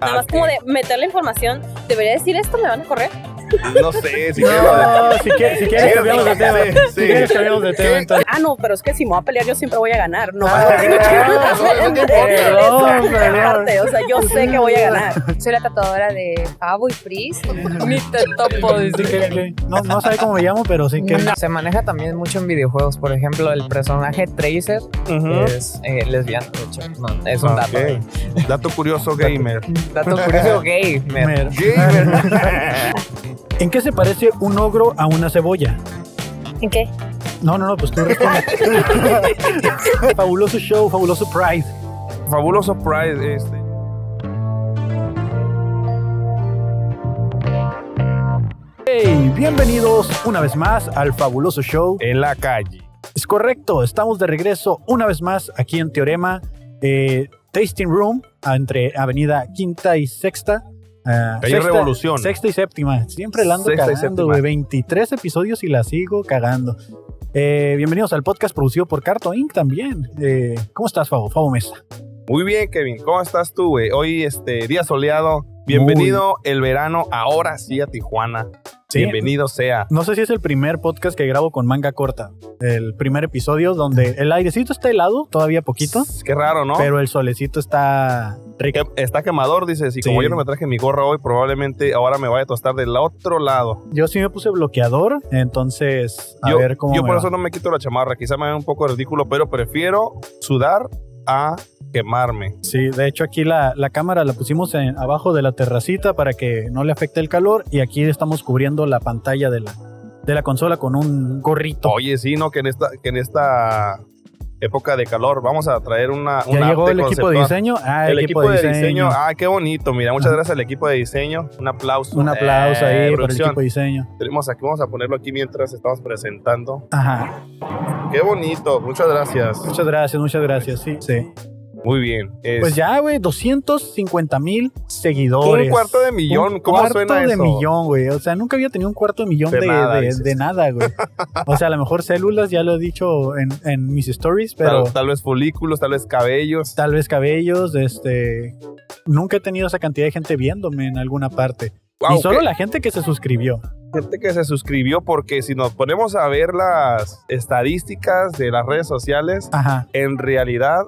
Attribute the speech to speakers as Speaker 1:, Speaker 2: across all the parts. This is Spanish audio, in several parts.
Speaker 1: Nada más
Speaker 2: ok.
Speaker 1: como de meter la información. ¿Debería decir esto? ¿Me van a correr?
Speaker 2: No sé, si quieres.
Speaker 3: No, si quieres, si quieres
Speaker 2: Sí,
Speaker 3: cambiamos de
Speaker 2: sí,
Speaker 3: tema.
Speaker 2: sí.
Speaker 3: Si quieres cambiamos de tema, entonces.
Speaker 4: Ah, no, pero es que si me voy a pelear, yo siempre voy a ganar. No,
Speaker 3: Perdón, perdón.
Speaker 4: aparte, o sea, yo sé que voy a ganar.
Speaker 5: Soy la tatuadora de Pavo y Frizz. Ni te topo, dice
Speaker 3: Sí, que- que- No, no sabe cómo me llamo, pero sí que.
Speaker 6: Se maneja también mucho en videojuegos. Por ejemplo, el personaje Tracer es eh, lesbiana, de hecho. No, es un
Speaker 3: Ah,
Speaker 2: Ok.
Speaker 6: dato. eh.
Speaker 2: Dato curioso gamer.
Speaker 6: Dato curioso gay. me-
Speaker 3: Mer.
Speaker 2: Gamer.
Speaker 3: ¿En qué se parece un ogro a una cebolla?
Speaker 1: ¿En qué?
Speaker 3: No, no, no, pues tú respondes. fabuloso show, fabuloso pride.
Speaker 2: Fabuloso Pride este.
Speaker 3: Hey, bienvenidos una vez más al fabuloso show.
Speaker 2: En la calle.
Speaker 3: Es correcto, estamos de regreso una vez más aquí en Teorema, eh, Tasting Room, ah, entre Avenida Quinta y Sexta. ah,
Speaker 2: Calle Revolución.
Speaker 3: Sexta y séptima. Siempre la ando
Speaker 2: Sexta y
Speaker 3: cagando,
Speaker 2: séptima.
Speaker 3: güey. 23 episodios y la sigo cagando. Eh, bienvenidos al podcast producido por Carto Inc. también. Eh, ¿Cómo estás, Fabo? Fabo Mesa.
Speaker 2: Muy bien, Kevin. ¿Cómo estás tú, güey? Hoy, este, día soleado. Bienvenido el verano, ahora sí a Tijuana.
Speaker 3: Sí.
Speaker 2: Bienvenido sea.
Speaker 3: No sé si es el primer podcast que grabo con manga corta. El primer episodio donde el airecito está helado, todavía poquito,
Speaker 2: Qué raro, ¿no?
Speaker 3: pero el solecito está rico.
Speaker 2: Que- Está quemador, dices. Y
Speaker 3: Sí.
Speaker 2: como yo no me traje mi gorra hoy, probablemente ahora me vaya a tostar del otro lado.
Speaker 3: Yo sí me puse bloqueador, entonces a
Speaker 2: yo
Speaker 3: ver cómo
Speaker 2: yo
Speaker 3: me
Speaker 2: por
Speaker 3: va.
Speaker 2: eso no me quito la chamarra. Quizá me vea un poco ridículo, pero prefiero sudar a quemarme.
Speaker 3: Sí, de hecho aquí la, la cámara la pusimos en- abajo de la terracita para que no le afecte el calor y aquí estamos cubriendo la pantalla de la, de la consola con un gorrito.
Speaker 2: Oye, sí, ¿no? Que en esta, que en esta época de calor vamos a traer una...
Speaker 3: ya
Speaker 2: una
Speaker 3: llegó
Speaker 2: arte
Speaker 3: el equipo de
Speaker 2: conceptual.
Speaker 3: diseño. Ah,
Speaker 2: El equipo de diseño. Ah, qué bonito. Mira, muchas gracias al equipo de diseño. Un aplauso.
Speaker 3: un aplauso
Speaker 2: Eh,
Speaker 3: ahí por el
Speaker 2: producción.
Speaker 3: equipo de diseño.
Speaker 2: Tenemos aquí, vamos a ponerlo aquí mientras estamos presentando.
Speaker 3: Ajá.
Speaker 2: Qué bonito. Muchas gracias.
Speaker 3: Muchas gracias, muchas gracias. Sí, sí.
Speaker 2: Muy bien. Es-
Speaker 3: Pues ya, güey, 250 mil seguidores.
Speaker 2: Un cuarto de millón,
Speaker 3: Un
Speaker 2: ¿cómo
Speaker 3: cuarto
Speaker 2: suena
Speaker 3: de
Speaker 2: eso?
Speaker 3: millón, güey. O sea, nunca había tenido un cuarto de millón
Speaker 2: De
Speaker 3: de,
Speaker 2: nada,
Speaker 3: de-
Speaker 2: dices.
Speaker 3: de nada, güey. O sea, a lo mejor células, ya lo he dicho en, en mis stories,
Speaker 2: Tal-
Speaker 3: pero
Speaker 2: tal,
Speaker 3: tal,
Speaker 2: vez folículos, tal vez cabellos.
Speaker 3: vez cabellos, este... Nunca he tenido esa cantidad de gente viéndome en alguna parte.
Speaker 2: Wow,
Speaker 3: y solo
Speaker 2: qué
Speaker 3: la gente que se suscribió.
Speaker 2: gente que se suscribió porque si nos ponemos a ver las estadísticas de las redes sociales,
Speaker 3: Ajá.
Speaker 2: en realidad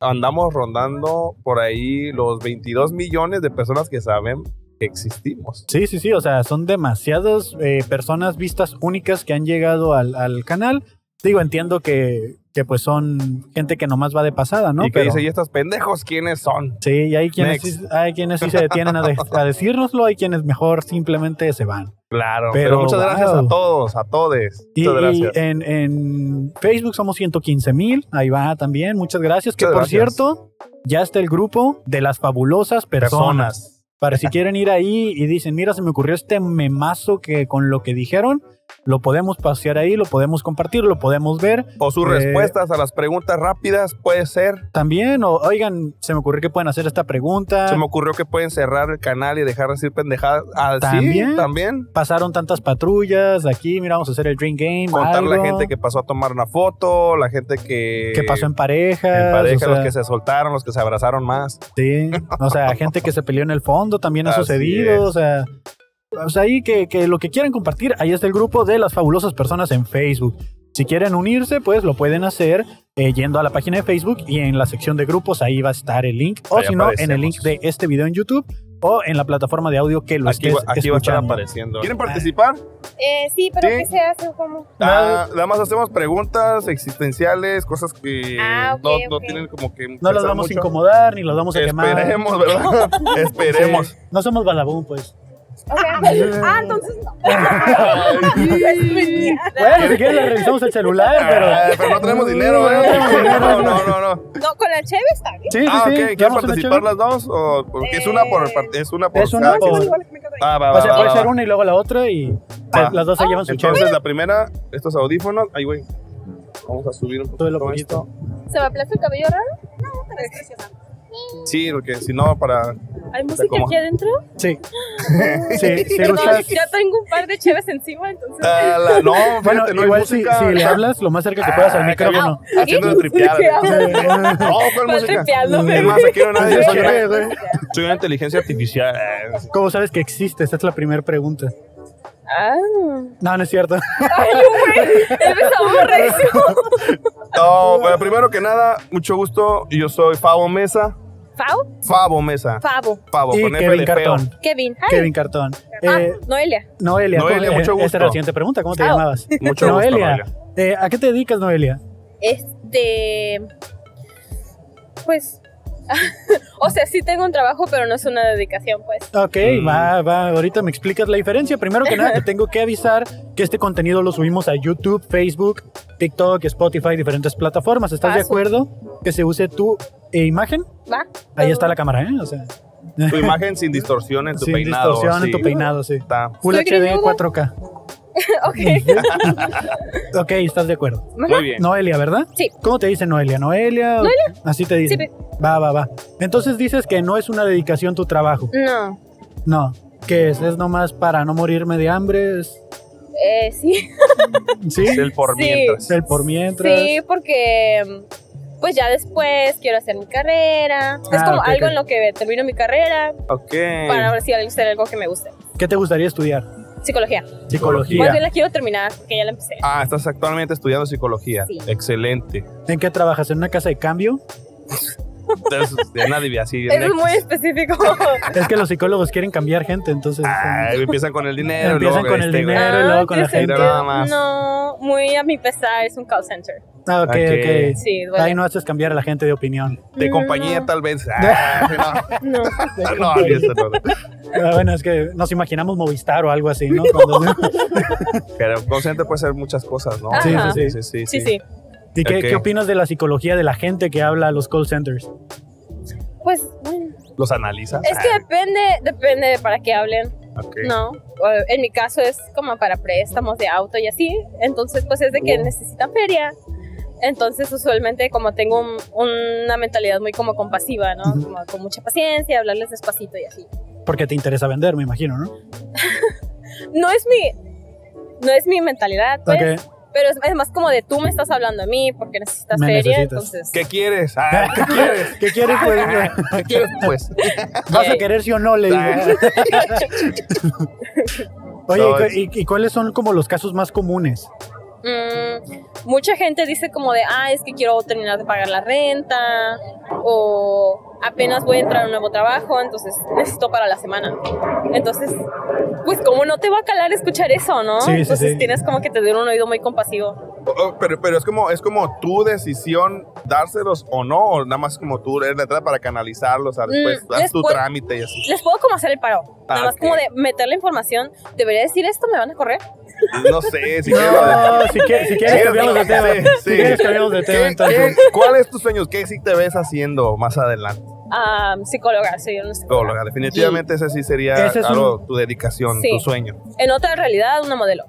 Speaker 2: andamos rondando por ahí los 22 millones de personas que saben que existimos.
Speaker 3: Sí, sí, sí. O sea, son demasiadas eh, personas vistas únicas que han llegado al, al canal. Digo, entiendo que, que pues son gente que nomás va de pasada, ¿no?
Speaker 2: y que
Speaker 3: Pero-
Speaker 2: dice, ¿y estos pendejos quiénes son?
Speaker 3: Sí, y hay quienes, sí, hay quienes sí se detienen a, de- a decírnoslo, hay quienes mejor simplemente se van.
Speaker 2: Claro, pero,
Speaker 3: Pero,
Speaker 2: muchas gracias
Speaker 3: wow.
Speaker 2: a todos, a todes.
Speaker 3: Y, eh,
Speaker 2: muchas
Speaker 3: y
Speaker 2: gracias.
Speaker 3: en, en Facebook somos 115 mil, ahí va también, muchas gracias. Que
Speaker 2: Muchas
Speaker 3: por
Speaker 2: gracias.
Speaker 3: cierto, ya está el grupo de las fabulosas personas. Para si quieren ir ahí y dicen, mira, se me ocurrió este memazo que con lo que dijeron, lo podemos pasear ahí, lo podemos compartir, lo podemos ver.
Speaker 2: O sus
Speaker 3: Eh,
Speaker 2: respuestas a las preguntas rápidas puede ser.
Speaker 3: También, o oigan, se me ocurrió que pueden hacer esta pregunta.
Speaker 2: Se me ocurrió que pueden cerrar el canal y dejar de decir pendejadas. Ah, Sí,
Speaker 3: También.
Speaker 2: también.
Speaker 3: Pasaron tantas patrullas aquí, mira, vamos a hacer el Dream Game.
Speaker 2: Contar la
Speaker 3: algo.
Speaker 2: gente que pasó a tomar una foto, la gente que...
Speaker 3: que pasó en pareja.
Speaker 2: en pareja,
Speaker 3: o sea,
Speaker 2: los que se soltaron, los que se abrazaron más.
Speaker 3: sí. O sea, gente que se peleó en el fondo también ha
Speaker 2: Así
Speaker 3: sucedido.
Speaker 2: es.
Speaker 3: O sea, o sea, ahí que, que lo que quieran compartir, ahí está el grupo de las fabulosas personas en Facebook. Si quieren unirse, pues lo pueden hacer eh, yendo a la página de Facebook y en la sección de grupos ahí va a estar el link. O
Speaker 2: Ahí
Speaker 3: si no, en el link
Speaker 2: aparecemos.
Speaker 3: de este video en YouTube o en la plataforma de audio que lo
Speaker 2: Aquí,
Speaker 3: estés
Speaker 2: va- aquí va a estar
Speaker 3: escuchando.
Speaker 2: apareciendo. ¿Quieren participar?
Speaker 1: Eh, sí, pero
Speaker 2: Sí.
Speaker 1: ¿qué se hace? ¿Cómo?
Speaker 2: Ah, nada más hacemos preguntas existenciales, cosas que
Speaker 1: Ah, ok,
Speaker 2: no, no
Speaker 1: ok.
Speaker 2: tienen como que...
Speaker 3: no las
Speaker 2: pensar
Speaker 3: vamos
Speaker 2: mucho.
Speaker 3: a incomodar ni los vamos a quemar.
Speaker 2: Esperemos, ¿verdad? Esperemos.
Speaker 3: Sí, No somos balabón, pues.
Speaker 1: Ok. ah, entonces no. Es genial.
Speaker 3: Bueno, si quieren le revisamos el celular, pero...
Speaker 2: Ah, pero no tenemos dinero,
Speaker 3: No
Speaker 2: ¿eh?
Speaker 3: tenemos dinero.
Speaker 2: No, no, no, no.
Speaker 1: No, con la cheve está bien.
Speaker 3: Sí, sí,
Speaker 2: Ah, ok.
Speaker 3: sí.
Speaker 2: ¿Quieren
Speaker 3: damos una
Speaker 2: participar las
Speaker 3: chévere.
Speaker 2: dos? O, porque es una
Speaker 1: Eh.
Speaker 2: por... par- Es una por...
Speaker 3: Es una
Speaker 2: cada quien.
Speaker 3: por-
Speaker 1: Igual que me quedo ahí.
Speaker 2: Ah, va, va,
Speaker 3: O sea,
Speaker 2: va,
Speaker 3: puede
Speaker 2: va.
Speaker 3: ser una y luego la otra y
Speaker 2: Va.
Speaker 3: las dos se llevan su
Speaker 2: Entonces,
Speaker 3: chévere.
Speaker 2: la primera, estos audífonos. Ay, güey. Vamos a subir un
Speaker 3: Súbelo
Speaker 2: poquito esto.
Speaker 3: poquito.
Speaker 5: ¿Se me aplasta el cabello raro?
Speaker 1: Pero es impresionante.
Speaker 2: Sí, porque si no, para. ah,
Speaker 5: ¿Hay
Speaker 2: música ¿Cómo? aquí
Speaker 5: adentro?
Speaker 3: Sí. sí, sí
Speaker 5: Perdón,
Speaker 3: usas-
Speaker 5: ya tengo un par de cheves encima, entonces.
Speaker 2: Ah, la- no, fíjate,
Speaker 3: Bueno,
Speaker 2: no hay
Speaker 3: igual si,
Speaker 2: música.
Speaker 3: si le hablas lo más cerca que puedas al
Speaker 2: Ah,
Speaker 3: micrófono.
Speaker 2: Haciendo de tripear. No, ¿cuál
Speaker 5: Va
Speaker 2: música?
Speaker 5: tripeándome.
Speaker 2: Es más, aquí no hay nadie.
Speaker 3: Sí.
Speaker 2: Soy una, soy una inteligencia artificial.
Speaker 3: ¿Cómo sabes que existe? Esa es la primera pregunta.
Speaker 5: Ah,
Speaker 3: No, no es cierto.
Speaker 5: él me aburre.
Speaker 2: No, pero primero que nada, mucho gusto. Yo soy Fabo Mesa.
Speaker 5: Fau,
Speaker 2: Fabo Mesa.
Speaker 5: Favo,
Speaker 2: Favo,
Speaker 3: Y
Speaker 2: con F
Speaker 3: Kevin
Speaker 2: de feo.
Speaker 3: Cartón.
Speaker 5: Kevin. Hi.
Speaker 3: Kevin Cartón. Eh,
Speaker 5: Ah, Noelia.
Speaker 3: Noelia, ¿cómo-
Speaker 2: Noelia, mucho
Speaker 3: eh, Esa era
Speaker 2: gusto.
Speaker 3: la siguiente pregunta. ¿Cómo te
Speaker 5: Ah.
Speaker 3: llamabas?
Speaker 2: Mucho gusto,
Speaker 3: Noelia.
Speaker 2: Noelia.
Speaker 3: Eh, ¿A qué te dedicas, Noelia?
Speaker 5: Este. Pues. o sea, sí tengo un trabajo, pero no es una dedicación, pues.
Speaker 3: Ok,
Speaker 2: Mm.
Speaker 3: va, va. Ahorita me explicas la diferencia. Primero que nada, te tengo que avisar que este contenido lo subimos a YouTube, Facebook, TikTok, Spotify, diferentes plataformas. ¿Estás de
Speaker 5: Paso.
Speaker 3: acuerdo que se use tu eh, imagen?
Speaker 5: Va.
Speaker 3: Ahí está la cámara, ¿eh? O sea,
Speaker 2: Tu imagen sin distorsión en tu
Speaker 3: sin
Speaker 2: peinado.
Speaker 3: distorsión
Speaker 2: sí.
Speaker 3: en tu peinado, sí.
Speaker 2: Está.
Speaker 3: Full
Speaker 5: ¿Estoy
Speaker 3: HD
Speaker 5: greñuda?
Speaker 3: 4K.
Speaker 5: Ok.
Speaker 3: Ok, estás de acuerdo.
Speaker 2: Muy bien.
Speaker 3: Noelia, ¿verdad?
Speaker 5: Sí.
Speaker 3: ¿Cómo te dice Noelia? ¿Noelia? o- Así te dice.
Speaker 5: Sí,
Speaker 3: Va, va, va. Entonces dices que no es una dedicación tu trabajo.
Speaker 5: No.
Speaker 3: No. ¿Qué es? ¿Es nomás para no morirme de hambre? ¿Es-
Speaker 5: Eh, sí.
Speaker 3: ¿Sí?
Speaker 2: Es el por
Speaker 5: Sí.
Speaker 2: mientras.
Speaker 3: El por mientras.
Speaker 5: Sí, porque. mm, Pues ya después quiero hacer mi carrera. es
Speaker 3: Ah,
Speaker 5: como
Speaker 3: ok,
Speaker 5: algo
Speaker 3: ok.
Speaker 5: en lo que termino mi carrera
Speaker 2: Ok.
Speaker 5: para ver si hacer algo que me guste.
Speaker 3: ¿Qué te gustaría estudiar?
Speaker 5: Psicología.
Speaker 2: Psicología.
Speaker 5: Más bien la quiero terminar porque ya la empecé.
Speaker 2: Ah, estás actualmente estudiando psicología.
Speaker 5: Sí.
Speaker 2: Excelente.
Speaker 3: ¿En qué trabajas? ¿En una casa de cambio?
Speaker 2: Entonces, de nadie así. bien
Speaker 5: Eso es
Speaker 2: X.
Speaker 5: muy específico.
Speaker 3: Es que los psicólogos quieren cambiar gente, entonces.
Speaker 2: Ay, empiezan con el dinero.
Speaker 3: empiezan
Speaker 2: luego
Speaker 3: con el
Speaker 2: este, güey.
Speaker 3: dinero y
Speaker 5: Ah,
Speaker 3: luego con la
Speaker 5: tiene
Speaker 3: gente.
Speaker 2: Mira nada más.
Speaker 5: No, muy a mi pesar, es un call center.
Speaker 3: Ah, ok, ok.
Speaker 2: Ok.
Speaker 5: Sí,
Speaker 3: Ahí
Speaker 5: duele.
Speaker 3: no haces cambiar a la gente de opinión.
Speaker 2: De compañía, tal vez. Ah,
Speaker 5: No.
Speaker 2: no, no, olvídate, no, no.
Speaker 3: Ah, bueno, es que nos imaginamos Movistar o algo así, ¿no? Cuando-
Speaker 2: Pero el call center puede ser muchas cosas, ¿no?
Speaker 5: Sí,
Speaker 3: sí,
Speaker 2: sí. sí,
Speaker 5: Sí,
Speaker 2: sí.
Speaker 5: sí.
Speaker 3: ¿Y qué,
Speaker 2: Ok.
Speaker 3: qué opinas de la psicología de la gente que habla a los call centers?
Speaker 5: Pues bueno,
Speaker 2: Los analizas.
Speaker 5: es
Speaker 3: Ah.
Speaker 5: que depende, depende de para qué hablen,
Speaker 2: Ah, ok.
Speaker 5: ¿no? O, En mi caso es como para préstamos de auto y así, entonces pues es de que
Speaker 3: Uh.
Speaker 2: Wow.
Speaker 5: necesitan feria. Entonces usualmente como tengo un- una mentalidad muy como compasiva, ¿no?
Speaker 3: Ujú.
Speaker 5: Como con mucha paciencia, hablarles despacito y así.
Speaker 3: Porque te interesa vender, me imagino, ¿no?
Speaker 5: No es mi, no es mi mentalidad, pues,
Speaker 3: Ok.
Speaker 5: pero es, es más como de tú me estás hablando a mí porque necesitas
Speaker 3: Me
Speaker 5: feria,
Speaker 3: necesitas.
Speaker 5: entonces...
Speaker 2: ¿Qué quieres? Ah, ¿Qué quieres?
Speaker 3: ¿Qué quieres? Pues?
Speaker 2: ¿Qué quieres, pues?
Speaker 3: ¿Vas a querer sí o no? Le digo.
Speaker 2: Ah,
Speaker 3: Oye, ¿y
Speaker 2: No,
Speaker 3: cu-
Speaker 2: es-
Speaker 3: ¿y, y cuáles son como los casos más comunes?
Speaker 5: Mm, mucha gente dice como de, ah, es que quiero terminar de pagar la renta o apenas voy a entrar a un nuevo trabajo, entonces necesito para la semana. Entonces, pues como no te va a calar escuchar eso, ¿no?
Speaker 3: Sí, sí,
Speaker 5: entonces
Speaker 3: sí.
Speaker 5: tienes como que tener un oído muy compasivo.
Speaker 2: oh, oh, pero, pero es como es como tu decisión dárselos o no, o nada más como tú eres la entrada para canalizarlos a después,
Speaker 5: Mm,
Speaker 2: haz tu
Speaker 5: después-
Speaker 2: trámite y así.
Speaker 5: Les puedo como hacer el paro,
Speaker 2: Ah,
Speaker 5: nada más
Speaker 2: ok.
Speaker 5: como de meter la información, debería decir esto, me van a correr.
Speaker 2: No sé, si quieres.
Speaker 3: No, si, quie- si quieres cambiamos de tema.
Speaker 2: Sí, sí.
Speaker 3: Si quieres cambiamos de tema,
Speaker 2: ¿Qué,
Speaker 3: entonces.
Speaker 2: qué- cuál es tus sueños? ¿Qué sí te ves haciendo más adelante?
Speaker 5: Ah, psicóloga, soy una psicóloga.
Speaker 2: Psicóloga, definitivamente ese sí sería
Speaker 3: Ese es
Speaker 2: algo, tu dedicación,
Speaker 5: Sí.
Speaker 2: tu sueño.
Speaker 5: En otra realidad, una modelo.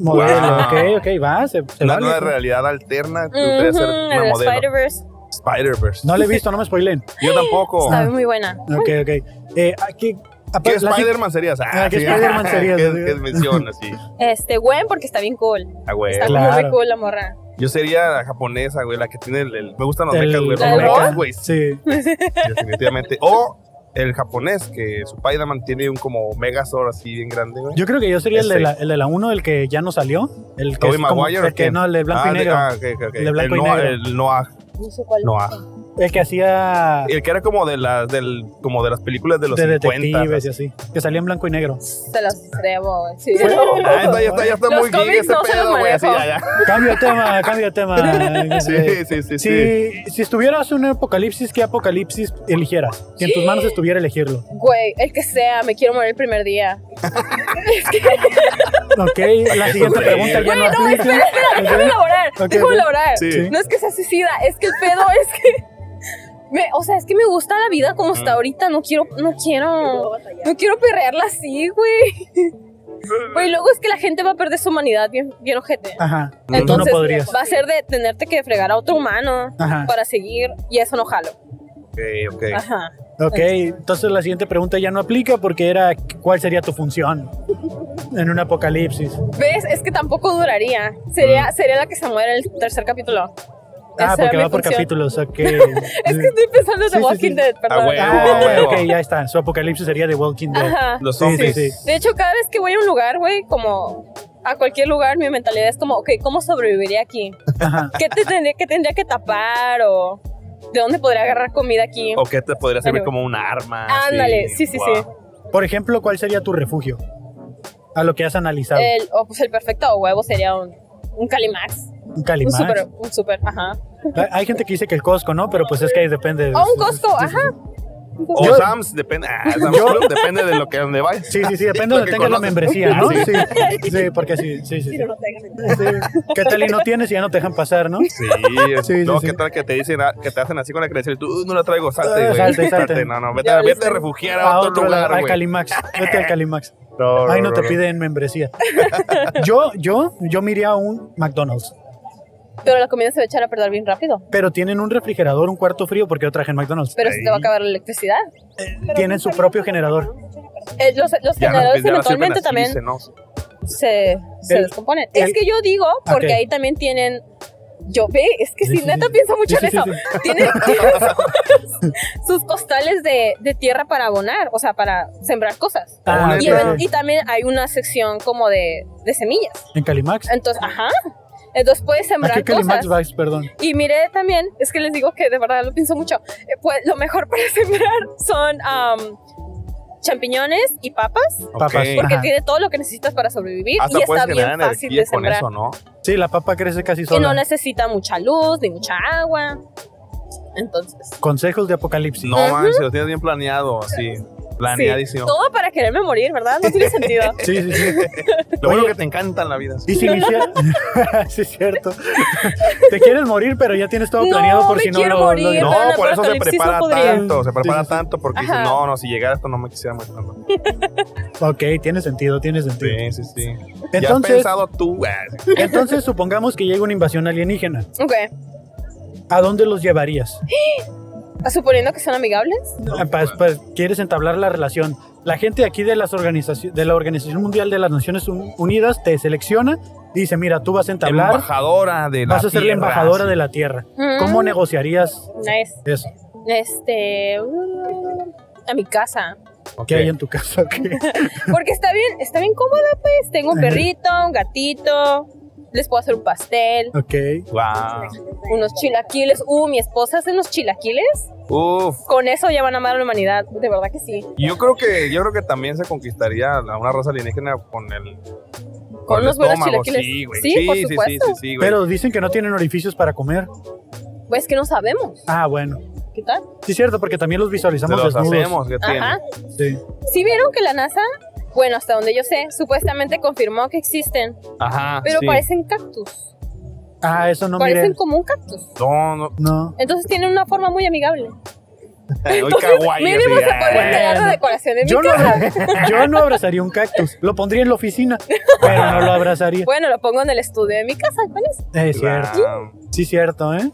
Speaker 3: Modelo,
Speaker 2: Wow.
Speaker 3: ok, ok, va, se, se
Speaker 2: Una
Speaker 3: vale.
Speaker 2: nueva realidad alterna, tú debes ser
Speaker 5: Ujú,
Speaker 2: una
Speaker 5: en el
Speaker 2: modelo.
Speaker 5: Spider-Verse,
Speaker 2: Spider-Verse.
Speaker 3: No le he visto, no me spoilen.
Speaker 2: Yo tampoco.
Speaker 5: está muy buena.
Speaker 3: Ok, ok. Eh, aquí,
Speaker 2: ¿Qué
Speaker 3: aparte, la psic-
Speaker 2: Spider-Man serías?
Speaker 3: Ah, ¿qué Spider-Man serías?
Speaker 2: ¿Qué, qué mención así?
Speaker 5: Este, Gwen, porque está bien cool.
Speaker 2: Ah, güey.
Speaker 5: Está
Speaker 3: Claro.
Speaker 5: muy, muy cool la morra.
Speaker 2: Yo sería la japonesa, güey, la que tiene el... el- me gustan los
Speaker 3: el-
Speaker 2: mechas, güey.
Speaker 5: ¿La
Speaker 2: Los
Speaker 5: de
Speaker 2: mechas,
Speaker 5: Ross?
Speaker 2: güey. sí,
Speaker 3: Sí,
Speaker 2: Definitivamente. O el japonés, que su Spider-Man tiene un como Megazord así bien grande, güey.
Speaker 3: yo creo que yo sería el de
Speaker 2: Ese.
Speaker 3: la, el de la 1, el que ya no salió. El que
Speaker 2: ¿Tobey
Speaker 3: es como-
Speaker 2: Maguire o
Speaker 3: el que,
Speaker 2: quién?
Speaker 3: no, el de blanco
Speaker 2: ah,
Speaker 3: y
Speaker 2: de-
Speaker 3: negro.
Speaker 2: ah, ok, ok, ok.
Speaker 3: El de blanco
Speaker 2: el
Speaker 3: y
Speaker 2: Noah,
Speaker 3: negro.
Speaker 2: El Noah.
Speaker 5: No sé cuál.
Speaker 2: Noah.
Speaker 3: El que hacía
Speaker 2: El que era como de las, del, como de las películas de los
Speaker 3: de
Speaker 2: 50.
Speaker 3: detectives y así. Que salía en blanco y negro.
Speaker 5: Se los debo. Sí.
Speaker 2: Ah, está, ya está, ya está
Speaker 5: Los
Speaker 2: muy geek
Speaker 5: cómics
Speaker 2: ese
Speaker 5: no se
Speaker 2: pedo,
Speaker 5: los
Speaker 2: güey. Así,
Speaker 5: manejo.
Speaker 2: ya, ya.
Speaker 3: Cambio de tema, cambio de tema.
Speaker 2: Sí, sí, sí, sí.
Speaker 3: Si, si estuvieras en un apocalipsis, ¿qué apocalipsis eligieras? Si en tus manos estuviera elegirlo.
Speaker 5: Güey, el que sea, me quiero morir el primer día.
Speaker 3: Ok, la
Speaker 2: qué
Speaker 3: siguiente
Speaker 2: sonreír?
Speaker 3: pregunta ya no
Speaker 5: Güey, no, espera, espera, déjame
Speaker 3: aplica.
Speaker 5: elaborar.
Speaker 3: Ok,
Speaker 5: déjame
Speaker 3: ok.
Speaker 5: elaborar.
Speaker 2: Sí.
Speaker 5: No es que sea suicida, es que el pedo es que. me- o sea, es que me gusta la vida como
Speaker 3: Mm.
Speaker 5: está ahorita. No quiero, no quiero. No quiero perrearla así, güey. Güey, luego es que la gente va a perder su humanidad bien, bien ojete.
Speaker 3: Ajá, tú Ah, no
Speaker 5: Entonces,
Speaker 3: podrías. Ah.
Speaker 5: va a ser de tenerte que fregar a otro humano
Speaker 3: Ajá.
Speaker 5: para seguir y eso no jalo.
Speaker 2: ok, ok.
Speaker 5: Ajá.
Speaker 3: Ok, entonces la siguiente pregunta ya no aplica porque era ¿cuál sería tu función en un apocalipsis?
Speaker 5: ¿Ves? Es que tampoco duraría. Sería, sería la que se muere en el tercer capítulo.
Speaker 3: Mm. Ah,
Speaker 5: Esa
Speaker 3: porque
Speaker 5: era mi
Speaker 3: va por
Speaker 5: función.
Speaker 3: capítulos, ok.
Speaker 5: Es que estoy pensando en
Speaker 3: Sí,
Speaker 5: The
Speaker 3: sí,
Speaker 5: Walking
Speaker 3: sí.
Speaker 5: Dead, perdón.
Speaker 2: Ah, güey.
Speaker 3: Ah, ok, ya está. Su apocalipsis sería The Walking Dead.
Speaker 5: Ajá.
Speaker 2: Los
Speaker 3: Sí,
Speaker 2: zombies.
Speaker 3: sí, sí.
Speaker 5: De hecho, cada vez que voy a un lugar, güey, como a cualquier lugar, mi mentalidad es como, ok, ¿cómo sobreviviría aquí?
Speaker 3: Ajá.
Speaker 5: ¿Qué, te tendría, qué tendría que tapar? ¿O de dónde podría agarrar comida aquí?
Speaker 2: O que te podría servir
Speaker 5: Pero-
Speaker 2: como un arma.
Speaker 5: Ándale,
Speaker 2: así,
Speaker 5: sí, sí,
Speaker 2: guau.
Speaker 5: sí.
Speaker 3: Por ejemplo, ¿cuál sería tu refugio? A lo que has analizado.
Speaker 5: El, o pues el perfecto huevo sería un, un Calimax.
Speaker 3: un
Speaker 5: Un
Speaker 3: Calimax.
Speaker 5: super, un super, ajá.
Speaker 3: Hay- Hay gente que dice que el Costco, ¿no? Pero pues es que ahí depende. de-
Speaker 5: O un Costco, ajá.
Speaker 2: O
Speaker 3: Yo-
Speaker 2: Sam's, depende. ah, Sam's Club, depende de lo que donde vayas.
Speaker 3: Sí, sí, sí, depende
Speaker 2: Lo
Speaker 3: donde
Speaker 2: que
Speaker 3: tengas la
Speaker 2: conoces.
Speaker 3: membresía, ¿no?
Speaker 2: Ah, sí.
Speaker 3: Sí, sí, porque sí, sí, sí. sí. Sí. ¿Qué tal y no tienes y ya no te dejan pasar, no?
Speaker 2: Sí,
Speaker 3: Sí,
Speaker 2: no,
Speaker 3: sí,
Speaker 2: ¿qué
Speaker 3: sí.
Speaker 2: tal que te dicen, ah, que te hacen así con la credencial y tú, "Uh, no la traigo, salte,
Speaker 3: Ah,
Speaker 2: güey.
Speaker 3: salte, salte.
Speaker 2: Salte, No, no, vete,
Speaker 5: Ya
Speaker 2: vete
Speaker 5: sé.
Speaker 2: a refugiar a
Speaker 3: A
Speaker 2: otro,
Speaker 3: otro lado,
Speaker 2: lugar,
Speaker 3: al
Speaker 2: güey.
Speaker 3: Calimax. Vete al Calimax.
Speaker 2: No,
Speaker 3: Ahí no te piden membresía. Yo, yo, yo me iría a un McDonald's.
Speaker 5: Pero la comida se va a echar a perder bien rápido.
Speaker 3: Pero tienen un refrigerador, un cuarto frío, porque yo traje en McDonald's. Eh,
Speaker 5: Pero se te va a acabar la electricidad.
Speaker 3: tienen su propio generador.
Speaker 5: Eh, los los
Speaker 2: Ya,
Speaker 5: generadores
Speaker 2: ya la sirven
Speaker 5: eventualmente
Speaker 2: así,
Speaker 5: también
Speaker 2: dice, ¿no?
Speaker 5: se, se
Speaker 3: El-
Speaker 5: descomponen.
Speaker 3: el-
Speaker 5: es que yo digo, porque
Speaker 3: Ok.
Speaker 5: ahí también tienen. Yo ve, es que
Speaker 3: Sí,
Speaker 5: si
Speaker 3: sí,
Speaker 5: neta
Speaker 3: sí.
Speaker 5: piensa mucho
Speaker 3: Sí,
Speaker 5: en
Speaker 3: sí,
Speaker 5: eso.
Speaker 3: sí,
Speaker 5: Tienen, tienen sus, sus costales de, de tierra para abonar, o sea, para sembrar cosas.
Speaker 3: Ah,
Speaker 5: Y,
Speaker 3: ok.
Speaker 5: even- y también hay una sección como de, de semillas.
Speaker 3: En Calimax.
Speaker 5: Entonces, ajá. Entonces puedes
Speaker 3: ¿A
Speaker 5: sembrar
Speaker 3: Ah, qué
Speaker 5: cosas.
Speaker 3: Calimax vais? Perdón.
Speaker 5: Y miré también, es que les digo que de verdad lo pienso mucho. eh, Pues lo mejor para sembrar son am, champiñones y papas,
Speaker 2: Ok.
Speaker 3: Papas.
Speaker 5: porque
Speaker 3: Ajá.
Speaker 5: tiene todo lo que necesitas para sobrevivir
Speaker 2: Hasta
Speaker 5: y
Speaker 2: puedes
Speaker 5: está
Speaker 2: generar
Speaker 5: bien fácil de
Speaker 2: energía con
Speaker 5: sembrar.
Speaker 2: eso, ¿no?
Speaker 3: Sí, la papa crece casi
Speaker 5: Y no
Speaker 3: sola.
Speaker 5: necesita mucha luz ni mucha agua. Entonces,
Speaker 3: Consejos de apocalipsis.
Speaker 2: No, man, si lo tienes bien planeado, así. Planeadísimo.
Speaker 5: todo para quererme morir, ¿verdad? No tiene sentido.
Speaker 3: Sí, sí, sí.
Speaker 2: Lo bueno
Speaker 3: Oye.
Speaker 2: que te encanta en la vida.
Speaker 3: Y si inicia- sí, es cierto. Te quieres morir, pero ya tienes todo
Speaker 5: No,
Speaker 3: planeado por
Speaker 5: me
Speaker 3: si no
Speaker 5: quiero
Speaker 3: lo- lo,
Speaker 5: morir.
Speaker 2: No,
Speaker 5: pero en
Speaker 2: por eso se
Speaker 5: apocalipsis no
Speaker 2: prepara
Speaker 5: podría.
Speaker 2: tanto, se prepara
Speaker 3: Sí, sí, sí.
Speaker 2: tanto porque dices,
Speaker 5: Ajá.
Speaker 2: no, no, si llegara esto no me quisiera morir. tanto".
Speaker 3: Ok, tiene sentido, tiene sentido.
Speaker 2: Sí, sí, sí. ya has
Speaker 3: Entonces,
Speaker 2: pensado tú, ah, sí.
Speaker 3: entonces supongamos que llega una invasión alienígena.
Speaker 5: Ok,
Speaker 3: ¿A dónde los llevarías?
Speaker 5: suponiendo que son amigables.
Speaker 3: Ah, pa- pa-
Speaker 2: pues.
Speaker 3: ¿Quieres entablar la relación? La gente aquí de, las organizaci- de la Organización Mundial de las Naciones Un- Unidas te selecciona y dice, mira, tú vas a entablar,
Speaker 2: embajadora de la
Speaker 3: vas a ser la
Speaker 2: tierra,
Speaker 3: embajadora
Speaker 2: sí.
Speaker 3: de la Tierra.
Speaker 5: Mm,
Speaker 3: ¿Cómo negociarías
Speaker 5: Nice.
Speaker 3: eso?
Speaker 5: Este. uh, A mi casa.
Speaker 3: ¿Qué
Speaker 2: Ok.
Speaker 3: hay en tu casa? ¿Qué?
Speaker 5: Porque está bien, está bien cómoda, pues. Tengo un perrito, un gatito. Les puedo hacer un pastel,
Speaker 3: Ok.
Speaker 2: Wow.
Speaker 5: unos chilaquiles. Uh, mi esposa hace unos chilaquiles.
Speaker 2: Uf,
Speaker 5: Con eso ya van a amar a la humanidad. De verdad que sí.
Speaker 2: yo creo que yo creo que también se conquistaría a una raza alienígena con el con, el
Speaker 5: unos buenos
Speaker 2: estómago,
Speaker 5: chilaquiles.
Speaker 2: sí, güey.
Speaker 5: Sí,
Speaker 2: Sí,
Speaker 5: por
Speaker 2: sí, sí, sí,
Speaker 5: supuesto.
Speaker 2: sí, güey.
Speaker 3: Pero dicen que no tienen orificios para comer.
Speaker 5: Pues que no sabemos.
Speaker 3: Ah, bueno.
Speaker 5: ¿Qué tal?
Speaker 3: Sí, es cierto, porque también los
Speaker 2: Se
Speaker 3: visualizamos
Speaker 2: los
Speaker 3: desnudos.
Speaker 2: hacemos, ¿qué tiene?
Speaker 5: Ajá.
Speaker 3: Sí.
Speaker 5: Sí vieron que la NASA, bueno, hasta donde yo sé, supuestamente confirmó que existen,
Speaker 2: Ajá.
Speaker 5: pero
Speaker 2: sí.
Speaker 5: parecen cactus.
Speaker 3: Ah, eso Ah, no,
Speaker 5: parecen
Speaker 3: miren.
Speaker 5: como un cactus.
Speaker 2: No, no.
Speaker 3: No.
Speaker 5: Entonces tienen una forma muy amigable.
Speaker 2: Hoy
Speaker 5: Entonces,
Speaker 2: kawaii.
Speaker 5: mínimo
Speaker 2: así,
Speaker 5: se
Speaker 2: ah,
Speaker 5: podría quedar de decoración de mi
Speaker 3: Yo no,
Speaker 5: casa.
Speaker 3: yo no abrazaría un cactus. Lo pondría en la oficina, pero no lo abrazaría. Eh,
Speaker 5: Bueno, lo pongo en el estudio de mi casa, ¿cuál es?
Speaker 3: Es cierto.
Speaker 2: wow.
Speaker 3: Sí, cierto, ¿eh?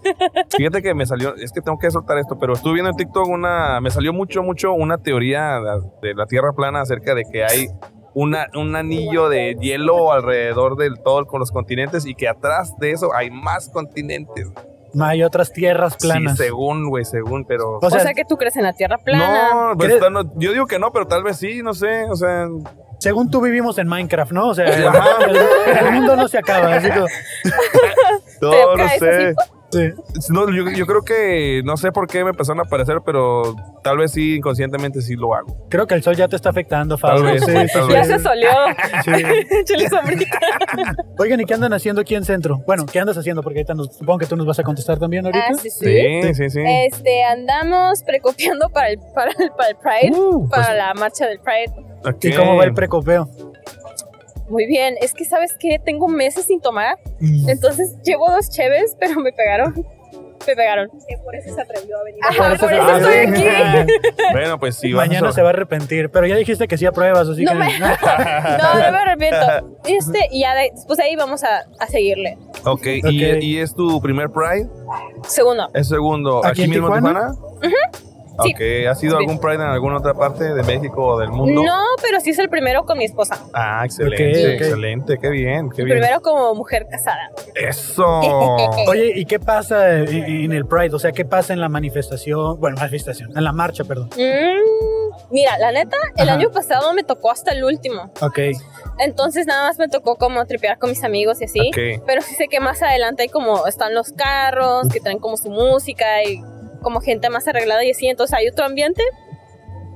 Speaker 2: Fíjate que me salió, es que tengo que soltar esto, pero estuve viendo en TikTok una, me salió mucho, mucho una teoría de- de la Tierra plana acerca de que hay una, un anillo de hielo alrededor del todo con los continentes y que atrás de eso hay más continentes.
Speaker 3: No hay otras tierras planas.
Speaker 2: Sí, según, güey, según, pero...
Speaker 3: O
Speaker 5: O sea,
Speaker 3: sea,
Speaker 5: que tú crees en la Tierra plana.
Speaker 2: No, pues,
Speaker 3: ¿Crees?
Speaker 2: tal- no, yo digo que no, pero tal vez sí, no sé, o sea...
Speaker 3: según tú vivimos en Minecraft, ¿no? O sea,
Speaker 2: Ajá.
Speaker 3: el, el mundo no se acaba. así como-
Speaker 2: No, no
Speaker 5: caes
Speaker 2: sé.
Speaker 3: sí.
Speaker 2: No, yo, yo creo que no sé por qué me empezaron a aparecer, pero tal vez sí, inconscientemente sí lo hago.
Speaker 3: Creo que el sol ya te está afectando, Fabio.
Speaker 2: Tal vez,
Speaker 3: Sí,
Speaker 2: tal
Speaker 3: sí,
Speaker 2: vez.
Speaker 3: sí.
Speaker 5: Ya se solió.
Speaker 3: Sí.
Speaker 5: Échale sombrita.
Speaker 3: Oigan, ¿y qué andan haciendo aquí en centro? Bueno, ¿qué andas haciendo? Porque ahorita nos- supongo que tú nos vas a contestar también ahorita.
Speaker 5: Ah, sí, sí.
Speaker 2: Sí, sí, sí.
Speaker 5: Este, andamos precopiando para el, para el, para el Pride,
Speaker 3: Uh,
Speaker 5: para la marcha del Pride.
Speaker 2: Ok.
Speaker 3: ¿Y cómo va el precopeo?
Speaker 5: Muy bien, es que sabes que tengo meses sin tomar, entonces llevo dos cheves, pero me pegaron. Me pegaron.
Speaker 7: Por eso se atrevió a venir.
Speaker 5: Ajá, por
Speaker 3: se-
Speaker 5: eso
Speaker 3: Ah,
Speaker 5: estoy
Speaker 3: sí.
Speaker 5: aquí.
Speaker 2: Bueno, pues sí, vas a
Speaker 3: Mañana
Speaker 2: sor-
Speaker 3: se va a arrepentir, pero ya dijiste que sí apruebas, así
Speaker 5: No
Speaker 3: que...
Speaker 5: me- No, no me arrepiento. Este, y ya de- después de ahí vamos a, a seguirle.
Speaker 2: Ok, y-
Speaker 3: Ok.
Speaker 2: Y, es tu primer Pride,
Speaker 5: Segundo,
Speaker 2: es segundo
Speaker 3: ¿Aquí
Speaker 2: aquí,
Speaker 3: en
Speaker 2: mismo en
Speaker 3: Tijuana?
Speaker 2: Tijuana.
Speaker 5: Sí.
Speaker 2: Ok, ¿has ido a algún Pride en alguna otra parte de México o del mundo?
Speaker 5: No, pero sí es el primero con mi esposa.
Speaker 2: Ah, excelente,
Speaker 3: Ok, ok.
Speaker 2: excelente, qué bien, qué
Speaker 5: El
Speaker 2: bien.
Speaker 5: primero como mujer casada.
Speaker 2: Eso.
Speaker 3: Oye, ¿y qué pasa en, en el Pride? O sea, ¿qué pasa en la manifestación? Bueno, manifestación, en la marcha, perdón.
Speaker 5: Mm, mira, la neta, el
Speaker 3: Ajá.
Speaker 5: año pasado me tocó hasta el último.
Speaker 3: Ok.
Speaker 5: Entonces nada más me tocó como tripear con mis amigos y así.
Speaker 2: Ok.
Speaker 5: Pero sí sé que más adelante hay como están los carros que traen como su música y como gente más arreglada y así. Entonces hay otro ambiente.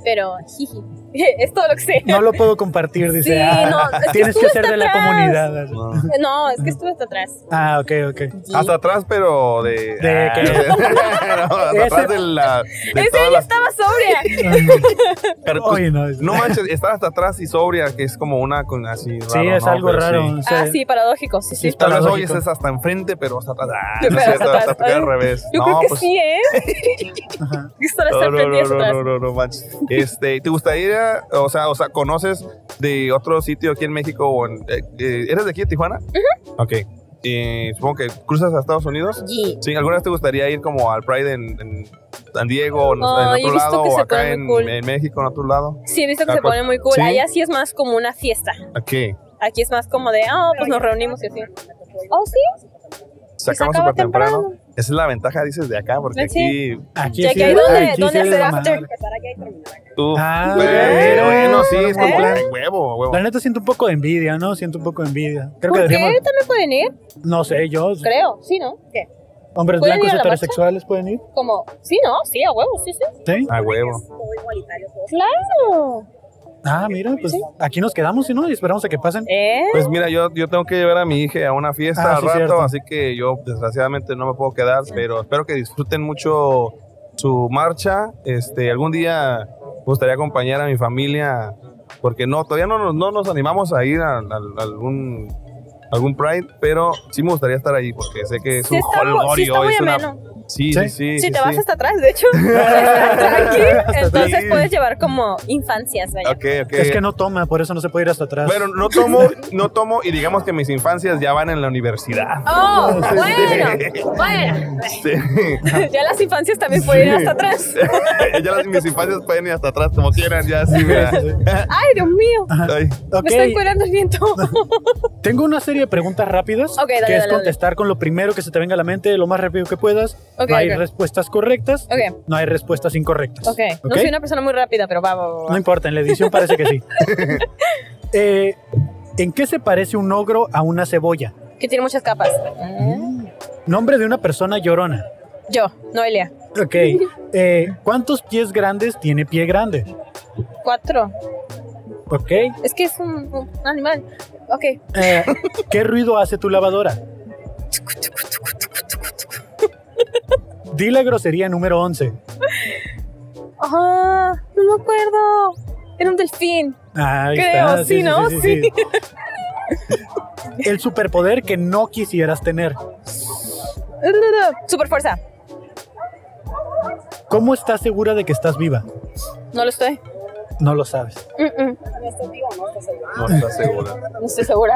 Speaker 5: Pero jiji, es todo lo que sé.
Speaker 3: No lo puedo compartir, dice.
Speaker 5: Sí,
Speaker 3: Ah,
Speaker 5: no, es que
Speaker 3: tienes
Speaker 5: tú
Speaker 3: que ser de la
Speaker 5: estás.
Speaker 3: comunidad.
Speaker 2: No.
Speaker 5: No, es que estuve hasta atrás.
Speaker 3: Ah, ok, ok.
Speaker 2: Hasta atrás, pero de. Ah.
Speaker 3: De que-
Speaker 2: no, hasta atrás de la. De
Speaker 5: Ese
Speaker 2: todas
Speaker 5: año
Speaker 2: las-
Speaker 5: estaba sobria.
Speaker 2: pero, pues,
Speaker 3: Oye, no. es-
Speaker 2: no manches, estar hasta atrás y sobria, que es como una con- así.
Speaker 3: sí,
Speaker 2: raro,
Speaker 3: es
Speaker 2: ¿no?
Speaker 3: algo
Speaker 2: Pero
Speaker 3: raro.
Speaker 2: sí.
Speaker 3: o sea,
Speaker 5: Ah, sí, paradójico, sí, sí.
Speaker 3: es
Speaker 2: Tal vez hoy
Speaker 3: paradójico.
Speaker 2: es hasta enfrente, pero hasta atrás. Ah,
Speaker 5: Pero
Speaker 2: no es cierto,
Speaker 5: hasta
Speaker 2: hasta
Speaker 5: atrás.
Speaker 2: que al
Speaker 5: Ay,
Speaker 2: revés.
Speaker 5: Yo
Speaker 2: no,
Speaker 5: creo que
Speaker 2: pues.
Speaker 5: sí, ¿eh?
Speaker 3: Ajá.
Speaker 5: Esto la
Speaker 2: No, no,
Speaker 5: sorprendí
Speaker 2: no,
Speaker 5: hasta
Speaker 2: no,
Speaker 5: atrás.
Speaker 2: no, no, no manches. Este, ¿te gustaría, o sea, o sea, conoces de otro sitio aquí en México o en- eh, eh, eres de aquí de Tijuana? Ok. Y supongo que cruzas a Estados Unidos.
Speaker 5: Y-
Speaker 2: Sí, ¿alguna vez te gustaría ir como al Pride en, en San Diego o en,
Speaker 5: Oh,
Speaker 2: en
Speaker 5: yo he
Speaker 2: otro
Speaker 5: visto
Speaker 2: lado
Speaker 5: que
Speaker 2: o
Speaker 5: se
Speaker 2: acá
Speaker 5: pone
Speaker 2: en,
Speaker 5: muy cool.
Speaker 2: en México en otro lado?
Speaker 5: Sí, he visto que
Speaker 2: Ah,
Speaker 5: se
Speaker 2: pues,
Speaker 5: pone muy cool.
Speaker 2: ¿sí?
Speaker 5: Allá sí es más como una fiesta.
Speaker 2: Aquí.
Speaker 5: Aquí es más como de, ah, pues nos reunimos y así. Oh, sí,
Speaker 2: Se
Speaker 5: Y se
Speaker 2: acaba
Speaker 5: acaba
Speaker 2: súper temprano.
Speaker 5: temprano.
Speaker 2: Esa es la ventaja, dices, de acá, porque
Speaker 5: Pues Sí.
Speaker 2: aquí
Speaker 3: Aquí
Speaker 5: ya
Speaker 3: sí
Speaker 5: que ahí
Speaker 3: es-
Speaker 5: donde,
Speaker 3: aquí
Speaker 5: donde
Speaker 3: sí es
Speaker 5: hacer
Speaker 3: la
Speaker 5: after.
Speaker 3: madre.
Speaker 2: tú...
Speaker 3: Ah,
Speaker 2: Güey,
Speaker 3: mira.
Speaker 2: bueno, sí, es como
Speaker 3: ¿Eh?
Speaker 2: de huevo, huevo.
Speaker 3: La neta siento un poco de envidia, ¿no? Siento un poco de envidia. Creo que
Speaker 5: ¿Por qué
Speaker 3: deberíamos,
Speaker 5: también pueden ir?
Speaker 3: no sé, yo,
Speaker 5: Creo, sí, ¿no? ¿Qué?
Speaker 3: hombres
Speaker 5: ¿Pueden ir
Speaker 3: blancos
Speaker 5: a la marcha?
Speaker 3: heterosexuales pueden ir,
Speaker 5: Como, sí, ¿no? Sí, a huevo, sí, sí.
Speaker 3: ¿sí?
Speaker 2: A
Speaker 3: Oh.
Speaker 2: huevo.
Speaker 5: Claro.
Speaker 3: Ah, mira, pues aquí nos quedamos, ¿y ¿no? Y esperamos a que pasen.
Speaker 5: ¿Eh?
Speaker 2: Pues mira, yo, yo tengo que llevar a mi hija a una fiesta
Speaker 3: Ah,
Speaker 2: al
Speaker 3: sí,
Speaker 2: rato,
Speaker 3: cierto.
Speaker 2: así que yo desgraciadamente no me puedo quedar, pero espero que disfruten mucho su marcha. Este, algún día me gustaría acompañar a mi familia, porque no, todavía no nos, no nos animamos a ir a, a- a algún algún Pride, pero sí me gustaría estar ahí porque sé que es
Speaker 5: Sí
Speaker 2: un
Speaker 5: está, mu- sí
Speaker 2: jolgorio,
Speaker 5: está muy
Speaker 2: es una-
Speaker 5: ameno.
Speaker 2: sí,
Speaker 3: Sí.
Speaker 2: sí, sí,
Speaker 5: Si
Speaker 2: sí,
Speaker 5: te vas
Speaker 2: sí.
Speaker 5: hasta atrás, de hecho, está aquí,
Speaker 3: Hasta
Speaker 5: entonces
Speaker 2: atrás.
Speaker 5: puedes llevar como infancias, vaya.
Speaker 2: Ok, ok.
Speaker 3: Es que no toma, por eso no se puede ir hasta atrás.
Speaker 2: eh. Bueno, no tomo, no tomo y digamos que mis infancias ya van en la universidad.
Speaker 5: Oh,
Speaker 2: Sí.
Speaker 5: bueno, bueno.
Speaker 2: Sí.
Speaker 5: Ya las infancias también pueden ir hasta atrás.
Speaker 2: ya las, mis infancias pueden ir hasta atrás como quieran, ya así, mira.
Speaker 5: Ay, Dios mío.
Speaker 2: Ay,
Speaker 3: Ok,
Speaker 5: Me están cuidando el viento.
Speaker 3: tengo una serie de preguntas rápidas
Speaker 5: Ok, dale,
Speaker 3: que es
Speaker 5: dale,
Speaker 3: contestar con lo primero que se te venga a la mente, lo más rápido que puedas.
Speaker 5: Ok,
Speaker 3: no hay
Speaker 5: ok.
Speaker 3: respuestas correctas,
Speaker 5: Ok,
Speaker 3: no hay respuestas incorrectas.
Speaker 5: ok. No
Speaker 3: ¿Ok?
Speaker 5: soy una persona muy rápida, pero va, va, va,
Speaker 3: No
Speaker 5: va.
Speaker 3: importa, en la edición parece que sí. Eh, ¿En qué se parece un ogro a una cebolla?
Speaker 5: Que tiene muchas capas.
Speaker 3: Nombre de una persona llorona.
Speaker 5: Yo, Noelia.
Speaker 3: Ok. Eh, ¿Cuántos pies grandes tiene pie grande?
Speaker 5: Cuatro.
Speaker 3: Ok.
Speaker 5: Es que es un, un animal. Ok.
Speaker 3: Eh, ¿Qué ruido hace tu lavadora? Di la grosería número 11.
Speaker 5: Ah, no me acuerdo. Era un delfín.
Speaker 3: Ahí
Speaker 5: Creo,
Speaker 3: está.
Speaker 5: sí, ¿no? Sí.
Speaker 3: sí. El superpoder que no quisieras tener.
Speaker 5: Super fuerza.
Speaker 3: ¿Cómo estás segura de que estás viva?
Speaker 5: No lo estoy.
Speaker 3: No lo sabes.
Speaker 5: Mm, mm,
Speaker 2: no está segura.
Speaker 5: No estoy segura.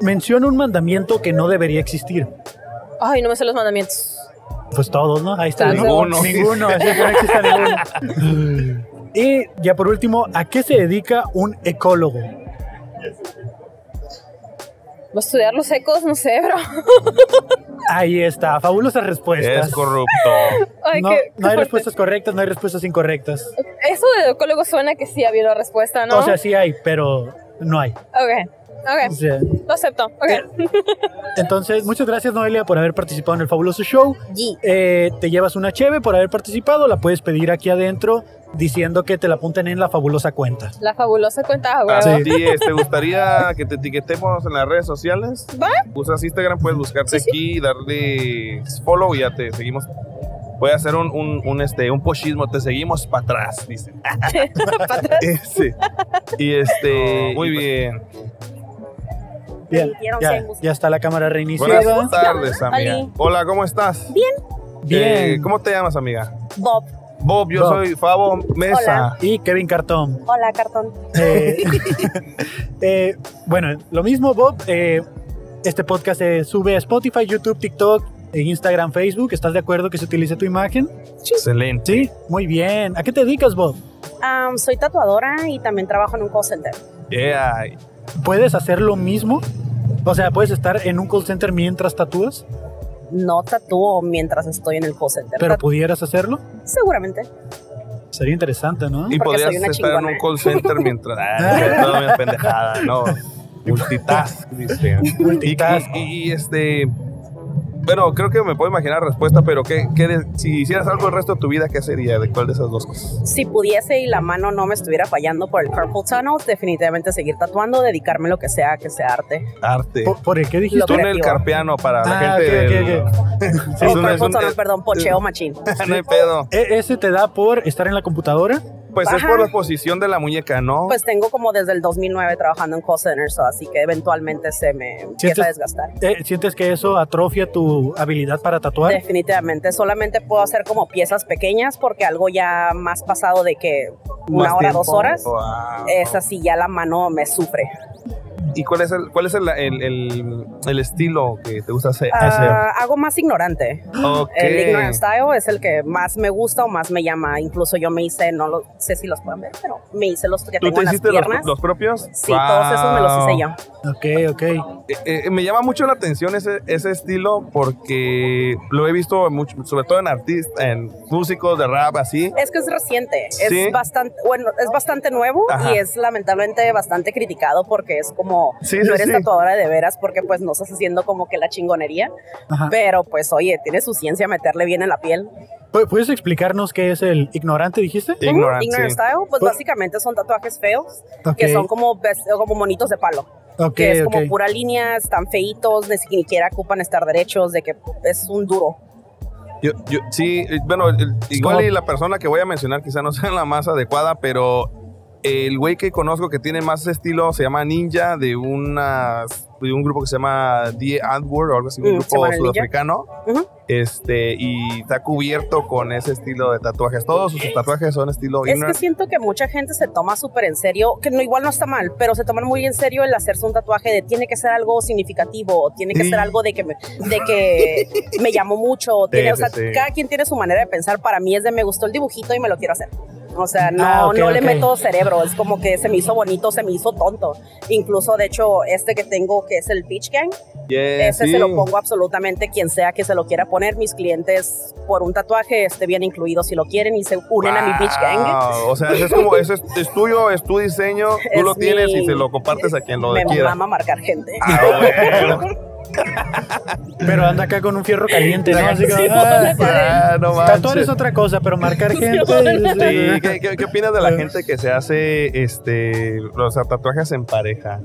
Speaker 3: Menciona un mandamiento que no debería existir.
Speaker 5: Ay, no me sé los mandamientos.
Speaker 3: Pues todos, ¿no? Ahí está. ¿no?
Speaker 2: Ninguno.
Speaker 3: Ninguno. así que no existe ninguno. Y ya por último, ¿a qué se dedica un ecólogo?
Speaker 5: ¿Va a estudiar los ecos? No sé, bro.
Speaker 3: Ahí está. Fabulosas respuestas.
Speaker 2: Es corrupto.
Speaker 5: Ay,
Speaker 3: no,
Speaker 5: qué, qué
Speaker 3: no hay
Speaker 5: fuerte.
Speaker 3: respuestas correctas, no hay respuestas incorrectas.
Speaker 5: Eso de ecólogo suena que sí ha habido respuesta, ¿no?
Speaker 3: O sea, sí hay, pero no hay.
Speaker 5: ok,
Speaker 3: O
Speaker 5: ok,
Speaker 3: sea,
Speaker 5: lo acepto. Ok.
Speaker 3: entonces, muchas gracias, Noelia, por haber participado en el fabuloso show. Eh, te llevas una cheve por haber participado, la puedes pedir aquí adentro diciendo que te la apunten en la fabulosa cuenta.
Speaker 5: La fabulosa cuenta,
Speaker 3: Ah,
Speaker 5: güey.
Speaker 2: Así es, ¿te este, gustaría que te etiquetemos en las redes sociales?
Speaker 5: Va.
Speaker 2: Usas Instagram, puedes buscarte aquí, darle follow y ya te seguimos. Voy a hacer un, un, un, este, un pochismo, te seguimos para atrás, dice. Ese. Y este, muy bien.
Speaker 3: Bien,
Speaker 4: Permitieron
Speaker 3: ya,
Speaker 4: ser música.
Speaker 3: ya está la cámara
Speaker 2: Buenas
Speaker 3: reiniciada.
Speaker 2: tardes, amiga.
Speaker 5: Ali.
Speaker 2: Hola, ¿cómo estás? Eh,
Speaker 3: Bien.
Speaker 2: ¿Cómo te llamas, amiga?
Speaker 4: Bob.
Speaker 2: Bob, yo
Speaker 3: Bob.
Speaker 2: soy Fabo Mesa.
Speaker 3: Y Kevin Cartón.
Speaker 4: Hola, cartón.
Speaker 3: Eh, eh, bueno, lo mismo, Bob. eh, este podcast se sube a Spotify, YouTube, TikTok, en Instagram, Facebook. ¿Estás de acuerdo que se utilice tu imagen?
Speaker 2: Excelente.
Speaker 3: Sí, muy bien. ¿A qué te dedicas, Bob?
Speaker 4: Am, soy tatuadora y también trabajo en un call center.
Speaker 2: Yeah.
Speaker 3: ¿Puedes hacer lo mismo? O sea, ¿puedes estar en un call center mientras tatúas?
Speaker 4: No tatúo mientras estoy en el call center.
Speaker 3: ¿Pero
Speaker 4: Tat-
Speaker 3: pudieras hacerlo?
Speaker 4: seguramente.
Speaker 3: Sería interesante, ¿no?
Speaker 2: Y
Speaker 4: Porque
Speaker 2: podrías
Speaker 4: soy una
Speaker 2: estar en
Speaker 4: chingona.
Speaker 2: un call center mientras. Ah, toda mi pendejada, no. Multitask, dice.
Speaker 3: Multitask.
Speaker 2: Y, y- y, este. Bueno, creo que me puedo imaginar la respuesta, pero ¿qué, qué de- si hicieras algo el resto de tu vida, ¿qué sería? ¿De cuál de esas dos cosas?
Speaker 4: Si pudiese y la mano no me estuviera fallando por el carpal tunnel, definitivamente seguir tatuando, dedicarme a lo que sea, que sea arte.
Speaker 2: Arte.
Speaker 3: ¿Por, por qué dijiste?
Speaker 4: Lo
Speaker 2: Túnel
Speaker 4: creativo.
Speaker 2: carpiano para la
Speaker 3: Ah,
Speaker 2: gente.
Speaker 3: ok,
Speaker 2: del-
Speaker 3: ok,
Speaker 2: Es
Speaker 4: Oh,
Speaker 2: un- es
Speaker 4: carpal
Speaker 2: un-
Speaker 4: tunnel, perdón, pocheo machín.
Speaker 2: no hay pedo.
Speaker 3: ¿E- ¿Ese te da por estar en la computadora?
Speaker 2: Pues es
Speaker 4: Ajá.
Speaker 2: por la posición de la muñeca, ¿no?
Speaker 4: Pues tengo como desde el 2009 trabajando en call centers, así que eventualmente se me empieza a
Speaker 3: ¿Sientes-
Speaker 4: desgastar.
Speaker 3: Eh, ¿Sientes que eso atrofia tu habilidad para tatuar?
Speaker 4: Definitivamente, solamente puedo hacer como piezas pequeñas porque algo ya más pasado de que una
Speaker 2: Más
Speaker 4: hora,
Speaker 2: tiempo.
Speaker 4: dos horas,
Speaker 2: Wow.
Speaker 4: es así, ya la mano me sufre.
Speaker 2: ¿Y cuál es el, cuál es el, el, el- el estilo que te gusta hacer?
Speaker 4: Ah, hago más ignorante.
Speaker 2: Ok.
Speaker 4: El ignorant style es el que más me gusta o más me llama. Incluso yo me hice, no lo, sé si los pueden ver, pero me hice los que
Speaker 2: ¿Tú
Speaker 4: tengo
Speaker 2: te
Speaker 4: en las
Speaker 2: hiciste los,
Speaker 4: piernas.
Speaker 2: los propios?
Speaker 4: Sí, todos esos me los hice
Speaker 2: Wow.
Speaker 4: yo.
Speaker 3: Ok, ok.
Speaker 2: Eh, eh, me llama mucho la atención ese, ese estilo porque lo he visto mucho, sobre todo en artistas, en músicos de rap, así.
Speaker 4: Es que es reciente,
Speaker 2: Sí.
Speaker 4: es bastante, bueno, es bastante nuevo
Speaker 2: Ajá.
Speaker 4: y es lamentablemente bastante criticado porque es como
Speaker 2: Sí, sí,
Speaker 4: no eres
Speaker 2: sí.
Speaker 4: tatuadora de veras porque pues no estás haciendo como que la chingonería,
Speaker 3: Ajá.
Speaker 4: pero pues oye, tiene su ciencia meterle bien en la piel.
Speaker 3: ¿Pu- ¿Puedes explicarnos qué es el ignorante, dijiste?
Speaker 2: Ignorant,
Speaker 4: Ujú, Ignorant
Speaker 2: sí.
Speaker 4: style, pues
Speaker 3: Pues-
Speaker 4: básicamente son tatuajes feos
Speaker 3: Ok,
Speaker 4: que son como ves- como monitos de palo,
Speaker 3: ok,
Speaker 4: que es
Speaker 3: ok.
Speaker 4: como pura línea, están feitos, ni siquiera ocupan estar derechos, de que es un duro.
Speaker 2: Yo, yo- sí, eh, bueno, el- igual
Speaker 3: como-
Speaker 2: y la persona que voy a mencionar quizá no sea la más adecuada, pero el güey que conozco que tiene más estilo se llama Ninja de una de un grupo que se llama Die Antwoord o algo así, un
Speaker 4: Mm, se
Speaker 2: grupo
Speaker 4: llama el Ninja.
Speaker 2: sudafricano.
Speaker 4: Ujú.
Speaker 2: Este, y está cubierto con ese estilo de tatuajes. Todos sus tatuajes son estilo
Speaker 4: Es que
Speaker 2: ignorant.
Speaker 4: siento que mucha gente se toma súper en serio, que no igual no está mal, pero se toman muy en serio el hacerse un tatuaje de tiene que ser algo significativo, o tiene que
Speaker 2: Sí.
Speaker 4: ser algo de que me, de que me llamó mucho, o tiene, o
Speaker 2: sí,
Speaker 4: sea,
Speaker 2: sí.
Speaker 4: cada quien tiene su manera de pensar, para mí es de me gustó el dibujito y me lo quiero hacer. O sea, no,
Speaker 3: Ah, ok,
Speaker 4: no
Speaker 3: ok.
Speaker 4: le meto cerebro, es como que se me hizo bonito, se me hizo tonto. Incluso, de hecho, este que tengo, que es el Beach Gang,
Speaker 2: Yeah,
Speaker 4: ese
Speaker 2: sí.
Speaker 4: se lo pongo absolutamente quien sea que se lo quiera poner. Mis clientes, por un tatuaje, esté bien incluido si lo quieren y se unen a mi Beach Gang.
Speaker 2: Wow, O sea, eso es como, eso es, es tuyo, es tu diseño, tú
Speaker 4: Es
Speaker 2: lo tienes
Speaker 4: mi-
Speaker 2: y se lo compartes a quien lo
Speaker 4: me
Speaker 2: quiera.
Speaker 4: mama marcar gente.
Speaker 2: Ah, bueno.
Speaker 3: Pero anda acá con un fierro caliente, ¿no? Así como,
Speaker 4: Sí,
Speaker 3: ah,
Speaker 2: Ah, no
Speaker 3: tatuar
Speaker 2: manches.
Speaker 3: es otra cosa, pero marcar gente...
Speaker 2: Sí, ¿qué, qué, qué opinas de la gente que se hace este los tatuajes en pareja?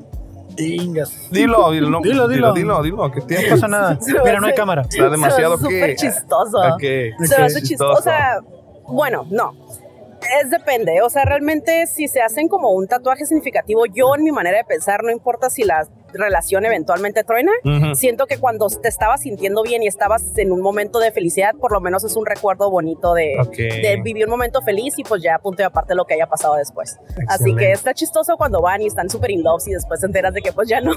Speaker 3: Dingas.
Speaker 2: Dilo, dilo, no,
Speaker 3: Dilo, dilo.
Speaker 2: dilo, dilo, dilo, ¿qué
Speaker 3: No
Speaker 2: tiene?
Speaker 3: pasa nada. Mira, no hay cámara.
Speaker 2: Está demasiado
Speaker 4: Se me hace
Speaker 2: que.
Speaker 4: súper chistoso.
Speaker 2: a que-
Speaker 4: Se me hace
Speaker 2: que
Speaker 4: chistoso. O sea, bueno, no. Es depende. O sea, realmente si se hacen como un tatuaje significativo, yo en mi manera de pensar, no importa si la relación eventualmente truena,
Speaker 2: Ujú.
Speaker 4: siento que cuando te estabas sintiendo bien y estabas en un momento de felicidad, por lo menos es un recuerdo bonito de,
Speaker 2: Ok.
Speaker 4: de vivir un momento feliz y pues ya punto y aparte lo que haya pasado después. Así
Speaker 2: Excelente.
Speaker 4: que está chistoso cuando van y están súper in love y después te enteras de que pues ya no.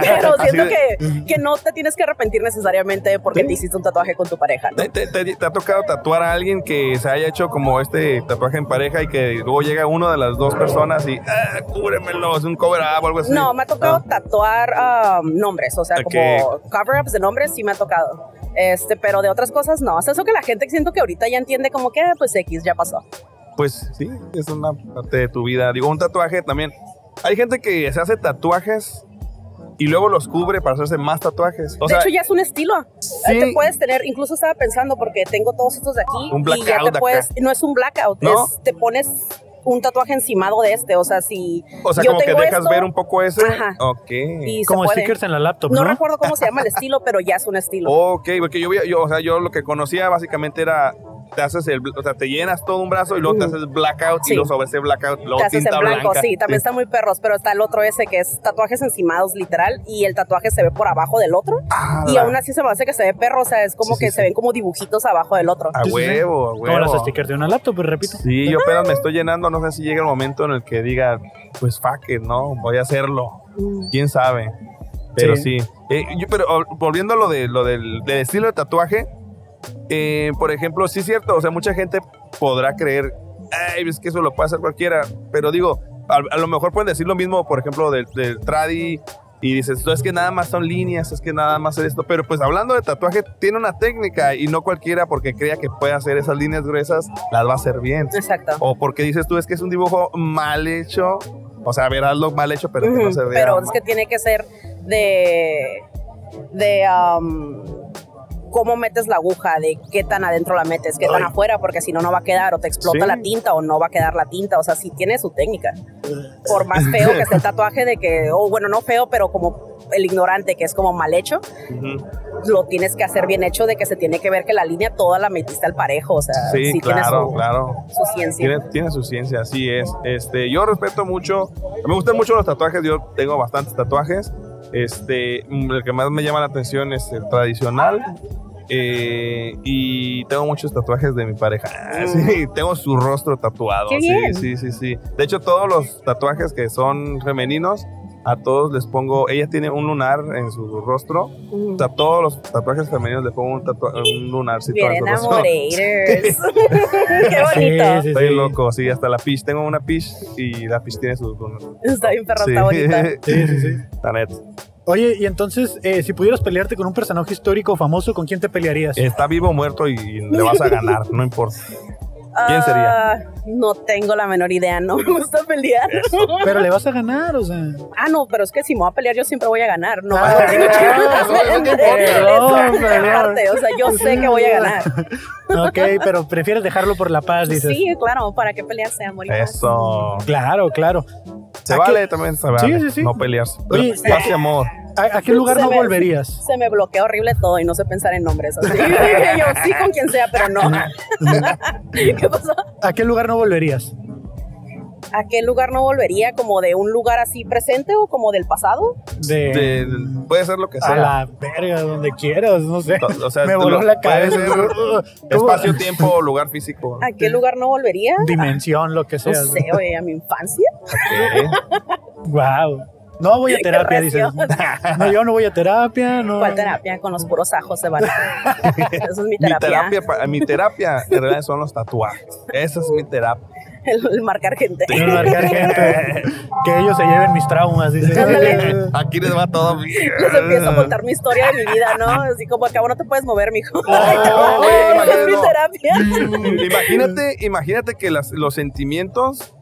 Speaker 4: Pero
Speaker 2: Así
Speaker 4: siento
Speaker 2: de-
Speaker 4: que, que no te tienes que arrepentir necesariamente porque te hiciste un tatuaje con tu pareja. ¿no?
Speaker 2: ¿Te, te- te- te ha tocado tatuar a alguien que se haya hecho como este tatuaje en pareja y que luego llega una de las dos personas y ah, cúbremelo, es un cover up o algo así?
Speaker 4: No, me ha tocado tatuar ah, nombres, o sea,
Speaker 2: Ok.
Speaker 4: como cover-ups de nombres sí me ha tocado. Este, pero de otras cosas no. O sea, eso que la gente siento que ahorita ya entiende como que ah, pues X ya pasó.
Speaker 2: Pues sí, es una parte de tu vida. Digo, un tatuaje también. Hay gente que se hace tatuajes y luego los cubre para hacerse más tatuajes. O
Speaker 4: de
Speaker 2: sea,
Speaker 4: hecho, ya es un estilo.
Speaker 2: sí.
Speaker 4: Te puedes tener, incluso estaba pensando porque tengo todos estos de aquí
Speaker 2: Un
Speaker 4: y ya
Speaker 2: blackout
Speaker 4: te puedes,
Speaker 2: acá.
Speaker 4: no es un blackout,
Speaker 2: ¿No?
Speaker 4: es- te pones un tatuaje encimado de este, o sea, si
Speaker 2: o sea,
Speaker 4: yo
Speaker 2: como que
Speaker 4: tengo
Speaker 2: dejas
Speaker 4: esto-
Speaker 2: ver un poco ese.
Speaker 4: Ajá.
Speaker 2: Ok.
Speaker 4: y se
Speaker 3: Como
Speaker 4: puede.
Speaker 3: stickers en la laptop,
Speaker 4: No,
Speaker 3: ¿no?
Speaker 4: recuerdo cómo se llama el estilo, pero ya es un estilo.
Speaker 2: Ok, porque yo, vi- yo, o sea, yo lo que conocía básicamente era te haces el, bl- o sea, te llenas todo un brazo y luego te
Speaker 4: Ujú.
Speaker 2: haces blackout y
Speaker 4: Sí.
Speaker 2: luego sobre ese blackout luego
Speaker 4: Te haces en
Speaker 2: tinta
Speaker 4: blanco,
Speaker 2: blanca.
Speaker 4: sí, también están muy perros, pero está el otro ese que es tatuajes encimados literal y el tatuaje se ve por abajo del otro y
Speaker 2: ¡Hala!
Speaker 4: aún así se me hace que se ve perro, o sea, es como
Speaker 2: Sí,
Speaker 4: que
Speaker 2: sí, Ah.
Speaker 4: se
Speaker 2: sí.
Speaker 4: ven como dibujitos abajo del otro.
Speaker 2: A huevo, a
Speaker 3: Como
Speaker 2: huevo.
Speaker 3: las stickers de una laptop, pues, repito.
Speaker 2: Sí, yo apenas me estoy llenando, no sé si llega el momento en el que diga, pues fuck it, no, voy a hacerlo. ¿Quién sabe? Pero sí.
Speaker 6: Sí.
Speaker 2: Eh, yo- pero ah, volviendo a lo, de, lo del, del estilo de tatuaje, eh, por ejemplo, sí es cierto, o sea, mucha gente podrá creer, ay, es que eso lo puede hacer cualquiera, pero digo, a, a lo mejor pueden decir lo mismo, por ejemplo, del, del tradi, y dices, "No, es que nada más son líneas, es que nada más es esto, pero pues hablando de tatuaje, tiene una técnica y no cualquiera porque crea que puede hacer esas líneas gruesas, las va a hacer bien.
Speaker 4: Exacto.
Speaker 2: O porque dices tú, es que es un dibujo mal hecho, o sea, verás lo mal hecho, pero que no
Speaker 4: Ujú,
Speaker 2: se vea.
Speaker 4: pero
Speaker 2: mal.
Speaker 4: es que tiene que ser de de am, cómo metes la aguja, de qué tan adentro la metes, qué tan
Speaker 2: Ay.
Speaker 4: afuera, porque si no no va a quedar o te explota
Speaker 2: Sí.
Speaker 4: la tinta o no va a quedar la tinta, o sea, sí tiene su técnica. Por más feo que esté el tatuaje de que o bueno, no feo, pero como el ignorante que es como mal hecho,
Speaker 2: Ujú.
Speaker 4: lo tienes que hacer bien hecho de que se tiene que ver que la línea toda la metiste al parejo, o sea,
Speaker 2: Sí,
Speaker 4: sí,
Speaker 2: claro,
Speaker 4: tiene su,
Speaker 2: claro.
Speaker 4: su ciencia.
Speaker 2: Tiene, tiene su ciencia, así es. Este, yo respeto mucho, me gustan mucho los tatuajes, yo tengo bastantes tatuajes. Este, mm, el que más me llama la atención es el tradicional. eh, y tengo muchos tatuajes de mi pareja. Ah, Sí, tengo su rostro tatuado.
Speaker 4: Mm. Qué
Speaker 2: sí,
Speaker 4: bien.
Speaker 2: sí, sí, sí. De hecho, todos los tatuajes que son femeninos, a todos les pongo. Ella tiene un lunar en su rostro. O sea, todos los tatuajes femeninos les pongo un, tatua- un lunarcito a
Speaker 4: Bien
Speaker 2: su rostro.
Speaker 4: enamorators. Qué bonito.
Speaker 3: Sí, sí,
Speaker 2: Estoy
Speaker 3: sí.
Speaker 2: loco, sí, hasta la Peach. Tengo una Peach y la Peach tiene sus donas.
Speaker 4: Está bien perra,
Speaker 2: Sí.
Speaker 4: está bonita.
Speaker 3: Sí, sí, sí.
Speaker 2: La neta.
Speaker 3: Oye, y entonces, eh, si pudieras pelearte con un personaje histórico famoso, ¿con quién te pelearías?
Speaker 2: Está vivo o muerto y le vas a ganar, no importa. ¿Quién
Speaker 4: Ah,
Speaker 2: sería?
Speaker 4: No tengo la menor idea, no me gusta pelear.
Speaker 3: Pero le vas a ganar, o sea.
Speaker 4: Ah, no, pero es que si me voy a pelear yo siempre voy a ganar. No,
Speaker 3: Ah,
Speaker 4: tengo
Speaker 3: ah,
Speaker 4: chingada
Speaker 3: eso- eso
Speaker 4: madre.
Speaker 3: qué importa.
Speaker 4: Eso,
Speaker 3: Perdón,
Speaker 4: aparte, O sea, yo sé que voy a ganar.
Speaker 3: Ok, pero prefieres dejarlo por la paz, dices.
Speaker 4: Sí, claro, ¿para qué pelearse, amor?
Speaker 2: Eso.
Speaker 3: Claro, claro.
Speaker 2: Se
Speaker 3: ¿A qué-
Speaker 2: vale también, se vale.
Speaker 3: sí, sí.
Speaker 2: No pelearse.
Speaker 3: Oye, este,
Speaker 2: Paz y amor.
Speaker 3: ¿A, a qué lugar
Speaker 4: Se
Speaker 3: no
Speaker 4: me-
Speaker 3: volverías?
Speaker 4: Se me bloquea horrible todo y no sé pensar en nombres. Así. yo sí con quien sea, pero no. ¿Qué pasó?
Speaker 3: ¿A qué lugar no volverías?
Speaker 4: ¿A qué lugar no volvería? ¿Como de un lugar así presente o como del pasado?
Speaker 3: De,
Speaker 2: De- puede ser lo que
Speaker 3: eh, a
Speaker 2: sea.
Speaker 3: la verga, donde quieras, no sé.
Speaker 2: O- o sea,
Speaker 3: me
Speaker 2: tú
Speaker 3: voló
Speaker 2: lo-
Speaker 3: la
Speaker 2: puede
Speaker 3: cabeza.
Speaker 2: ser Espacio, tiempo, lugar físico.
Speaker 4: ¿A qué lugar no volvería?
Speaker 3: dimensión, lo que
Speaker 4: No
Speaker 3: sea.
Speaker 4: sé, oye, a mi infancia.
Speaker 2: Ok.
Speaker 3: Wow. No voy a
Speaker 4: Qué
Speaker 3: terapia, dices.
Speaker 4: reacción.
Speaker 3: No, yo no voy a terapia, no.
Speaker 4: ¿Cuál terapia? Con los puros ajos se van. Esa es mi
Speaker 2: Mi
Speaker 4: terapia.
Speaker 2: terapia, pa- mi terapia en realidad son los tatuajes. Esa es mi terapia.
Speaker 4: El, el marcar gente.
Speaker 3: Quiero marcar gente. Que ellos se lleven mis traumas, dices.
Speaker 2: Aquí les va todo bien.
Speaker 4: Les empiezo a contar mi historia de mi vida, ¿no? Así como acabo, no te puedes mover, mijo.
Speaker 2: Ay, no, güey,
Speaker 4: Esa es mi
Speaker 2: imagínate,
Speaker 4: terapia.
Speaker 2: imagínate, imagínate que las- los sentimientos,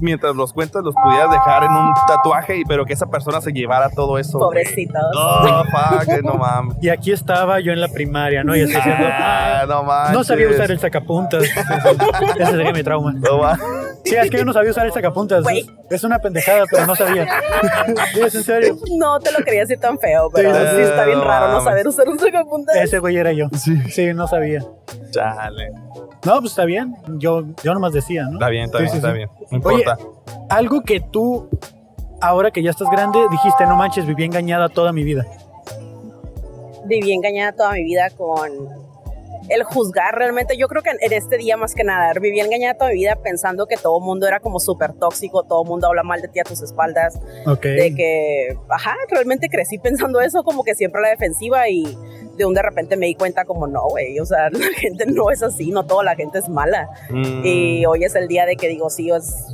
Speaker 2: mientras los cuentas, los pudieras dejar en un tatuaje, y- pero que esa persona se llevara todo eso. güey.
Speaker 4: Pobrecitos.
Speaker 2: Oh, fuck, no mames.
Speaker 3: Y aquí estaba yo en la primaria, ¿no? Y estoy diciendo,
Speaker 2: Ah, no mames.
Speaker 3: no sabía usar el sacapuntas. Ese sería mi trauma.
Speaker 2: No mames.
Speaker 3: Sí, es que yo no sabía usar el sacapuntas.
Speaker 4: Güey.
Speaker 3: Es una pendejada, pero no sabía. Sí, es en serio.
Speaker 4: No te lo quería decir tan feo, pero
Speaker 3: Sí,
Speaker 4: sí,
Speaker 2: sí,
Speaker 4: está bien
Speaker 2: no
Speaker 4: raro no
Speaker 2: mames.
Speaker 4: saber usar un sacapuntas.
Speaker 3: Ese güey era yo. Sí. no sabía.
Speaker 2: Chale.
Speaker 3: No, pues está bien. Yo, yo nomás decía, ¿no?
Speaker 2: Está bien, está
Speaker 3: Sí,
Speaker 2: bien,
Speaker 3: sí,
Speaker 2: está
Speaker 3: sí.
Speaker 2: bien. No importa.
Speaker 3: Algo que tú, ahora que ya estás grande, dijiste, no manches, viví engañada toda mi vida.
Speaker 4: Viví engañada toda mi vida con el juzgar realmente. Yo creo que en, en este día más que nada, viví engañada toda mi vida pensando que todo mundo era como súper tóxico, todo mundo habla mal de ti a tus espaldas.
Speaker 3: Ok.
Speaker 4: de que, ajá, realmente crecí pensando eso, como que siempre a la defensiva y de un de repente me di cuenta como no, güey, o sea, la gente no es así, no toda la gente es mala.
Speaker 2: Mm,
Speaker 4: Y hoy es el día de que digo, sí, es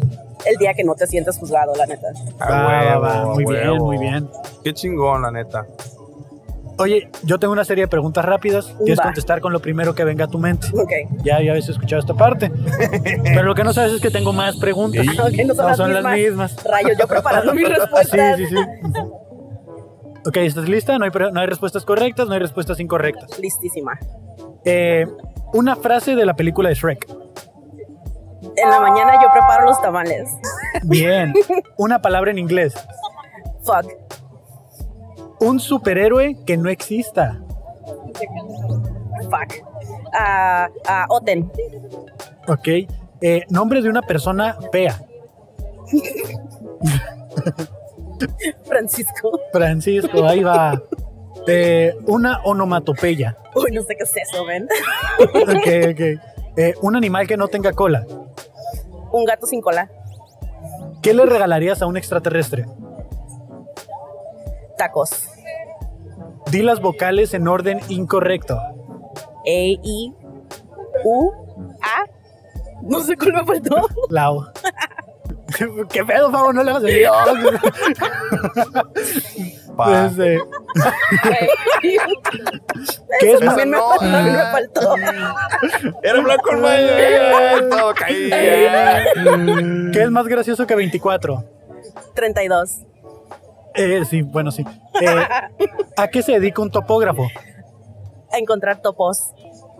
Speaker 4: el día que no te sientes juzgado, la neta.
Speaker 2: a
Speaker 3: Va, va, va.
Speaker 2: huevo, a
Speaker 3: Muy bien,
Speaker 2: huevo.
Speaker 3: muy bien.
Speaker 2: Qué chingón, la neta.
Speaker 3: Oye, yo tengo una serie de preguntas rápidas. Tienes que
Speaker 4: Va.
Speaker 3: contestar con lo primero que venga a tu mente.
Speaker 4: Ok,
Speaker 3: Ya, ya habéis escuchado esta parte. Pero lo que no sabes es que tengo más preguntas.
Speaker 4: ok, no son,
Speaker 3: No
Speaker 4: las,
Speaker 3: son
Speaker 4: mismas.
Speaker 3: las mismas.
Speaker 4: Rayos, yo preparando mis
Speaker 3: Sí,
Speaker 4: respuestas.
Speaker 3: sí, sí. Ok, ¿estás lista? No hay, pre- no hay respuestas correctas, no hay respuestas incorrectas.
Speaker 4: Listísima.
Speaker 3: Eh, una frase de la película de Shrek.
Speaker 4: En la mañana yo preparo los tamales.
Speaker 3: Bien. Una palabra en inglés.
Speaker 4: Fuck.
Speaker 3: Un superhéroe que no exista.
Speaker 4: Fuck. Ah, ah, Oten.
Speaker 3: Ok. Eh, nombre de una persona fea.
Speaker 4: Francisco.
Speaker 3: Francisco, ahí va. Eh, una onomatopeya.
Speaker 4: Uy, no sé qué es eso, ven.
Speaker 3: Ok, ok. Eh, un animal que no tenga cola.
Speaker 4: Un gato sin cola.
Speaker 3: ¿Qué le regalarías a un extraterrestre?
Speaker 4: tacos.
Speaker 3: Di las vocales en orden incorrecto.
Speaker 4: E, I, U, A. No sé cuál me faltó.
Speaker 3: Lau. ¿Qué pedo, Fabo? No le vas a decir.
Speaker 2: Pa.
Speaker 3: Este, ¿Qué es
Speaker 4: Eso
Speaker 3: más?
Speaker 4: también,
Speaker 2: no.
Speaker 4: me, faltó, también me faltó.
Speaker 2: Era blanco
Speaker 3: pues,
Speaker 2: en medio. Todo caía.
Speaker 3: ¿Qué es más gracioso que 24?
Speaker 4: 32.
Speaker 3: Eh, sí, bueno, sí. Eh, ¿A qué se dedica un topógrafo?
Speaker 4: A encontrar topos.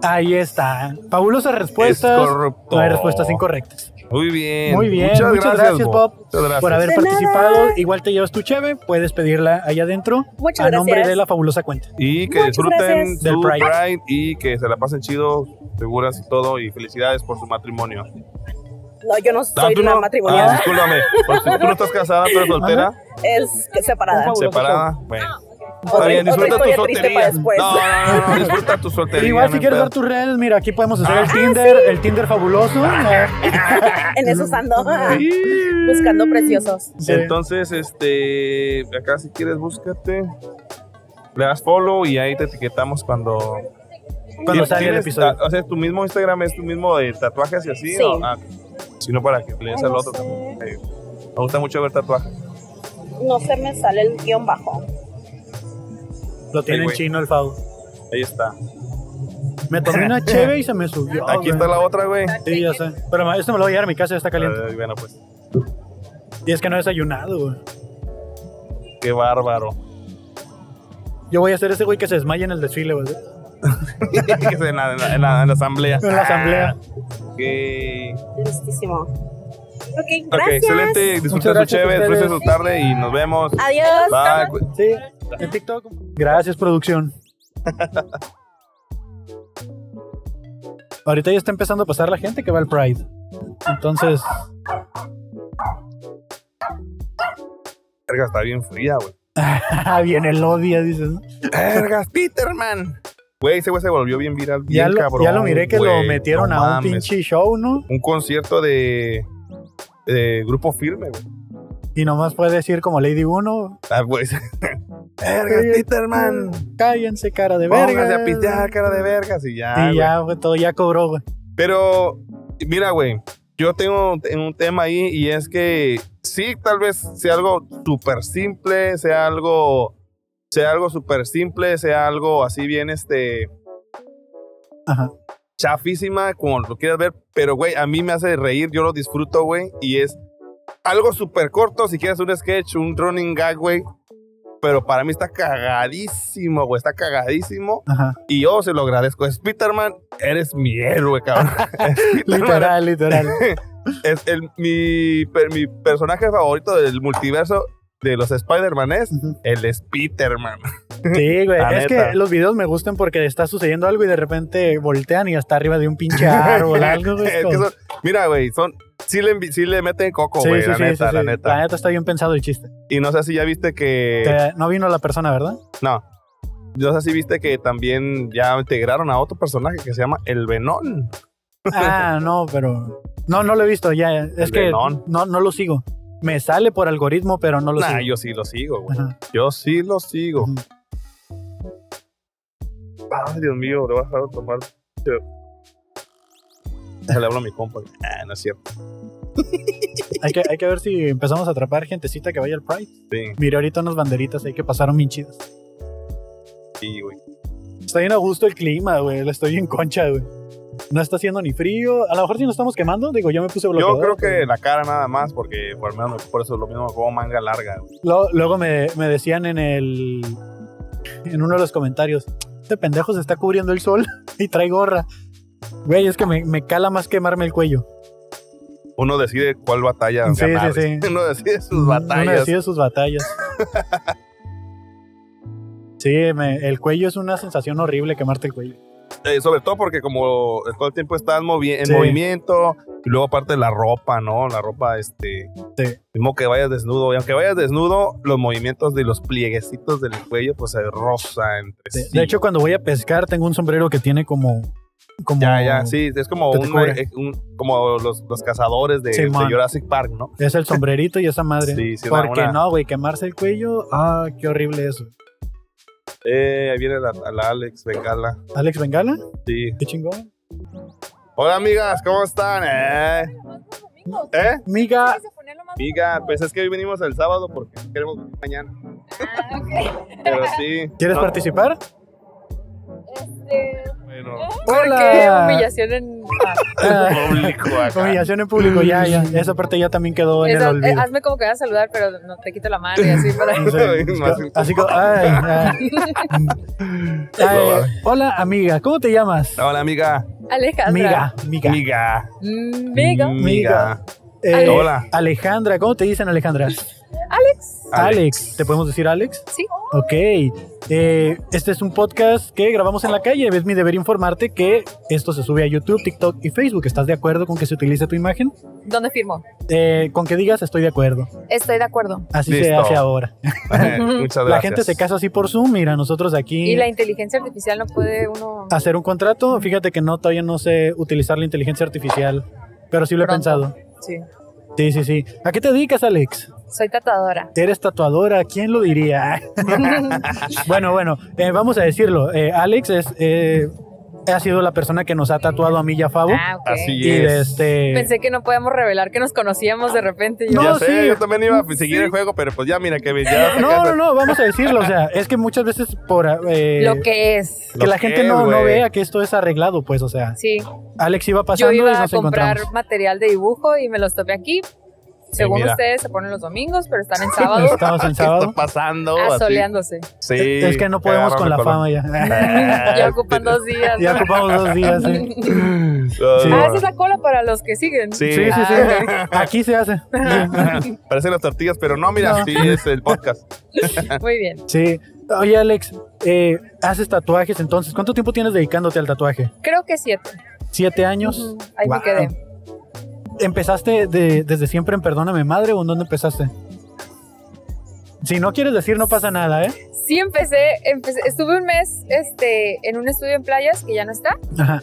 Speaker 3: Ahí está. Fabulosas respuestas.
Speaker 2: Es corrupto.
Speaker 3: Pues, No hay respuestas incorrectas.
Speaker 2: Muy bien.
Speaker 3: Muy bien. Muchas, gracias,
Speaker 2: Bob.
Speaker 3: Bob,
Speaker 2: Muchas gracias.
Speaker 3: por haber
Speaker 4: De nada.
Speaker 3: participado. Igual te llevas tu cheve. Puedes pedirla allá adentro.
Speaker 4: Muchas
Speaker 3: a nombre
Speaker 4: gracias.
Speaker 3: de la fabulosa cuenta.
Speaker 2: Y que
Speaker 4: Muchas
Speaker 2: disfruten
Speaker 4: gracias.
Speaker 2: su
Speaker 3: Del Pride.
Speaker 2: Pride. y que se la pasen chido, seguras y todo. Y felicidades por su matrimonio.
Speaker 4: No, yo no
Speaker 2: Ah,
Speaker 4: soy
Speaker 2: tú
Speaker 4: una
Speaker 2: no- Ah,
Speaker 4: matrimoniada.
Speaker 2: discúlpame. Pues, tú no estás casada, tú eres soltera,
Speaker 4: Es separada.
Speaker 3: Fabuloso
Speaker 2: separada. Bueno. Está
Speaker 4: Otra-
Speaker 2: bien,
Speaker 4: otra
Speaker 2: disfruta tu
Speaker 4: historia triste
Speaker 2: soltería.
Speaker 4: para después.
Speaker 2: No, no, no, no, disfruta tu soltería.
Speaker 3: Igual
Speaker 2: no
Speaker 3: si
Speaker 2: hay
Speaker 3: quieres
Speaker 2: pedo.
Speaker 3: dar tus redes, mira, aquí podemos
Speaker 4: Ah,
Speaker 3: hacer el Tinder, el Tinder fabuloso.
Speaker 2: Ah,
Speaker 4: En eso ando.
Speaker 3: Ah.
Speaker 4: Buscando preciosos.
Speaker 3: Sí.
Speaker 2: Entonces, este, acá si quieres, búscate. Le das follow y ahí te etiquetamos cuando,
Speaker 3: Cuando
Speaker 2: Tienes-
Speaker 3: salga el
Speaker 2: tienes
Speaker 3: episodio.
Speaker 2: ta- O sea, tu mismo Instagram es tu mismo de tatuajes y así.
Speaker 4: Sí.
Speaker 2: ¿no? Ah, sino para que le des al otro también. Sí. Me gusta mucho ver tatuajes.
Speaker 4: No se me sale el guión bajo.
Speaker 3: Lo tiene
Speaker 2: Ay,
Speaker 3: en
Speaker 2: güey.
Speaker 3: chino el Fabo.
Speaker 2: Ahí está.
Speaker 3: Me tomé una cheve y se me subió.
Speaker 2: Aquí está la otra, güey.
Speaker 3: Sí, ya sé. Pero ma, esto me lo voy a llevar a mi casa, ya está caliente.
Speaker 2: Ay, bueno, pues,
Speaker 3: Y es que no he desayunado, güey.
Speaker 2: qué bárbaro.
Speaker 3: Yo voy a ser ese güey que se desmaya en el desfile, güey.
Speaker 2: Que se- en, la, en la- en la- en la asamblea. Ah,
Speaker 3: En la asamblea.
Speaker 2: Ok.
Speaker 4: Listísimo. Ok,
Speaker 2: Ok,
Speaker 4: gracias.
Speaker 2: excelente. Disfruten su
Speaker 3: gracias a
Speaker 2: chévere,
Speaker 3: ustedes.
Speaker 2: disfruten su tarde y nos vemos.
Speaker 4: Adiós.
Speaker 2: Bye. Cu-
Speaker 3: Sí, en TikTok. Gracias, producción. Ahorita ya está empezando a pasar la gente que va al Pride. Entonces,
Speaker 2: Verga, está bien fría, güey. Ah,
Speaker 3: viene el odio, dices. ¿no?
Speaker 2: Vergas, Peterman. Güey, ese güey se volvió bien viral. Bien
Speaker 3: Ya lo,
Speaker 2: cabrón,
Speaker 3: ya lo miré que
Speaker 2: güey.
Speaker 3: lo metieron
Speaker 2: No
Speaker 3: a un
Speaker 2: mames.
Speaker 3: pinche show, ¿no?
Speaker 2: Un concierto de, de grupo firme, güey.
Speaker 3: Y nomás puede decir como Lady 1,
Speaker 2: Ah, güey. Vergas, Peterman.
Speaker 3: cállense, cara de
Speaker 2: Póngase
Speaker 3: verga.
Speaker 2: Mm. a pistear, cara de vergas. Y ya.
Speaker 3: y
Speaker 2: güey.
Speaker 3: ya, güey, todo ya cobró, güey.
Speaker 2: Pero, mira, güey, yo tengo un, un tema ahí y es que sí, tal vez sea algo súper simple, sea algo, sea algo súper simple, sea algo así bien, este,
Speaker 3: Ajá.
Speaker 2: chafísima, como lo quieras ver, pero, güey, a mí me hace reír, yo lo disfruto, güey, y es algo súper corto, si quieres un sketch, un running gag, güey, pero para mí está cagadísimo, güey, está cagadísimo.
Speaker 3: Ajá.
Speaker 2: Y yo se lo agradezco. Spiderman, eres mi héroe, cabrón. Spiderman
Speaker 3: Literal, literal.
Speaker 2: es el, mi, per- mi personaje favorito del multiverso de los Spider-Man es
Speaker 3: Ujú.
Speaker 2: el Spiderman.
Speaker 3: Sí, güey.
Speaker 2: La
Speaker 3: Es
Speaker 2: neta.
Speaker 3: que los videos me gustan porque está sucediendo algo y de repente voltean y hasta arriba de un pinche árbol, algo, güey.
Speaker 2: Es que
Speaker 3: como-
Speaker 2: son- mira, güey, son... Sí le, envi- sí le meten coco, güey, la, neta, la
Speaker 3: sí.
Speaker 2: neta,
Speaker 3: La neta está bien pensado el chiste.
Speaker 2: Y no sé si ya viste que...
Speaker 3: Te- no vino la persona, ¿verdad?
Speaker 2: No. No sé si viste que también ya integraron a otro personaje que se llama El Venón.
Speaker 3: Ah, no, pero. No, no lo he visto ya. Es que
Speaker 2: Lenón.
Speaker 3: no, no lo sigo. Me sale por algoritmo, pero no lo
Speaker 2: Nah,
Speaker 3: sigo.
Speaker 2: yo sí lo sigo, güey.
Speaker 3: Ajá.
Speaker 2: Yo sí lo sigo.
Speaker 3: Ujú.
Speaker 2: Ay, Dios mío, le voy a dejar de tomar. Déjale hablo a mi compa. Ah, no es cierto.
Speaker 3: Hay, que, hay que ver si empezamos a atrapar gentecita que vaya al Pride.
Speaker 2: Sí,
Speaker 3: Mire, ahorita unas banderitas ahí que pasaron bien chidas.
Speaker 2: sí, güey.
Speaker 3: Está bien a gusto el clima, güey. La estoy en concha, güey. No está haciendo ni frío. A lo mejor si nos estamos quemando, digo, yo me puse
Speaker 2: Yo
Speaker 3: bloqueador.
Speaker 2: creo que
Speaker 3: pero-
Speaker 2: la cara nada más, porque por, lo menos, por eso es lo mismo como manga larga. güey.
Speaker 3: Luego, luego me, me decían en el. En uno de los comentarios. Este pendejo se está cubriendo el sol y trae gorra. Güey, es que me, me cala más quemarme el cuello.
Speaker 2: Uno decide cuál batalla
Speaker 3: Sí, sí,
Speaker 2: ganar.
Speaker 3: sí.
Speaker 2: Uno decide sus
Speaker 3: Uno
Speaker 2: batallas.
Speaker 3: decide sus batallas. sí, me- el cuello es una sensación horrible quemarte el cuello.
Speaker 2: Eh, sobre todo porque como todo el tiempo estás movi- en
Speaker 3: Sí.
Speaker 2: movimiento y luego aparte la ropa, ¿no? La ropa, este,
Speaker 3: Sí.
Speaker 2: mismo que vayas desnudo. Y aunque vayas desnudo, los movimientos de los plieguecitos del cuello pues se rozan entre
Speaker 3: De,
Speaker 2: sí.
Speaker 3: de hecho, cuando voy a pescar, tengo un sombrero que tiene como Como,
Speaker 2: Ya, ya, sí, es como
Speaker 3: que te
Speaker 2: un-
Speaker 3: cubre.
Speaker 2: eh, un- como los, los cazadores de,
Speaker 3: Sí,
Speaker 2: de
Speaker 3: man.
Speaker 2: Jurassic Park, ¿no?
Speaker 3: Es el sombrerito y esa madre.
Speaker 2: Sí, sí, da
Speaker 3: Porque
Speaker 2: una-
Speaker 3: no, güey, quemarse el cuello. Ah, qué horrible eso.
Speaker 2: Eh, ahí viene la, la Alex Bengala.
Speaker 3: Alex Bengala,
Speaker 2: Sí.
Speaker 3: qué chingón.
Speaker 2: Hola, amigas, ¿cómo están? Eh, ¿Eh?
Speaker 3: Miga,
Speaker 2: Amiga, pues es que hoy venimos el sábado porque queremos venir mañana.
Speaker 5: Ah,
Speaker 2: Pero sí. Ah,
Speaker 3: ¿quieres
Speaker 2: No,
Speaker 3: participar?
Speaker 5: Este,
Speaker 2: Bueno,
Speaker 5: Qué
Speaker 3: Hola.
Speaker 5: humillación en.
Speaker 3: Ah,
Speaker 2: público acá.
Speaker 3: humillación en público, ya, ya. Esa parte ya también quedó en el
Speaker 5: Esa- eh,
Speaker 3: olvido.
Speaker 5: hazme como que vas a saludar, pero no te quito la mano y así para.
Speaker 3: No sé,
Speaker 2: Más
Speaker 3: Así como, ay, ay. Ay, Hola, amiga, ¿cómo te llamas?
Speaker 2: Hola, amiga.
Speaker 5: Alejandra.
Speaker 3: Miga, miga.
Speaker 2: Amiga.
Speaker 5: Mm, Miga.
Speaker 2: Amiga.
Speaker 3: Eh,
Speaker 2: Hola.
Speaker 3: Alejandra, ¿cómo te dicen Alejandra?
Speaker 5: Alex.
Speaker 3: Alex, ¿te podemos decir Alex?
Speaker 5: Sí.
Speaker 3: Ok. Eh, este es un podcast que grabamos en la calle. Es mi deber informarte que esto se sube a YouTube, TikTok y Facebook. ¿Estás de acuerdo con que se utilice tu imagen?
Speaker 5: ¿Dónde firmo?
Speaker 3: Eh, con que digas estoy de acuerdo.
Speaker 5: Estoy de acuerdo.
Speaker 3: Así se
Speaker 2: Listo.
Speaker 3: hace ahora.
Speaker 2: Muchas gracias.
Speaker 3: La gente se casa así por Zoom. Mira, nosotros aquí
Speaker 5: Y la inteligencia artificial no puede uno.
Speaker 3: hacer un contrato. Fíjate que no, todavía no sé utilizar la inteligencia artificial, pero sí lo he
Speaker 5: Pronto.
Speaker 3: pensado.
Speaker 5: Sí.
Speaker 3: Sí, sí, sí. ¿A qué te dedicas, Alex?
Speaker 5: Soy tratadora.
Speaker 3: Eres tatuadora, ¿quién lo diría? bueno, bueno, eh, vamos a decirlo. Eh, Alex es, eh, ha sido la persona que nos ha tatuado a mí y a Fabo.
Speaker 5: Ah, ok.
Speaker 2: Así
Speaker 3: Y de
Speaker 2: es.
Speaker 3: este.
Speaker 5: Pensé que no podíamos revelar que nos conocíamos de repente. Yo,
Speaker 3: No,
Speaker 2: ya sé,
Speaker 3: sí.
Speaker 2: yo también iba a seguir el juego, pero pues ya mira que ya
Speaker 3: No, no, no, vamos a decirlo. O sea, es que muchas veces por. eh,
Speaker 5: Lo que es.
Speaker 3: que
Speaker 2: Lo
Speaker 3: la
Speaker 2: que
Speaker 3: gente
Speaker 2: es,
Speaker 3: no, no
Speaker 2: güey.
Speaker 3: vea que esto es arreglado, pues, o sea,
Speaker 5: Sí.
Speaker 3: Alex iba
Speaker 5: Yo
Speaker 3: pasando y
Speaker 5: iba a
Speaker 3: nos
Speaker 5: comprar
Speaker 3: encontramos.
Speaker 5: material de dibujo y me los topé aquí. Según
Speaker 2: mira.
Speaker 5: ustedes, se ponen los domingos, pero están en sábado
Speaker 3: Estamos en
Speaker 2: ¿Qué está
Speaker 3: sábado.
Speaker 2: pasando?
Speaker 5: Ah,
Speaker 2: Así.
Speaker 5: asoleándose.
Speaker 2: Sí.
Speaker 3: Es que no podemos con la
Speaker 2: Agarra
Speaker 3: fama ya.
Speaker 2: color.
Speaker 5: Ya ocupan dos días.
Speaker 3: Ah, ya
Speaker 5: ¿no?
Speaker 3: ocupamos dos días. sí.
Speaker 2: Ah,
Speaker 5: Ah, esa
Speaker 2: sí.
Speaker 5: es la cola para los que siguen.
Speaker 2: Sí.
Speaker 3: Sí, sí, sí.
Speaker 5: Ah,
Speaker 3: Aquí se hace.
Speaker 2: Parecen las tortillas, pero no, mira,
Speaker 3: No.
Speaker 2: sí es el podcast.
Speaker 5: Muy bien.
Speaker 3: Sí. Oye, Alex, eh, haces tatuajes entonces. ¿Cuánto tiempo tienes dedicándote al tatuaje?
Speaker 5: Creo que siete.
Speaker 3: ¿Siete años?
Speaker 5: Ujú, Ahí
Speaker 3: Wow.
Speaker 5: me quedé.
Speaker 3: ¿Empezaste de- desde siempre en Perdóname Madre o en dónde empezaste? Si no quieres decir, no pasa nada, ¿eh?
Speaker 5: Sí, empecé, empecé. Estuve un mes este, en un estudio en playas que ya no está.
Speaker 3: Ajá.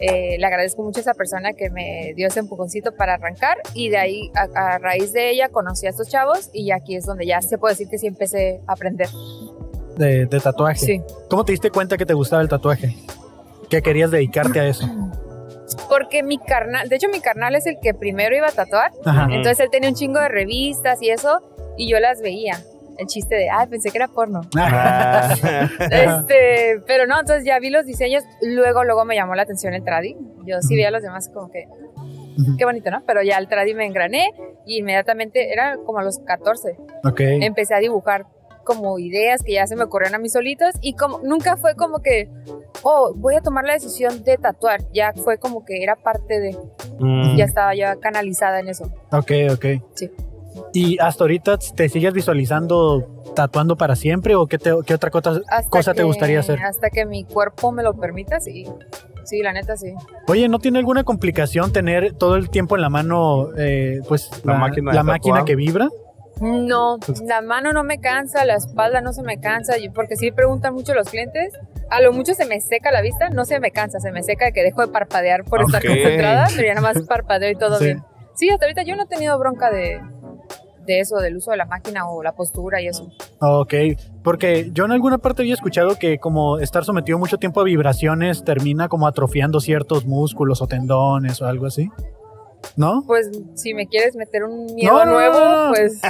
Speaker 5: Eh, le agradezco mucho a esa persona que me dio ese empujoncito para arrancar. Y de ahí, a, a raíz de ella, conocí a estos chavos. Y aquí es donde ya se puede decir que sí empecé a aprender.
Speaker 3: De, de tatuaje.
Speaker 5: Sí.
Speaker 3: ¿Cómo te diste cuenta que te gustaba el tatuaje? Que querías dedicarte a eso.
Speaker 5: Porque mi carnal, de hecho, mi carnal es el que primero iba a tatuar.
Speaker 3: Ajá.
Speaker 2: Ujú.
Speaker 5: Entonces él tenía un chingo de revistas y eso. Y yo las veía. El chiste de, ay, pensé que era porno.
Speaker 3: Ah.
Speaker 5: Este, pero no, entonces ya vi los diseños, luego, luego me llamó la atención el tradi. Yo sí vi a los demás como que,
Speaker 3: Ujú.
Speaker 5: qué bonito, ¿no? Pero ya el tradi me engrané y inmediatamente, era como a los 14,
Speaker 3: ok.
Speaker 5: empecé a dibujar como ideas que ya se me ocurrieron a mí solitos y como nunca fue como que, oh, voy a tomar la decisión de tatuar, ya fue como que era parte de,
Speaker 2: Mm.
Speaker 5: ya estaba ya canalizada en eso.
Speaker 3: Ok, ok.
Speaker 5: Sí.
Speaker 3: ¿Y hasta ahorita te sigues visualizando tatuando para siempre o qué, te- qué otra cosa?
Speaker 5: Hasta
Speaker 3: Cosa te
Speaker 5: que-
Speaker 3: gustaría hacer.
Speaker 5: Hasta que mi cuerpo me lo permita, sí. Sí, la neta, sí.
Speaker 3: Oye, ¿no tiene alguna complicación tener todo el tiempo en la mano, eh, pues,
Speaker 2: La máquina de
Speaker 3: la
Speaker 2: tatuar?
Speaker 3: máquina que vibra?
Speaker 5: No, la mano no me cansa, la espalda no se me cansa, yo- porque sí preguntan mucho los clientes. A lo mucho se me seca la vista, no se me cansa, se me seca de que dejo de parpadear por estar
Speaker 2: Ok.
Speaker 5: concentrada, pero ya nada más parpadeo y todo
Speaker 3: Sí.
Speaker 5: bien. Sí, hasta ahorita yo no he tenido bronca de, de eso, del uso de la máquina o la postura y eso.
Speaker 3: Ok, porque yo en alguna parte había escuchado que como estar sometido mucho tiempo a vibraciones termina como atrofiando ciertos músculos o tendones o algo así. ¿No?
Speaker 5: Pues si me quieres meter un miedo
Speaker 3: No, no,
Speaker 5: nuevo,
Speaker 3: no, no.
Speaker 5: pues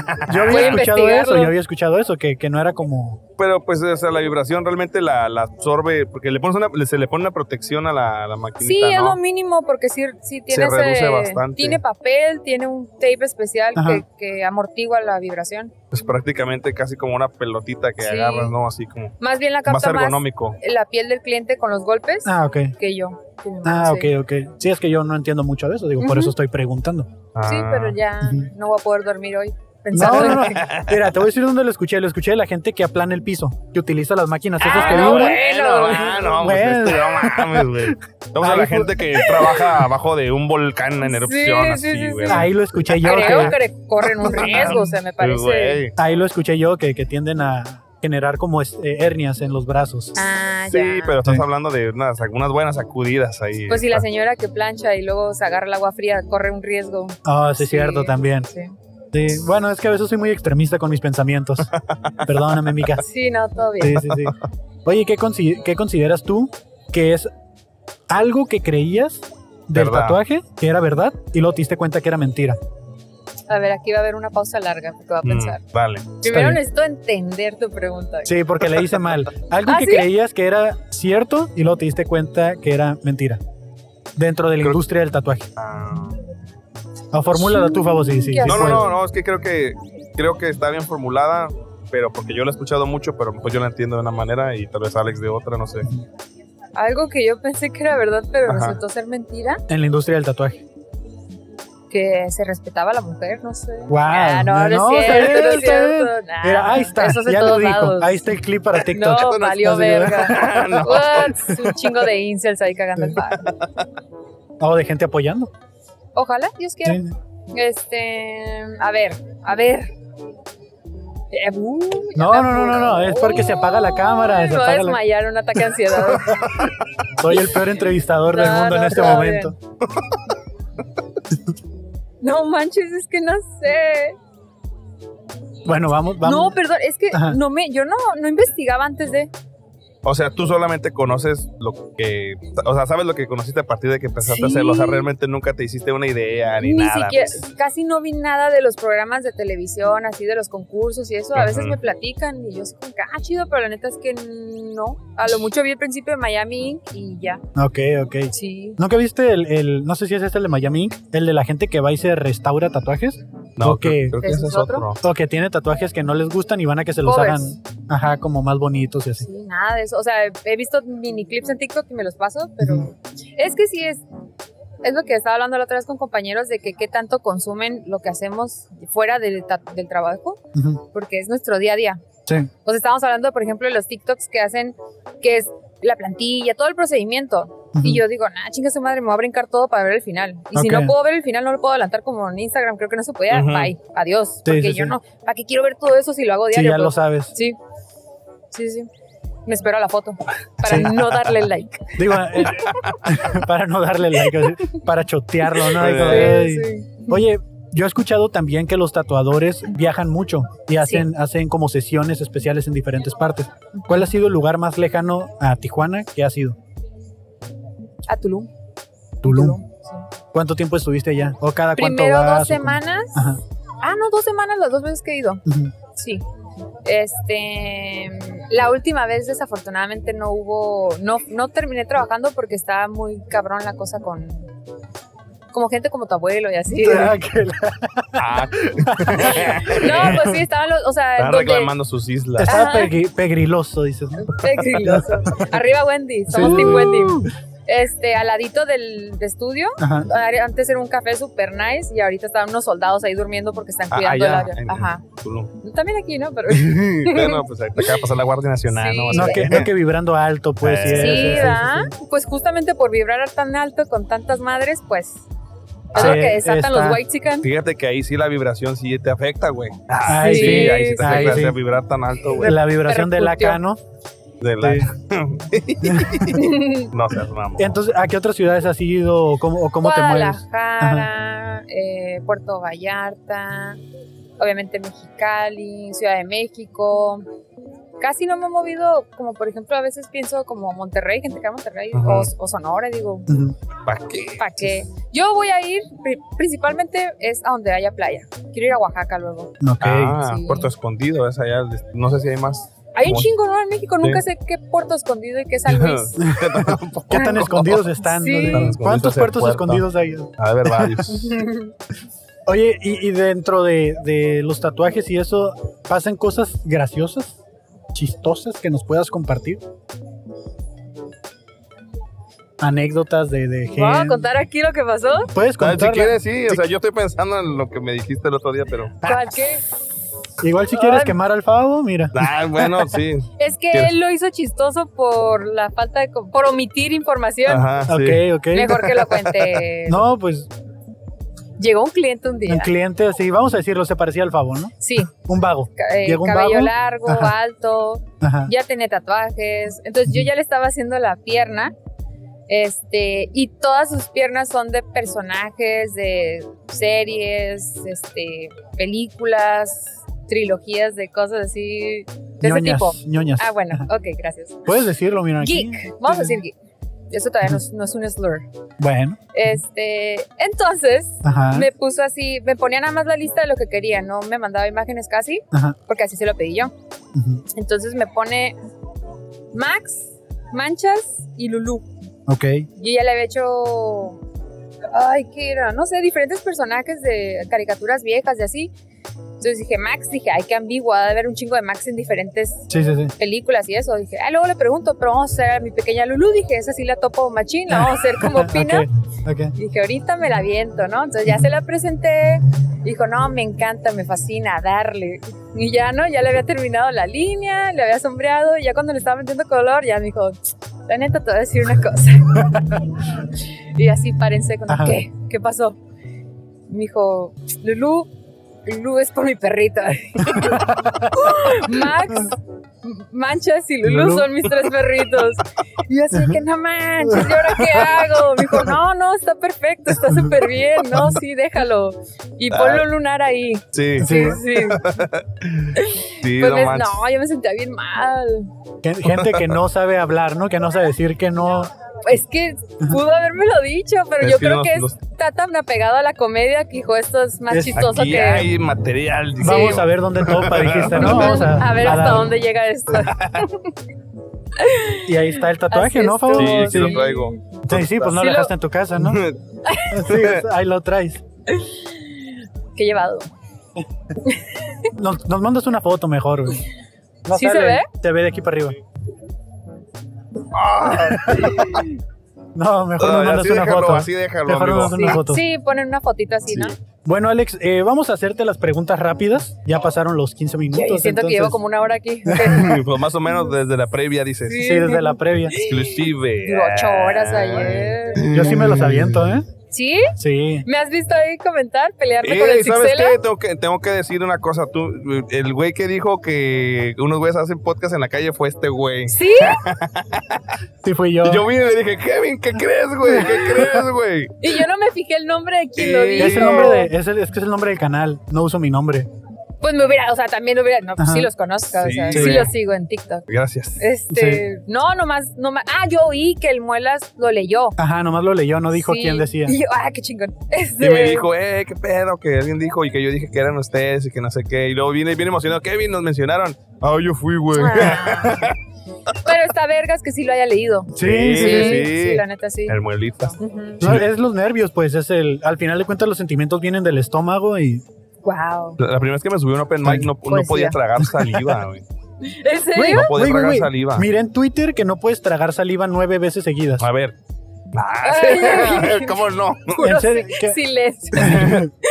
Speaker 5: voy
Speaker 3: Yo había
Speaker 5: a
Speaker 3: escuchado eso,
Speaker 5: investigarlo.
Speaker 3: yo había escuchado eso, que, que no era como...
Speaker 2: Pero pues o sea, la vibración realmente la, la absorbe, porque le pones una, le- se le pone una protección a la, a la
Speaker 5: sí,
Speaker 2: maquinita,
Speaker 5: es
Speaker 2: ¿no?
Speaker 5: lo mínimo porque sí, sí tiene, ese-
Speaker 2: reduce bastante.
Speaker 5: tiene papel, tiene un tape especial
Speaker 3: Ajá.
Speaker 5: que, que amortigua la vibración.
Speaker 2: Pues prácticamente casi como una pelotita que
Speaker 5: Sí.
Speaker 2: agarras, ¿no? Así como
Speaker 5: Más bien la
Speaker 2: más
Speaker 5: capta más
Speaker 2: ergonómico.
Speaker 5: la piel del cliente con los golpes
Speaker 3: Ah, ok.
Speaker 5: que yo. que mi
Speaker 3: Ah,
Speaker 5: mano, sí.
Speaker 3: ok, ok. Sí, es que yo no entiendo mucho de eso, digo, por
Speaker 5: Ujú.
Speaker 3: eso estoy preguntando.
Speaker 5: Sí,
Speaker 2: Ah.
Speaker 5: pero ya
Speaker 3: Ujú.
Speaker 5: no voy a poder dormir hoy
Speaker 3: No,
Speaker 5: pensando
Speaker 3: no, no.
Speaker 5: en que-
Speaker 3: Mira, te voy a decir dónde lo escuché. Lo escuché de la gente que aplana el piso, que utiliza las máquinas esas
Speaker 5: Ah,
Speaker 3: Pues que
Speaker 5: no,
Speaker 3: vibran.
Speaker 5: güey.
Speaker 2: bueno, ah, no, pues,
Speaker 3: Bueno.
Speaker 2: este, no mames, güey. Estamos a la
Speaker 3: Ahí fue-
Speaker 2: gente que trabaja abajo de un volcán en
Speaker 5: Sí,
Speaker 2: erupción,
Speaker 5: sí,
Speaker 2: así,
Speaker 5: sí,
Speaker 2: güey.
Speaker 5: sí.
Speaker 3: Ahí lo escuché yo.
Speaker 5: creo
Speaker 3: que-
Speaker 5: que corren un riesgo, o sea, me parece.
Speaker 2: Pues, Güey.
Speaker 3: ahí lo escuché yo, que, que tienden a generar como es- eh, hernias en los brazos.
Speaker 5: Ah,
Speaker 2: Sí,
Speaker 5: ya.
Speaker 2: pero estás
Speaker 3: Sí.
Speaker 2: hablando de unas, algunas buenas sacudidas ahí.
Speaker 5: Pues si la
Speaker 2: Está-
Speaker 5: señora que plancha y luego se agarra el agua fría corre un riesgo.
Speaker 3: Ah, sí, es cierto, también.
Speaker 5: Sí.
Speaker 3: Sí, Bueno, es que a veces soy muy extremista con mis pensamientos. Perdóname, Mica.
Speaker 5: Sí, no, todo bien.
Speaker 3: Sí, sí, sí. Oye, ¿qué, consi- qué consideras tú que es algo que creías del
Speaker 2: Verdad.
Speaker 3: tatuaje, que era verdad, y luego te diste cuenta que era mentira?
Speaker 5: A ver, aquí va a haber una pausa larga porque va a
Speaker 2: Mm,
Speaker 5: pensar.
Speaker 2: Dale.
Speaker 5: Primero
Speaker 3: bien.
Speaker 5: necesito entender tu pregunta.
Speaker 3: Sí, porque le hice mal. Algo
Speaker 5: ¿Ah,
Speaker 3: que
Speaker 5: sí?
Speaker 3: creías que era cierto y luego te diste cuenta que era mentira. Dentro de la
Speaker 2: Creo-
Speaker 3: industria del tatuaje.
Speaker 2: Ah.
Speaker 3: O formúlala tú, Fabo, sí, sí.
Speaker 5: No,
Speaker 3: sí
Speaker 2: No, no,
Speaker 3: puedes.
Speaker 2: no, no, es que creo que creo que está bien formulada, pero porque yo la he escuchado mucho, pero pues yo la entiendo de una manera y tal vez Alex de otra, no sé.
Speaker 5: Algo que yo pensé que era verdad, pero
Speaker 2: Ajá.
Speaker 5: resultó ser mentira,
Speaker 3: En la industria del tatuaje.
Speaker 5: que se respetaba a la mujer, no sé.
Speaker 3: Wow.
Speaker 5: Ah, no, no,
Speaker 3: No,
Speaker 5: es
Speaker 3: está
Speaker 5: cierto,
Speaker 3: bien,
Speaker 5: no es
Speaker 3: está bien.
Speaker 5: cierto. Nah,
Speaker 3: Mira, ahí está,
Speaker 5: eso es en
Speaker 3: ya lo
Speaker 5: todos
Speaker 3: dijo.
Speaker 5: lados.
Speaker 3: Ahí está el clip para TikTok.
Speaker 5: No, valió
Speaker 3: Así, Ah,
Speaker 5: verga. What? Un chingo de incels ahí cagando el palo.
Speaker 3: O oh, de gente apoyando.
Speaker 5: Ojalá, Dios quiera.
Speaker 3: Sí.
Speaker 5: Este, a ver, a ver. Eh, uh, ya
Speaker 3: No,
Speaker 5: me
Speaker 3: no, no, no,
Speaker 5: apuro.
Speaker 3: no, es porque se apaga la cámara,
Speaker 5: Uy, Me
Speaker 3: se
Speaker 5: voy a
Speaker 3: apaga la-
Speaker 5: desmayar, un ataque de ansiedad.
Speaker 3: Soy el peor entrevistador del
Speaker 5: No,
Speaker 3: mundo en
Speaker 5: no,
Speaker 3: este
Speaker 5: todo
Speaker 3: momento.
Speaker 5: no manches, es que no sé.
Speaker 3: Bueno, vamos,
Speaker 5: No,
Speaker 3: vamos.
Speaker 5: perdón, es que
Speaker 3: Ajá.
Speaker 5: no me, yo no, no investigaba antes de.
Speaker 2: O sea, tú solamente conoces lo que, o sea, sabes lo que conociste a partir de que empezaste a
Speaker 5: Sí.
Speaker 2: hacerlo, o sea, realmente nunca te hiciste una idea ni,
Speaker 5: Ni
Speaker 2: nada.
Speaker 5: siquiera,
Speaker 2: pues.
Speaker 5: casi no vi nada de los programas de televisión, así de los concursos y eso. A veces
Speaker 2: Ujú.
Speaker 5: me platican y yo soy como que, ah, chido, pero la neta es que no. A lo mucho vi el principio de Miami Inc. y ya.
Speaker 3: Ok, ok.
Speaker 5: Sí.
Speaker 3: ¿Nunca viste el, el- no sé si es este el de Miami Inc., el de la gente que va y se restaura tatuajes?
Speaker 2: No,
Speaker 3: Ok.
Speaker 2: creo, creo que
Speaker 5: ¿Ese
Speaker 2: ese
Speaker 5: es
Speaker 2: es otro.
Speaker 3: O que tiene tatuajes que no les gustan y van a que se los
Speaker 5: Covers.
Speaker 3: hagan, ajá, como más bonitos y así.
Speaker 5: Sí, nada de eso. O sea, he visto mini clips en TikTok y me los paso, pero
Speaker 3: Ujú.
Speaker 5: es que sí es. Es lo que estaba hablando la otra vez con compañeros de que qué tanto consumen lo que hacemos fuera del, ta- del trabajo,
Speaker 3: Ujú.
Speaker 5: porque es nuestro día a día.
Speaker 3: Sí.
Speaker 5: O sea, estábamos hablando, por ejemplo, de los TikToks que hacen, que es la plantilla, todo el procedimiento. Y yo digo, nah, chinga su madre, me voy a brincar todo para ver el final. Y si
Speaker 3: Ok.
Speaker 5: no puedo ver el final, no lo puedo adelantar como en Instagram, creo que no se podía.
Speaker 2: Ujú.
Speaker 5: Bye, adiós.
Speaker 3: Sí,
Speaker 5: porque
Speaker 3: sí,
Speaker 5: yo
Speaker 3: sí.
Speaker 5: no, ¿para qué quiero ver todo eso si lo hago
Speaker 3: Sí,
Speaker 5: diario?
Speaker 3: ya lo
Speaker 5: Pues,
Speaker 3: sabes.
Speaker 5: Sí. Sí, sí. Me espero a la foto para no darle like.
Speaker 3: Digo, eh, para no darle like, así, para chotearlo, ¿no? Digo,
Speaker 2: Sí,
Speaker 3: "Ey". Oye, yo he escuchado también que los tatuadores viajan mucho y hacen, hacen como sesiones especiales en diferentes partes. ¿Cuál ha sido el lugar más lejano a Tijuana que ha sido?
Speaker 5: A Tulum.
Speaker 3: Tulum.
Speaker 5: sí.
Speaker 3: ¿Cuánto tiempo estuviste allá? ¿O cada cuánto
Speaker 5: Primero
Speaker 3: vas?
Speaker 5: dos
Speaker 3: ¿O cómo?
Speaker 5: semanas.
Speaker 3: Ajá.
Speaker 5: Ah, no, dos semanas las dos veces que he ido.
Speaker 3: Ujú.
Speaker 5: Sí. Este, la última vez desafortunadamente no hubo, no, no terminé trabajando porque estaba muy cabrón la cosa con, como gente como tu abuelo y así.
Speaker 3: Ah, que la-
Speaker 2: Ah,
Speaker 5: No, pues sí, estaban los, o sea,
Speaker 2: están
Speaker 5: donde-
Speaker 2: reclamando sus islas.
Speaker 3: Estaba
Speaker 5: Ajá.
Speaker 3: pegri- pegriloso, dices. ¿no?
Speaker 5: Pegriloso. Arriba Wendy, somos
Speaker 3: Sí.
Speaker 5: Team Wendy. Este, al ladito del de estudio,
Speaker 3: Ajá.
Speaker 5: antes era un café super nice y ahorita estaban unos soldados ahí durmiendo porque están
Speaker 2: Ah,
Speaker 5: cuidando
Speaker 2: allá,
Speaker 5: el área.
Speaker 2: en-
Speaker 5: Ajá.
Speaker 2: Tulum.
Speaker 5: También aquí, ¿no? Pero
Speaker 2: bueno, pues ahí te acaba de pasar la Guardia Nacional,
Speaker 5: Sí.
Speaker 2: ¿no?
Speaker 3: No
Speaker 2: Así
Speaker 3: que, no que vibrando alto, pues.
Speaker 2: Sí,
Speaker 3: y
Speaker 5: sí,
Speaker 3: eso, sí, sí,
Speaker 5: ¿verdad?
Speaker 3: sí.
Speaker 5: Pues justamente por vibrar tan alto con tantas madres, pues es
Speaker 3: Sí,
Speaker 5: lo que desatan
Speaker 3: está.
Speaker 5: los white chicken.
Speaker 2: Fíjate que ahí sí la vibración sí te afecta, güey.
Speaker 3: Ay,
Speaker 5: Sí.
Speaker 3: sí.
Speaker 2: ahí sí te
Speaker 3: Ay,
Speaker 2: afecta
Speaker 3: sí.
Speaker 2: de vibrar tan alto,
Speaker 3: De
Speaker 2: güey.
Speaker 3: La vibración del
Speaker 5: Percutió.
Speaker 3: acá, ¿no?
Speaker 2: De la- no seas mamón.
Speaker 3: Entonces, ¿a qué otras ciudades has ido o cómo, o cómo te mueves?
Speaker 5: Guadalajara, eh, Puerto Vallarta, obviamente Mexicali, Ciudad de México. Casi no me he movido, como por ejemplo, a veces pienso como Monterrey, gente que va a Monterrey,
Speaker 2: Ujú.
Speaker 5: o, o Sonora, digo,
Speaker 3: Ujú.
Speaker 2: ¿Para qué?
Speaker 5: ¿para qué? Yo voy a ir, pri- principalmente es a donde haya playa. Quiero ir a Oaxaca luego.
Speaker 3: Ok.
Speaker 2: Ah,
Speaker 5: Sí.
Speaker 2: Puerto Escondido, es allá. No sé si hay más.
Speaker 5: Hay un
Speaker 2: Bueno.
Speaker 5: chingo, ¿no? En México nunca sé qué puerto escondido y qué San Luis.
Speaker 3: ¿Qué tan escondidos están?
Speaker 5: Ah. Sí. Tan
Speaker 3: No sé.
Speaker 2: escondidos
Speaker 3: ¿Cuántos
Speaker 2: ese
Speaker 3: puertos
Speaker 2: puerto.
Speaker 3: escondidos hay?
Speaker 2: A ver, varios.
Speaker 3: Oye, y, y dentro de, de los tatuajes y eso, ¿pasan cosas graciosas, chistosas que nos puedas compartir? Anécdotas de, de
Speaker 5: ¿Vamos a
Speaker 3: gen-
Speaker 5: contar aquí lo que pasó?
Speaker 3: Puedes
Speaker 2: Ah, Si
Speaker 3: contar.
Speaker 2: quieres, sí. O sea, yo estoy pensando en lo que me dijiste el otro día, pero.
Speaker 3: Ah.
Speaker 5: ¿Cuál qué?
Speaker 3: Igual si quieres
Speaker 5: Ay.
Speaker 3: quemar al Favo, mira.
Speaker 2: Ah, bueno, sí.
Speaker 5: Es que
Speaker 2: ¿Quieres?
Speaker 5: él lo hizo chistoso por la falta de... co- por omitir información.
Speaker 2: Ajá, sí.
Speaker 3: Ah, Ok, ok.
Speaker 5: Mejor que lo cuente.
Speaker 3: No, pues
Speaker 5: Llegó un cliente un día.
Speaker 3: Un cliente así, vamos a decirlo, se parecía al Favo, ¿no?
Speaker 5: Sí,
Speaker 3: Un vago.
Speaker 5: ca- eh,
Speaker 3: Llegó un
Speaker 5: cabello
Speaker 3: vago.
Speaker 5: largo,
Speaker 3: Ajá.
Speaker 5: alto,
Speaker 3: Ajá.
Speaker 5: ya tenía tatuajes. Entonces yo ya le estaba haciendo la pierna. Este, y todas sus piernas son de personajes, de series, este, películas, trilogías de cosas así, de ese
Speaker 3: ñoñas,
Speaker 5: tipo.
Speaker 3: ñoñas.
Speaker 5: Ah, bueno, ok, gracias.
Speaker 3: Puedes decirlo, mira. aquí.
Speaker 5: Geek, vamos a decir geek. Eso todavía no es, no es un slur.
Speaker 3: Bueno,
Speaker 5: Este, entonces
Speaker 3: ajá.
Speaker 5: me puso así, me ponía nada más la lista de lo que quería, no me mandaba imágenes casi,
Speaker 3: Ajá.
Speaker 5: porque así se lo pedí yo.
Speaker 3: ujú,
Speaker 5: Entonces me pone Max, Manchas y Lulu.
Speaker 3: Ok.
Speaker 5: Yo ya le había hecho, ay, ¿qué era? No sé, diferentes personajes de caricaturas viejas y así. Entonces dije, Max, dije, ay, qué ambigua, ha de haber un chingo de Max en diferentes
Speaker 3: Sí, sí, sí.
Speaker 5: películas y eso. Dije, ah, luego le pregunto, pero vamos a hacer a mi pequeña Lulu. Dije, esa sí la topo machín, la vamos a hacer como opina.
Speaker 3: Ok. ok.
Speaker 5: Dije, ahorita me la viento, ¿no? Entonces ya se la presenté. Dijo, no, me encanta, me fascina, darle. Y ya, ¿no? Ya le había terminado la línea, le había sombreado. Y ya cuando le estaba metiendo color, ya me dijo, la neta, te voy a decir una cosa. y así párense con,
Speaker 3: Ajá.
Speaker 5: ¿qué? ¿Qué pasó? Me dijo, Lulu, Lulu es por mi perrita. Max, Manchas y Lulu,
Speaker 3: Lulu.
Speaker 5: son mis tres perritos. Y yo así de que no manches, ¿y ahora qué hago? Me dijo, no, no, está perfecto, está súper bien, no, sí, déjalo. Y
Speaker 2: Ah,
Speaker 5: ponle un lunar ahí.
Speaker 2: Sí, sí,
Speaker 5: Sí, sí. Pues
Speaker 2: no
Speaker 5: ves,
Speaker 2: manches.
Speaker 5: no, yo me sentía bien mal.
Speaker 3: Que- Gente que no sabe hablar, ¿no? Que no sabe decir que no.
Speaker 5: Es que pudo haberme lo dicho, pero
Speaker 2: Es
Speaker 5: yo
Speaker 2: que
Speaker 5: creo
Speaker 2: los-
Speaker 5: que es-
Speaker 2: los-
Speaker 5: está tan apegado a la comedia que dijo, esto es más
Speaker 3: Es-
Speaker 5: chistoso
Speaker 2: Aquí
Speaker 5: que...
Speaker 2: hay material. dice.
Speaker 3: Vamos a ver dónde topa, dijiste, ¿no? Vamos a,
Speaker 5: a ver
Speaker 3: a
Speaker 5: hasta
Speaker 3: dar-
Speaker 5: dónde llega esto.
Speaker 3: Y ahí está el tatuaje,
Speaker 5: Así
Speaker 3: ¿no,
Speaker 5: estuvo,
Speaker 2: Sí,
Speaker 3: Fabo?
Speaker 2: que
Speaker 3: sí.
Speaker 2: lo traigo.
Speaker 3: Sí, sí, pues no
Speaker 5: Sí
Speaker 3: lo
Speaker 5: lo-
Speaker 3: dejaste en tu casa, ¿no? Sí, ahí lo traes.
Speaker 5: Qué llevado.
Speaker 3: Nos, nos mandas una foto mejor, güey. No
Speaker 5: ¿Sí se ve?
Speaker 3: Te ve de aquí para arriba. No, mejor nos
Speaker 2: Ay,
Speaker 3: mandas
Speaker 2: Ah, así
Speaker 3: una
Speaker 2: déjalo,
Speaker 3: foto.
Speaker 2: así déjalo,
Speaker 3: Mejor
Speaker 2: amigo.
Speaker 3: nos mandas una foto.
Speaker 5: Sí, ponen una fotito así, ¿no?
Speaker 3: Bueno, Alex, eh, vamos a hacerte las preguntas rápidas. Ya pasaron los 15
Speaker 5: Y
Speaker 3: minutos.
Speaker 5: siento que
Speaker 3: entonces-
Speaker 5: llevo como una hora aquí.
Speaker 2: Pues más o menos desde la previa dices.
Speaker 5: Sí.
Speaker 3: Sí, desde la previa.
Speaker 2: Exclusive. Ah,
Speaker 5: Digo, ocho horas ayer.
Speaker 3: Yo sí me los aviento, ¿eh?
Speaker 5: ¿Sí?
Speaker 3: Sí.
Speaker 5: ¿Me has visto ahí comentar, pelearme con
Speaker 2: Ey,
Speaker 5: el
Speaker 2: ¿sabes
Speaker 5: Cixela?
Speaker 2: qué? Tengo, que? tengo que decir una cosa. Tú, el güey que dijo que unos güeyes hacen podcast en la calle fue este güey.
Speaker 5: Sí,
Speaker 3: Sí fui yo.
Speaker 2: Y yo vine y le dije, Kevin, ¿qué crees, güey? ¿Qué crees, güey?
Speaker 5: y yo no me fijé el nombre de quien lo
Speaker 2: Sí.
Speaker 5: dijo.
Speaker 3: Es el nombre de, es, el- es que es el nombre del canal. No uso mi nombre.
Speaker 5: Pues me hubiera, o sea, también hubiera, no, pues
Speaker 3: Ajá.
Speaker 5: sí los conozco, o
Speaker 2: Sí,
Speaker 5: sea, sí,
Speaker 2: güey.
Speaker 5: los sigo en TikTok.
Speaker 2: Gracias.
Speaker 5: Este, no, nomás, nomás, ah, yo oí que el Muelas lo leyó.
Speaker 3: Ajá, nomás lo leyó, no dijo
Speaker 5: Sí.
Speaker 3: quién decía.
Speaker 5: Y yo, ah, qué chingón. Este,
Speaker 2: Y me dijo, eh, qué pedo, que alguien dijo y que yo dije que eran ustedes y que no sé qué. Y luego vine bien emocionado. Kevin, nos mencionaron. Ah, yo fui, güey.
Speaker 5: ah. Pero está vergas que sí lo haya leído.
Speaker 3: Sí, sí, sí.
Speaker 2: sí.
Speaker 5: la neta sí.
Speaker 2: El muelita.
Speaker 5: Ujú.
Speaker 3: No, es los nervios, pues, es el, al final de cuentas los sentimientos vienen del estómago y
Speaker 5: Wow.
Speaker 2: La, la primera vez que me subí a un open mic no, no
Speaker 5: Poesía.
Speaker 2: podía tragar saliva, güey.
Speaker 5: ¿En serio?
Speaker 2: No podía
Speaker 3: Güey, güey,
Speaker 2: tragar
Speaker 3: güey.
Speaker 2: saliva.
Speaker 3: Mira en Twitter que no puedes tragar saliva nueve veces seguidas.
Speaker 2: A ver. Ah,
Speaker 5: Ay.
Speaker 2: ¿Cómo no?
Speaker 5: Puro
Speaker 3: ¿En serio?
Speaker 5: si-
Speaker 3: ¿Qué?
Speaker 5: silencio.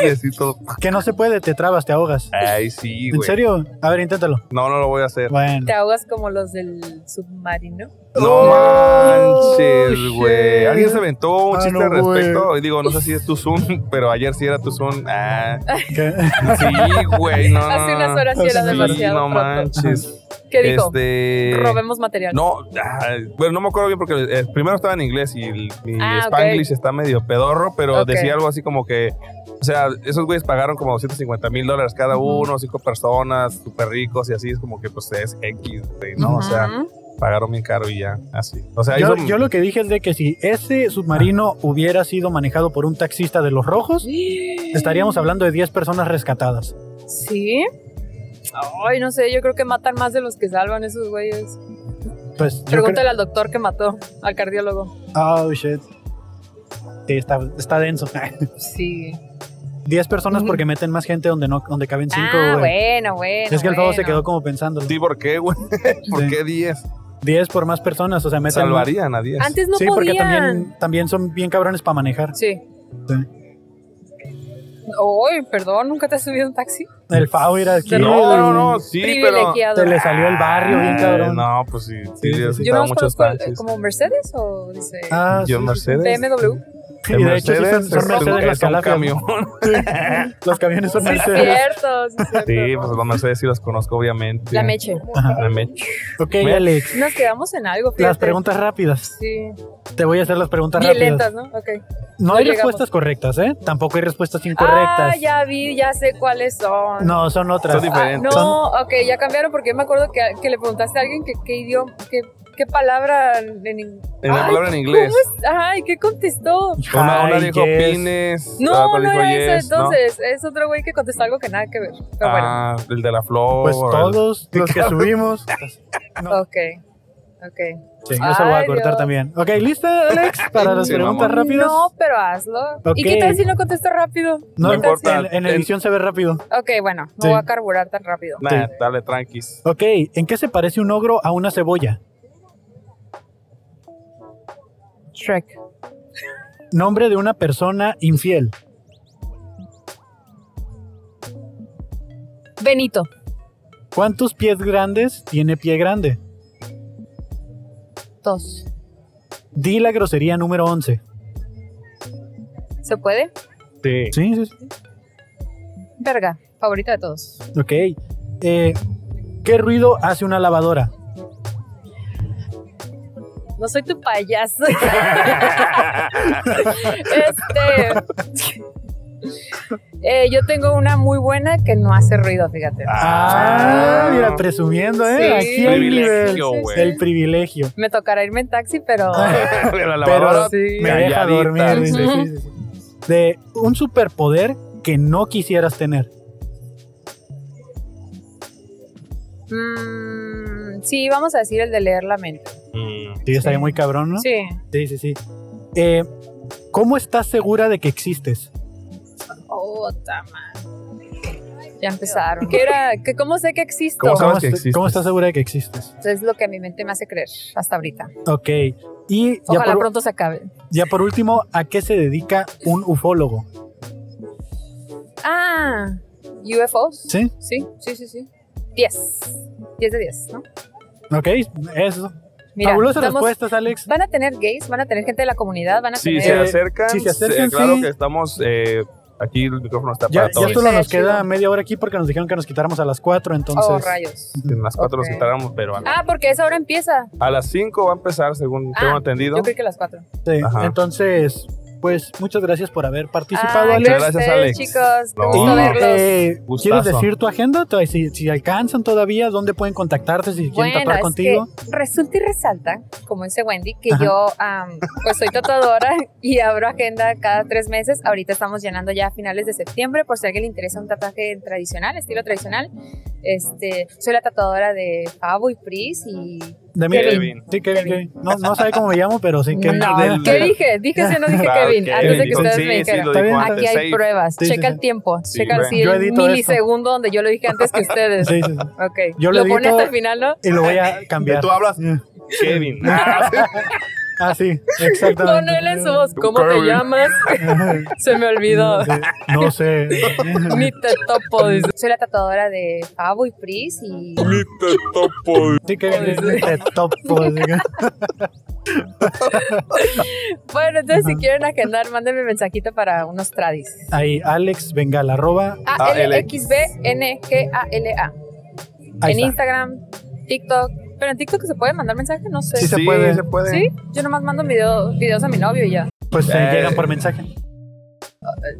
Speaker 2: Y así todo.
Speaker 3: Que no se puede, te trabas, te ahogas.
Speaker 2: Ay, sí,
Speaker 3: ¿En
Speaker 2: güey.
Speaker 3: serio? A ver, inténtalo.
Speaker 2: No, no lo voy a hacer.
Speaker 3: Bueno.
Speaker 5: Te ahogas como los del submarino.
Speaker 2: No manches,
Speaker 5: Oh,
Speaker 3: shit.
Speaker 2: güey. Alguien se aventó un
Speaker 3: Ah,
Speaker 2: chiste
Speaker 3: no,
Speaker 2: al respecto. Y digo, no sé si es tu Zoom, pero ayer sí era tu Zoom. Ah,
Speaker 3: ¿Qué?
Speaker 2: sí, güey. No,
Speaker 5: Hace
Speaker 2: no,
Speaker 5: unas
Speaker 2: no.
Speaker 5: horas sí era
Speaker 3: Sí,
Speaker 5: demasiado
Speaker 2: Ah, no
Speaker 5: pronto.
Speaker 2: manches.
Speaker 5: ¿Qué dijo?
Speaker 2: Este.
Speaker 5: Robemos material.
Speaker 2: No, ah, bueno, no me acuerdo bien porque eh, primero estaba en inglés y el- mi
Speaker 5: Ah, ok.
Speaker 2: Spanglish está medio pedorro, pero
Speaker 5: Ok.
Speaker 2: decía algo así como que, o sea, esos güeyes pagaron como 250 mil dólares cada
Speaker 5: Ujú.
Speaker 2: uno, cinco personas, súper ricos y así, es como que pues es X, güey, ¿no? O sea,
Speaker 5: Ujú.
Speaker 2: pagaron bien caro y ya, así. O sea,
Speaker 3: Yo,
Speaker 2: hizo-
Speaker 3: yo lo que dije es de que si ese submarino hubiera sido manejado por un taxista de los rojos, estaríamos hablando de 10 personas rescatadas.
Speaker 5: ¿Sí? Ay, no sé, yo creo que matan más de los que salvan esos güeyes.
Speaker 3: Pues yo
Speaker 5: Pregúntale al doctor que mató, al cardiólogo.
Speaker 3: creo- Oh, shit. Sí, está, está denso.
Speaker 5: Sí.
Speaker 3: 10 personas
Speaker 5: Ujú.
Speaker 3: porque meten más gente donde no donde caben 5.
Speaker 5: ah, bueno, bueno.
Speaker 3: es que el juego se
Speaker 5: bueno.
Speaker 3: quedó como pensando.
Speaker 2: Sí, ¿por qué, güey? ¿Por
Speaker 3: Sí.
Speaker 2: qué 10?
Speaker 3: 10 por más personas, o sea, meten
Speaker 2: Salvarían a 10.
Speaker 5: Antes no
Speaker 3: sí, porque
Speaker 5: podían.
Speaker 3: también, también son bien cabrones para manejar.
Speaker 5: Sí.
Speaker 3: Sí.
Speaker 5: Ay, perdón, nunca te has subido a un taxi.
Speaker 3: El Fao era aquí.
Speaker 2: No, no, no, sí, pero... Ah,
Speaker 5: Privilegiado.
Speaker 3: Se le salió el barrio bien cabrón.
Speaker 2: No, pues sí, sí,
Speaker 3: Sí, sí,
Speaker 2: sí,
Speaker 3: sí.
Speaker 5: Yo no
Speaker 2: necesitaba
Speaker 5: los
Speaker 2: muchos
Speaker 5: conozco eh,
Speaker 2: taxis.
Speaker 5: como Mercedes o dice
Speaker 3: Ah,
Speaker 2: Yo en
Speaker 3: sí, sí, sí.
Speaker 2: Mercedes.
Speaker 5: BMW.
Speaker 3: Y de hecho, sí son- son
Speaker 2: es
Speaker 3: Mercedes
Speaker 2: un-
Speaker 3: las
Speaker 2: es un
Speaker 3: calafias,
Speaker 2: camión.
Speaker 3: Los camiones son
Speaker 5: Sí, es
Speaker 3: Mercedes.
Speaker 5: cierto, sí, es cierto.
Speaker 2: Sí, pues las Mercedes sí las conozco, obviamente.
Speaker 5: La meche.
Speaker 2: La meche.
Speaker 3: Ok,
Speaker 2: Mira,
Speaker 3: Alex.
Speaker 5: Nos quedamos en algo.
Speaker 3: Las
Speaker 5: fíjate.
Speaker 3: preguntas rápidas.
Speaker 5: Sí.
Speaker 3: Te voy a hacer las preguntas
Speaker 5: Bien
Speaker 3: rápidas.
Speaker 5: lentas, ¿no? Ok.
Speaker 3: No
Speaker 5: No
Speaker 3: hay
Speaker 5: llegamos.
Speaker 3: respuestas correctas, ¿eh? Tampoco hay respuestas incorrectas.
Speaker 5: Ah, ya vi, ya sé cuáles son.
Speaker 3: No, son otras.
Speaker 2: Son
Speaker 5: Ah,
Speaker 2: diferentes.
Speaker 5: no, ok, ya cambiaron porque yo me acuerdo que, que le preguntaste a alguien que- qué idioma, qué, qué palabra en, en-
Speaker 2: En la
Speaker 5: Ay,
Speaker 2: palabra en inglés.
Speaker 5: ¿cómo es? Ay, ¿qué contestó?
Speaker 2: Una, una
Speaker 3: Hi,
Speaker 2: dijo
Speaker 3: yes.
Speaker 2: pines. la
Speaker 5: No,
Speaker 2: otra
Speaker 5: no
Speaker 2: Ah, dijo
Speaker 5: era
Speaker 2: yes,
Speaker 5: eso
Speaker 2: ¿no?
Speaker 5: entonces. Es otro güey que contestó algo que nada que ver. Pero
Speaker 2: Ah, el de la flor.
Speaker 3: Pues
Speaker 2: el-
Speaker 3: todos los que subimos.
Speaker 2: Ah.
Speaker 5: bueno, ok. Ok.
Speaker 3: Sí, yo se lo voy a
Speaker 5: Ay,
Speaker 3: cortar
Speaker 5: Dios.
Speaker 3: también. Ok, ¿lista, Alex? Para las
Speaker 2: Sí,
Speaker 3: preguntas
Speaker 2: mamá.
Speaker 3: rápidas.
Speaker 5: No, pero hazlo. ¿Y
Speaker 3: Ok.
Speaker 5: qué tal si no contesto rápido?
Speaker 3: No
Speaker 2: No
Speaker 5: ¿Qué tal si-
Speaker 2: importa.
Speaker 3: En, en edición se ve rápido.
Speaker 5: Ok, bueno, no
Speaker 3: Sí.
Speaker 5: voy a carburar tan rápido.
Speaker 2: Nah, dale, tranquis.
Speaker 3: Ok, ¿en qué se parece un ogro a una cebolla?
Speaker 6: Shrek.
Speaker 3: Nombre de una persona infiel.
Speaker 5: Benito,
Speaker 3: ¿Cuántos pies grandes tiene pie grande?
Speaker 5: dos.
Speaker 3: Di la grosería número 11.
Speaker 5: ¿Se puede?
Speaker 2: Sí.
Speaker 3: Sí, sí, sí.
Speaker 5: Verga, favorita de todos.
Speaker 3: Ok. Eh, ¿Qué ruido hace una lavadora?
Speaker 5: No soy tu payaso. este. eh, yo tengo una muy buena que no hace ruido, fíjate.
Speaker 3: Ah, mira, presumiendo, ¿eh?
Speaker 5: Sí.
Speaker 3: Aquí hay nivel.
Speaker 2: Privilegio, güey. Ah,
Speaker 3: El privilegio.
Speaker 5: Me tocará irme en taxi, pero.
Speaker 2: Pero la lavadora.
Speaker 5: sí.
Speaker 3: Me
Speaker 2: Calladita,
Speaker 3: deja dormir.
Speaker 2: dice.
Speaker 3: dice, sí, sí, sí. De un superpoder que no quisieras tener.
Speaker 5: Mm, sí, vamos a decir el de leer la mente.
Speaker 2: Mm,
Speaker 3: Sí, estaría muy cabrón, ¿no?
Speaker 5: Sí.
Speaker 3: Sí, sí, sí. Eh, ¿Cómo estás segura de que existes?
Speaker 5: Oh, tama. Ya empezaron. ¿Qué era? ¿Qué, ¿Cómo sé que existo?
Speaker 2: ¿Cómo sabes?
Speaker 3: est-
Speaker 2: que existes?
Speaker 3: ¿Cómo estás segura de que existes?
Speaker 5: Es lo que mi mente me hace creer hasta ahorita.
Speaker 3: Ok. Y ya
Speaker 5: Ojalá
Speaker 3: por,
Speaker 5: pronto se acabe.
Speaker 3: ya por último, ¿a qué se dedica un ufólogo?
Speaker 5: Ah, UFOs.
Speaker 3: ¿Sí?
Speaker 5: Sí, sí, sí, sí. 10. 10 de 10, ¿no?
Speaker 3: Ok, eso.
Speaker 5: Mira,
Speaker 3: Fabulosas
Speaker 5: estamos-
Speaker 3: respuestas, Alex.
Speaker 5: Van a tener gays, van a tener gente de la comunidad, van a
Speaker 2: Si se
Speaker 5: tener... Oh,
Speaker 3: sí.
Speaker 2: acercan,
Speaker 3: si se acercan,
Speaker 2: eh, claro
Speaker 3: sí.
Speaker 2: que estamos. eh, aquí el micrófono está
Speaker 3: Ya,
Speaker 2: para
Speaker 3: ya
Speaker 2: todos.
Speaker 3: solo nos
Speaker 5: Chido.
Speaker 3: queda media hora aquí porque nos dijeron que nos quitáramos a las 4, entonces...
Speaker 5: Oh, rayos.
Speaker 2: En las 4
Speaker 5: Ok.
Speaker 2: nos quitáramos, pero a, la-
Speaker 5: Ah, porque esa hora empieza.
Speaker 2: a las 5 va a empezar, según
Speaker 5: Ah,
Speaker 2: tengo entendido.
Speaker 5: Yo creo que a las cuatro.
Speaker 3: Sí,
Speaker 2: Ajá.
Speaker 3: entonces, pues muchas gracias por haber participado,
Speaker 5: Ah,
Speaker 3: Alex.
Speaker 2: Alex. Gracias, Alex.
Speaker 5: chicos. Qué
Speaker 2: No.
Speaker 5: gusto
Speaker 2: Y,
Speaker 5: verlos.
Speaker 3: eh,
Speaker 2: Gustazo.
Speaker 3: ¿Quieres decir tu agenda? Todavía, Si, si alcanzan todavía, ¿dónde pueden contactarte si quieren
Speaker 5: Bueno,
Speaker 3: tatuar
Speaker 5: es
Speaker 3: contigo?
Speaker 5: que resulta y resalta, como dice Wendy, que
Speaker 3: Ajá.
Speaker 5: yo am, pues soy tatuadora y abro agenda cada tres meses. Ahorita estamos llenando ya a finales de septiembre, por si a alguien le interesa un tatuaje tradicional, estilo tradicional. Este, soy la tatuadora de Favo y Pris y...
Speaker 3: De mí,
Speaker 2: Kevin.
Speaker 3: Kevin. Sí, Kevin, Kevin. No, no sabe cómo me llamo, pero sí, Kevin.
Speaker 5: No,
Speaker 2: del-
Speaker 5: ¿qué dije? Dije sí o no dije
Speaker 3: Ah,
Speaker 2: Claro,
Speaker 5: Kevin, antes de que
Speaker 2: Kevin.
Speaker 5: ustedes
Speaker 2: Ah, Sí,
Speaker 5: me
Speaker 2: sí,
Speaker 5: dijeran.
Speaker 2: lo
Speaker 3: Está bien,
Speaker 2: dijo antes.
Speaker 5: Aquí hay
Speaker 2: safe.
Speaker 5: pruebas,
Speaker 3: Sí, sí,
Speaker 5: checa
Speaker 3: sí.
Speaker 5: el tiempo,
Speaker 2: Sí,
Speaker 5: checa
Speaker 2: bueno.
Speaker 5: así
Speaker 3: Yo
Speaker 5: el
Speaker 3: edito eso.
Speaker 5: milisegundo donde yo lo dije antes que ustedes.
Speaker 3: Sí, sí, sí.
Speaker 5: Ok,
Speaker 3: Yo lo
Speaker 5: lo, pone
Speaker 3: edito-
Speaker 5: hasta el final, ¿no?
Speaker 3: Y lo voy a cambiar.
Speaker 2: Tú hablas
Speaker 3: Sí.
Speaker 2: Kevin.
Speaker 3: Ah, sí, exactamente.
Speaker 5: No, no, él en su voz, ¿cómo te
Speaker 2: Kevin.
Speaker 5: llamas? Se me olvidó.
Speaker 3: No sé. No sé.
Speaker 5: Ni te topo. dice. Soy la tatuadora de Pavo y Pris y
Speaker 3: Sí, Kevin, es un te topo. así que-
Speaker 5: bueno, entonces si
Speaker 3: Ajá.
Speaker 5: quieren agendar, mándenme mensajito para unos tradis.
Speaker 3: Ahí, Alex Bengal, arroba.
Speaker 5: A L X B N G A L A.
Speaker 3: Ahí
Speaker 5: En
Speaker 3: está.
Speaker 5: Instagram, TikTok. Pero en TikTok se puede mandar mensaje, no sé.
Speaker 3: Sí,
Speaker 2: Sí,
Speaker 3: se puede.
Speaker 2: se puede.
Speaker 5: ¿Sí? Yo nomás mando video- videos a mi novio y ya.
Speaker 3: Pues eh,
Speaker 2: Eh.
Speaker 3: llegan por mensaje.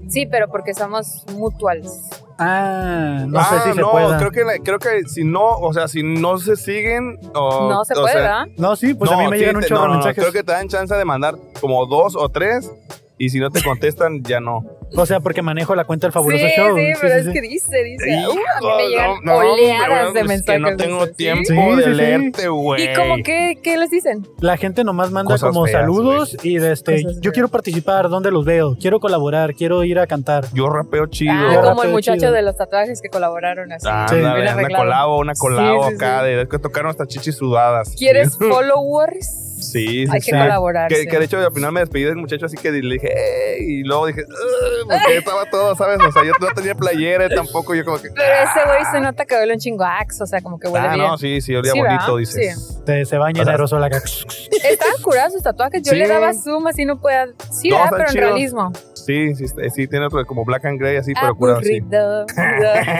Speaker 5: Sí, pero porque somos mutuales.
Speaker 3: Ah, no
Speaker 2: ah,
Speaker 3: sé si se
Speaker 2: no,
Speaker 3: pueda.
Speaker 2: creo que la- creo que si no, o sea, si no se siguen
Speaker 3: Oh,
Speaker 2: o,
Speaker 5: no se
Speaker 2: o
Speaker 5: puede,
Speaker 2: sea,
Speaker 5: ¿verdad?
Speaker 3: No, sí, pues a
Speaker 2: no,
Speaker 3: mí me
Speaker 2: sí
Speaker 3: llegan un
Speaker 2: te-
Speaker 3: chorro
Speaker 2: no,
Speaker 3: de
Speaker 2: no, no,
Speaker 3: mensajes.
Speaker 2: Creo que te dan chance de mandar como dos o tres y si no te contestan ya no.
Speaker 3: O sea, porque manejo la cuenta del fabuloso
Speaker 5: sí,
Speaker 3: show.
Speaker 5: sí,
Speaker 3: sí,
Speaker 5: pero
Speaker 3: sí,
Speaker 5: es
Speaker 3: sí.
Speaker 5: que dice, dice.
Speaker 2: Hijo,
Speaker 5: uh, a mí me llegan
Speaker 2: no, no,
Speaker 5: oleadas
Speaker 2: hombre,
Speaker 5: de
Speaker 2: es que
Speaker 5: mensajes.
Speaker 2: no tengo
Speaker 5: ¿sí?
Speaker 2: tiempo
Speaker 3: Sí,
Speaker 2: de
Speaker 3: sí, sí.
Speaker 2: leerte, güey.
Speaker 5: ¿Y cómo qué, qué les dicen?
Speaker 3: La gente nomás manda
Speaker 2: Cosas
Speaker 3: como
Speaker 2: feas,
Speaker 3: saludos y de este,
Speaker 5: Cosas
Speaker 3: yo
Speaker 5: feas.
Speaker 3: quiero participar, ¿dónde los veo? Quiero colaborar, quiero ir a cantar.
Speaker 2: Yo rapeo chido.
Speaker 5: Ah,
Speaker 3: Ahora
Speaker 5: como el
Speaker 3: todo
Speaker 5: muchacho
Speaker 3: chido.
Speaker 5: de los tatuajes que colaboraron así.
Speaker 2: Ah,
Speaker 3: Sí.
Speaker 2: ándale,
Speaker 5: Bien
Speaker 2: una
Speaker 5: arreglado.
Speaker 2: colabo, una colabo
Speaker 5: Sí, sí,
Speaker 2: acá
Speaker 5: sí.
Speaker 2: de es que tocaron hasta chichis sudadas.
Speaker 5: ¿Quieres followers?
Speaker 2: Sí, sí,
Speaker 5: Hay
Speaker 2: sí.
Speaker 5: que colaborar.
Speaker 2: Que,
Speaker 5: sí.
Speaker 2: que de hecho al final me despedí del muchacho así que le dije, "Ey", y luego dije, "Ugh", porque estaba todo, ¿sabes? O sea, yo no tenía playera tampoco, yo como que...
Speaker 5: Pero ese güey se nota que huele un chingo a Axe, o sea, como que huele
Speaker 2: Ah,
Speaker 5: bien.
Speaker 2: no, sí, sí, olía
Speaker 5: Sí,
Speaker 2: bonito,
Speaker 5: ¿verdad?
Speaker 2: dices.
Speaker 3: Se, se baña en
Speaker 2: O sea,
Speaker 3: aerosol acá.
Speaker 5: ¿Está? curados sus tatuajes. Yo
Speaker 2: Sí.
Speaker 5: le daba zoom así no podía. Sí,
Speaker 2: No,
Speaker 5: ¿verdad?
Speaker 2: están
Speaker 5: pero en
Speaker 2: chidos.
Speaker 5: realismo.
Speaker 2: Sí, sí, está- sí, tiene otro como Black and Grey
Speaker 5: Ah,
Speaker 2: así, pero curado así.
Speaker 5: Aburrido.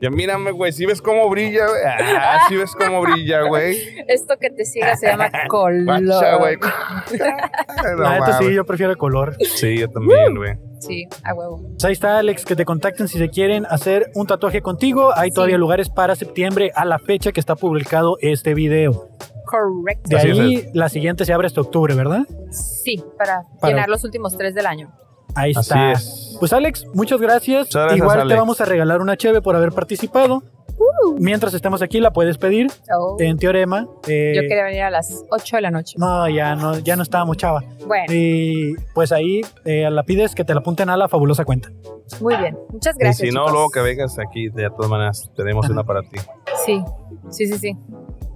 Speaker 2: ya mírame, güey, si ves cómo brilla, güey. Ah, si ves cómo brilla, güey.
Speaker 5: Esto que te siga se llama
Speaker 2: Pacha, güey.
Speaker 5: color.
Speaker 2: No
Speaker 3: La neta, sí,
Speaker 2: mames.
Speaker 3: yo prefiero el color.
Speaker 2: Sí, yo también, güey.
Speaker 5: Sí, a huevo.
Speaker 3: Pues ahí está, Alex, que te contacten si se quieren hacer un tatuaje contigo. Hay todavía lugares para septiembre a la fecha que está publicado este video.
Speaker 5: Correcto.
Speaker 3: De
Speaker 2: Así es,
Speaker 3: ahí, la siguiente se abre hasta octubre, ¿verdad?
Speaker 5: Sí, para,
Speaker 3: Para-
Speaker 5: llenar los últimos tres del año.
Speaker 3: Ahí
Speaker 2: Así
Speaker 3: está.
Speaker 2: es.
Speaker 3: Pues Alex, muchas gracias.
Speaker 2: Muchas gracias,
Speaker 3: Igual te
Speaker 2: Alex.
Speaker 3: vamos a regalar una cheve por haber participado.
Speaker 5: Uh.
Speaker 3: Mientras estemos aquí, la puedes pedir
Speaker 5: Oh,
Speaker 3: en Teorema. Eh,
Speaker 5: Yo quería venir a las 8 de la noche.
Speaker 3: No, ya no, ya no estábamos, chava.
Speaker 5: Bueno,
Speaker 3: Y pues ahí eh, la pides que te la apunten a la fabulosa cuenta.
Speaker 5: muy bien. Muchas
Speaker 2: Y
Speaker 5: gracias.
Speaker 2: si no,
Speaker 5: chicos.
Speaker 2: luego que vengas aquí, de todas maneras, tenemos una para ti.
Speaker 5: Sí, sí, sí, sí.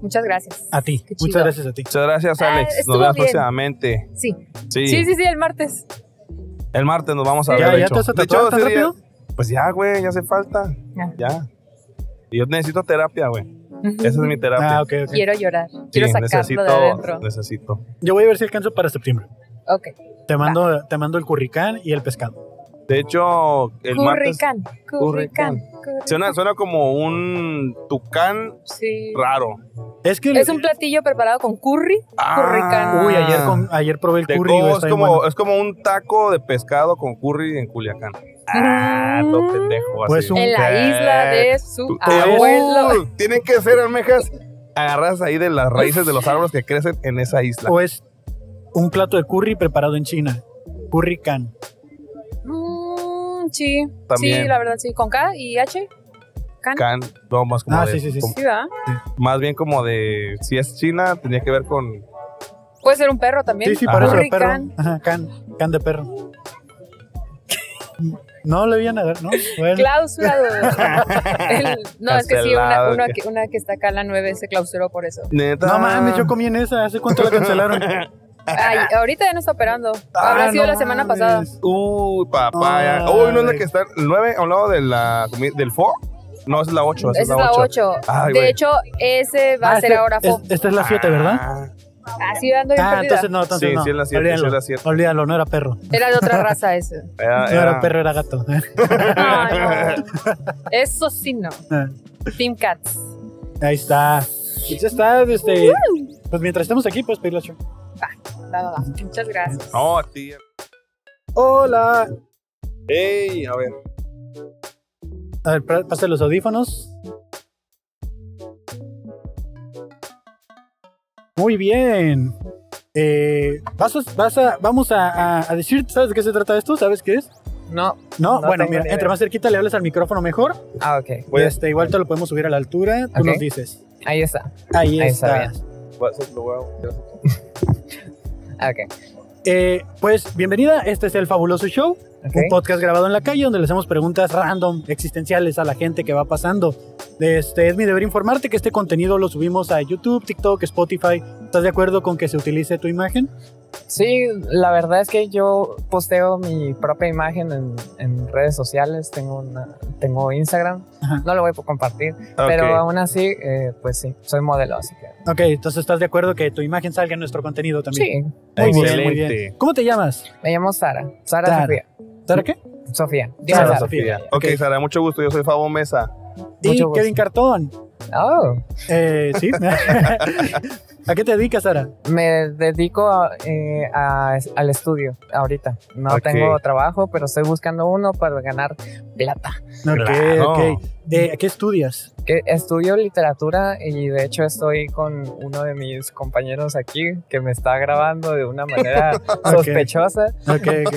Speaker 5: Muchas gracias.
Speaker 3: A ti.
Speaker 5: Qué chido.
Speaker 3: Muchas gracias a ti.
Speaker 2: Muchas gracias,
Speaker 5: Ah,
Speaker 2: Alex.
Speaker 5: estuvo
Speaker 2: nos vemos
Speaker 5: bien.
Speaker 2: próximamente.
Speaker 5: Sí.
Speaker 2: Sí.
Speaker 5: sí, sí, sí, el martes.
Speaker 2: El martes nos vamos a
Speaker 3: ¿Ya-
Speaker 2: ver. de
Speaker 3: ya
Speaker 2: hecho.
Speaker 3: te vas a
Speaker 2: De
Speaker 3: tatuar
Speaker 2: hecho,
Speaker 3: tan
Speaker 2: ese día-
Speaker 3: rápido?
Speaker 2: Pues ya, güey, ya hace falta.
Speaker 5: Ah.
Speaker 2: Ya. Y yo necesito terapia, güey. Esa es mi terapia.
Speaker 3: Ah, ok, ok.
Speaker 5: Quiero llorar.
Speaker 2: Sí,
Speaker 5: Quiero sacarlo
Speaker 2: necesito,
Speaker 5: de adentro.
Speaker 2: necesito.
Speaker 3: Yo voy a ver si alcanzo para septiembre.
Speaker 5: Ok.
Speaker 3: Te mando, te mando el curricán y el pescado.
Speaker 2: De hecho, el martes
Speaker 5: Curricán. Curricán.
Speaker 2: suena, suena como un tucán
Speaker 5: Sí.
Speaker 2: raro.
Speaker 3: Es que
Speaker 5: Es un platillo preparado con curry. Curricán.
Speaker 3: Uy, ayer, com- ayer probé el
Speaker 2: Ah. De
Speaker 3: curry.
Speaker 2: co-
Speaker 3: güey,
Speaker 2: es,
Speaker 3: está bien
Speaker 2: como,
Speaker 3: bueno.
Speaker 2: es como un taco de pescado con curry en Culiacán. Ah, no pendejo. Así.
Speaker 3: Pues un-
Speaker 5: Mm. En la isla de su
Speaker 2: Tu-
Speaker 3: Ah,
Speaker 5: abuelo.
Speaker 2: Uh, tienen que ser almejas agarradas ahí de las raíces de los árboles que crecen en esa isla.
Speaker 3: O es un plato de curry preparado en China. Curricán.
Speaker 5: Mm, sí.
Speaker 2: También.
Speaker 5: Sí, la verdad, sí. Con K y H. Can.
Speaker 2: Can, no, más como
Speaker 3: Ah,
Speaker 2: de-
Speaker 3: sí, sí, sí.
Speaker 2: como-
Speaker 5: Sí, ¿verdad?
Speaker 2: más bien como de si es China tenía que ver con
Speaker 5: Puede ser un perro también.
Speaker 3: Sí, sí,
Speaker 2: Ajá.
Speaker 3: por eso de perro.
Speaker 5: Curricán.
Speaker 3: Ajá, can, can de perro. No le iban a ver, ¿no? Bueno,
Speaker 5: Clausurado. El- no, es que sí, una,
Speaker 2: Cancelado,
Speaker 5: una
Speaker 2: que-
Speaker 5: que, una que está acá, la 9, se clausuró por eso.
Speaker 2: neta
Speaker 3: No mames, yo comí en esa. ¿Hace cuánto la cancelaron?
Speaker 5: Ay, ahorita ya no está operando.
Speaker 3: Ah,
Speaker 5: Habrá sido
Speaker 3: no
Speaker 5: la semana
Speaker 3: mames.
Speaker 5: pasada.
Speaker 2: Uy, papaya.
Speaker 3: Ay.
Speaker 2: Uy, no es la que está el 9 a un lado de la comi- del fo. No, es la 8,
Speaker 5: Esa es la 8.
Speaker 2: Ay,
Speaker 5: de
Speaker 2: güey.
Speaker 5: hecho, ese va
Speaker 3: Ah,
Speaker 5: a ser
Speaker 3: este-
Speaker 5: ahora
Speaker 3: es-
Speaker 5: FO.
Speaker 3: esta es la 7, ¿verdad?
Speaker 5: Así dando bien
Speaker 3: Ah,
Speaker 5: perdida.
Speaker 3: entonces no, entonces
Speaker 2: Ah. Sí,
Speaker 3: no.
Speaker 2: sí es la siete,
Speaker 3: Olvídalo,
Speaker 2: sí es la siete. Ah,
Speaker 3: olvídalo, no era perro.
Speaker 5: Era de otra raza ese.
Speaker 2: Era,
Speaker 3: no era
Speaker 2: era-
Speaker 3: perro, era gato.
Speaker 5: Ay, no. Eso sí no. Team Cats.
Speaker 3: Ahí está. Pues ya está, este. Pues mientras estamos aquí, puedes pedir la show.
Speaker 5: Va, va, va. Muchas gracias.
Speaker 2: No, a ti.
Speaker 3: Hola.
Speaker 2: Ey, a ver.
Speaker 3: A ver, pa- pasa los audífonos. Muy bien. Eh, vas a- vas a- vamos a, a- a decir, ¿sabes de qué se trata esto? ¿Sabes qué es?
Speaker 6: No.
Speaker 3: No,
Speaker 6: No
Speaker 3: bueno,
Speaker 6: tengo
Speaker 3: mira,
Speaker 6: ni
Speaker 3: entre
Speaker 6: idea.
Speaker 3: más cerquita le hables al micrófono mejor.
Speaker 6: Ah, ok.
Speaker 2: Voy a-
Speaker 3: Este, igual te lo podemos subir a la altura. Tú
Speaker 6: Ok.
Speaker 3: nos dices.
Speaker 6: Ahí está.
Speaker 3: Ahí,
Speaker 6: Ahí está
Speaker 3: está.
Speaker 2: voy a hacer- lo voy a-
Speaker 6: Ah, Ok.
Speaker 3: Eh, pues bienvenida, este es el Fabuloso Show, un
Speaker 6: Ok.
Speaker 3: podcast grabado en la calle donde le hacemos preguntas random, existenciales a la gente que va pasando. Este, es mi deber informarte que este contenido lo subimos a YouTube, TikTok, Spotify. ¿Estás de acuerdo con que se utilice tu imagen?
Speaker 6: Sí, la verdad es que yo posteo mi propia imagen en, en redes sociales. Tengo, una, tengo Instagram.
Speaker 3: Ajá. Ah,
Speaker 6: No lo voy a compartir. Pero
Speaker 2: Ok.
Speaker 6: aún así, eh, pues sí, soy modelo, así que.
Speaker 3: Ok, entonces estás de acuerdo que tu imagen salga en nuestro contenido también.
Speaker 6: Sí.
Speaker 3: muy bien,
Speaker 2: Excelente.
Speaker 3: muy bien. ¿Cómo te llamas?
Speaker 6: Me llamo Sara. Sara,
Speaker 3: Sara.
Speaker 6: Sofía.
Speaker 3: ¿Sara qué?
Speaker 6: Sofía. Dime
Speaker 3: Sara,
Speaker 6: Sara.
Speaker 3: Sofía.
Speaker 2: Ok, Sara, mucho gusto. Yo soy Fabo Mesa.
Speaker 3: Y
Speaker 6: Mucho gusto.
Speaker 3: Kevin Cartón.
Speaker 6: Oh,
Speaker 3: Eh, sí. ¿A qué te dedicas, Sara?
Speaker 6: me dedico a, eh, a- al estudio ahorita. No
Speaker 2: Ok.
Speaker 6: tengo trabajo, pero estoy buscando uno para ganar plata.
Speaker 3: Ok,
Speaker 2: Claro.
Speaker 3: ok. Eh, ¿a ¿Qué estudias?
Speaker 6: Que estudio literatura y de hecho estoy con uno de mis compañeros aquí que me está grabando de una manera sospechosa,
Speaker 3: Ok, ok.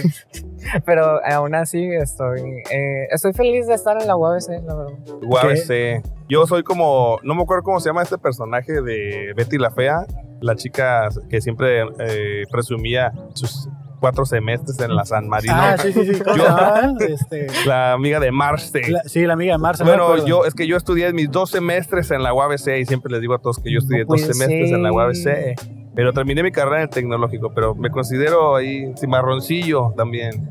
Speaker 6: pero aún así estoy, eh, estoy feliz de estar en la UABC, la verdad.
Speaker 2: UABC. este, Yo soy como, no me acuerdo cómo se llama este personaje de Betty la Fea, la chica que siempre eh, presumía sus cuatro semestres en la San Marino.
Speaker 3: Ah, sí, sí, sí. ¿Cómo se
Speaker 2: Yo-
Speaker 3: llamaba? Este,
Speaker 2: La amiga de Marce.
Speaker 3: la- sí, la amiga de Marcia. no Pues, me
Speaker 2: bueno,
Speaker 3: acuerdo.
Speaker 2: yo es que yo estudié mis dos semestres en la UABC y siempre les digo a todos que yo estudié
Speaker 6: No
Speaker 2: dos
Speaker 6: puede
Speaker 2: semestres en la
Speaker 6: ser.
Speaker 2: UABC. Pero terminé mi carrera en el tecnológico, pero me considero ahí cimarroncillo también.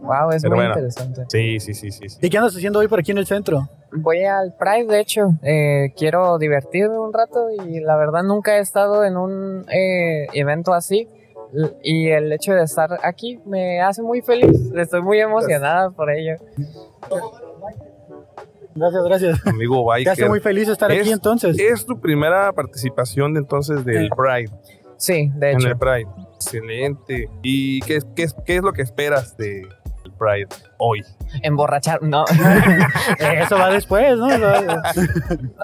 Speaker 6: Wow, es
Speaker 2: Pero
Speaker 6: muy
Speaker 2: bueno.
Speaker 6: interesante.
Speaker 2: Sí, sí, sí, sí. sí.
Speaker 3: ¿Y qué andas haciendo hoy por aquí en el centro?
Speaker 6: Voy al Pride, de hecho. Eh, quiero divertirme un rato y la verdad nunca he estado en un eh, evento así. L- Y el hecho de estar aquí me hace muy feliz. Estoy muy emocionada
Speaker 2: Pues
Speaker 6: por ello.
Speaker 3: Gracias, gracias.
Speaker 2: Amigo
Speaker 3: Te hace
Speaker 2: biker.
Speaker 3: muy feliz estar
Speaker 2: Es-
Speaker 3: aquí entonces.
Speaker 2: Es tu primera participación entonces del Pride,
Speaker 6: Sí, de
Speaker 2: en
Speaker 6: hecho.
Speaker 2: el Pride. Excelente. ¿Y qué, es- qué, es- qué es lo que esperas del Pride hoy?
Speaker 6: Emborrachar, no.
Speaker 3: Eso va después, ¿no? Eso-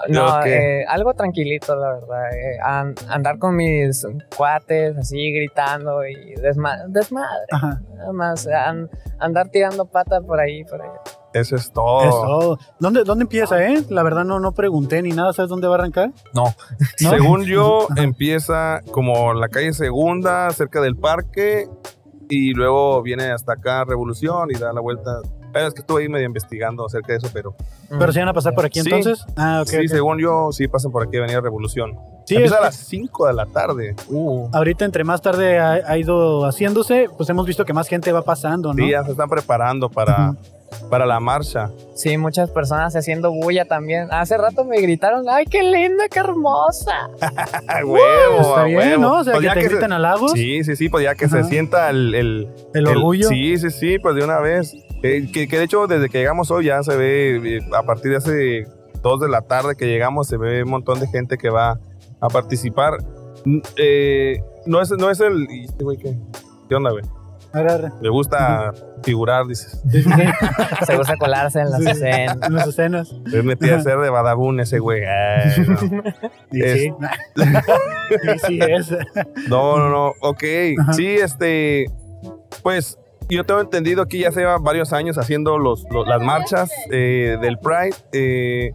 Speaker 6: No,
Speaker 2: Ok.
Speaker 6: eh, algo tranquilito, la verdad. eh, an- andar con mis cuates así gritando y desma- desmadre.
Speaker 3: Ajá,
Speaker 6: Nada más. an- andar tirando pata por ahí, por ahí.
Speaker 2: Eso es todo.
Speaker 3: eso. ¿Dónde, ¿Dónde empieza, eh? La verdad no, no pregunté ni nada. ¿Sabes dónde va a arrancar?
Speaker 2: No.
Speaker 3: ¿No?
Speaker 2: Según yo, empieza como la calle Segunda, cerca del parque, y luego viene hasta acá Revolución y da la vuelta. Pero es que estuve ahí medio investigando acerca de eso, pero
Speaker 3: ¿Pero se van a pasar por aquí
Speaker 2: Sí.
Speaker 3: entonces? Ah, ok.
Speaker 2: sí,
Speaker 3: ok.
Speaker 2: según yo, sí pasan por aquí Avenida Revolución.
Speaker 3: Sí,
Speaker 2: empieza a
Speaker 3: es que
Speaker 2: las 5 de la tarde. Uh.
Speaker 3: ahorita entre más tarde ha, ha ido haciéndose, pues hemos visto que más gente va pasando, ¿no?
Speaker 2: Sí, ya se están preparando para,
Speaker 3: Ujú.
Speaker 2: para la marcha.
Speaker 6: Sí, muchas personas haciendo bulla también. Hace rato me gritaron, ¡ay, qué linda, qué hermosa!
Speaker 2: ¡A huevo!
Speaker 3: Está
Speaker 2: a
Speaker 3: bien,
Speaker 2: huevo.
Speaker 3: ¿no? O sea,
Speaker 2: Pues
Speaker 3: que
Speaker 2: ya
Speaker 3: te
Speaker 2: que se-
Speaker 3: gritan halagos,
Speaker 2: Sí, sí, sí, pues ya que se
Speaker 3: Ajá.
Speaker 2: sienta el, el, El-
Speaker 3: el orgullo.
Speaker 2: sí, sí, sí, pues de una vez. Eh, que, que de hecho desde que llegamos hoy ya se ve, eh, a partir de hace 2 de la tarde que llegamos, se ve un montón de gente que va a participar. N- eh, no, es, no es el... y este güey, ¿qué? ¿Qué onda, güey?
Speaker 3: Arre, arre.
Speaker 2: Le gusta figurar, dices.
Speaker 3: Sí, sí, sí.
Speaker 6: Se gusta colarse en las
Speaker 3: Sí.
Speaker 6: escenas.
Speaker 3: En las escenas.
Speaker 2: Es metido a ser de badabun ese güey. Ay, no.
Speaker 3: Y
Speaker 2: Es-
Speaker 3: sí. Y sí es.
Speaker 2: No, no, no. Ok.
Speaker 3: Ajá.
Speaker 2: Sí, este. Pues yo tengo entendido que ya hace varios años haciendo los, los- las marchas eh, del Pride. Eh,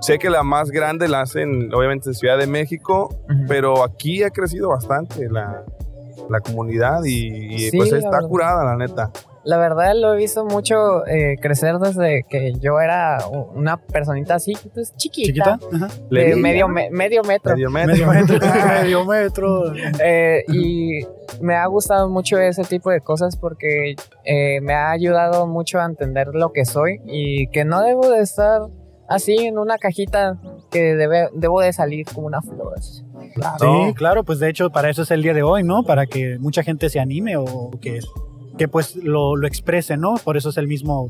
Speaker 2: sé que la más grande la hacen, obviamente, en Ciudad de México,
Speaker 6: Ujú.
Speaker 2: pero aquí ha crecido bastante la, la comunidad y, y,
Speaker 6: Sí,
Speaker 2: pues
Speaker 6: la
Speaker 2: está
Speaker 6: verdad.
Speaker 2: curada, la neta.
Speaker 6: La verdad lo he visto mucho eh, crecer desde que yo era u- una personita así, pues
Speaker 3: Chiquita.
Speaker 6: chiquita,
Speaker 3: Ajá.
Speaker 6: de
Speaker 2: Le-
Speaker 6: medio, me- medio metro.
Speaker 2: medio metro.
Speaker 3: Medio metro. Medio metro.
Speaker 6: Eh, y me ha gustado mucho ese tipo de cosas porque eh, me ha ayudado mucho a entender lo que soy y que no debo de estar así en una cajita que debe- debo de salir como una flor.
Speaker 3: Sí, claro, pues de hecho para eso es el día de hoy, ¿no? Para que mucha gente se anime o que, que pues lo, lo exprese, ¿no? Por eso es el mismo,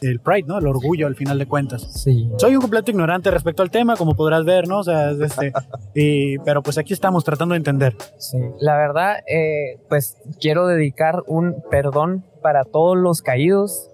Speaker 3: el pride, ¿no? El orgullo al final de cuentas.
Speaker 6: Sí.
Speaker 3: Soy un completo ignorante respecto al tema, como podrás ver, ¿no? O sea, es este, y, pero pues aquí estamos tratando de entender.
Speaker 6: Sí, la verdad, eh, pues quiero dedicar un perdón para todos los caídos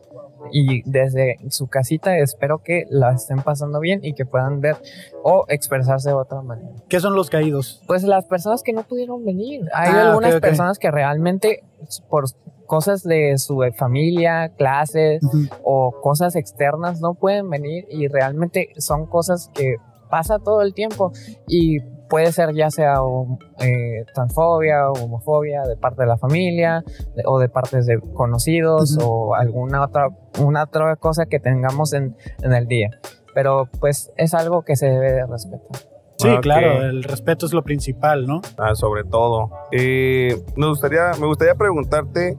Speaker 6: y desde su casita espero que la estén pasando bien y que puedan ver o expresarse de otra manera.
Speaker 3: ¿Qué son los caídos?
Speaker 6: Pues las personas que no pudieron venir, hay
Speaker 3: Ah,
Speaker 6: algunas
Speaker 3: ok, ok.
Speaker 6: personas que realmente por cosas de su familia, clases,
Speaker 3: Ujú.
Speaker 6: o cosas externas no pueden venir y realmente son cosas que pasa todo el tiempo y puede ser ya sea hom- eh, transfobia o homofobia de parte de la familia de- o de partes de conocidos
Speaker 3: Ujú.
Speaker 6: o alguna otra, una otra cosa que tengamos en, en el día. Pero pues es algo que se debe de respetar.
Speaker 3: Sí,
Speaker 2: Ah, ok.
Speaker 3: claro, el respeto es lo principal, ¿no?
Speaker 2: Ah, sobre todo. Eh, nos gustaría, me gustaría preguntarte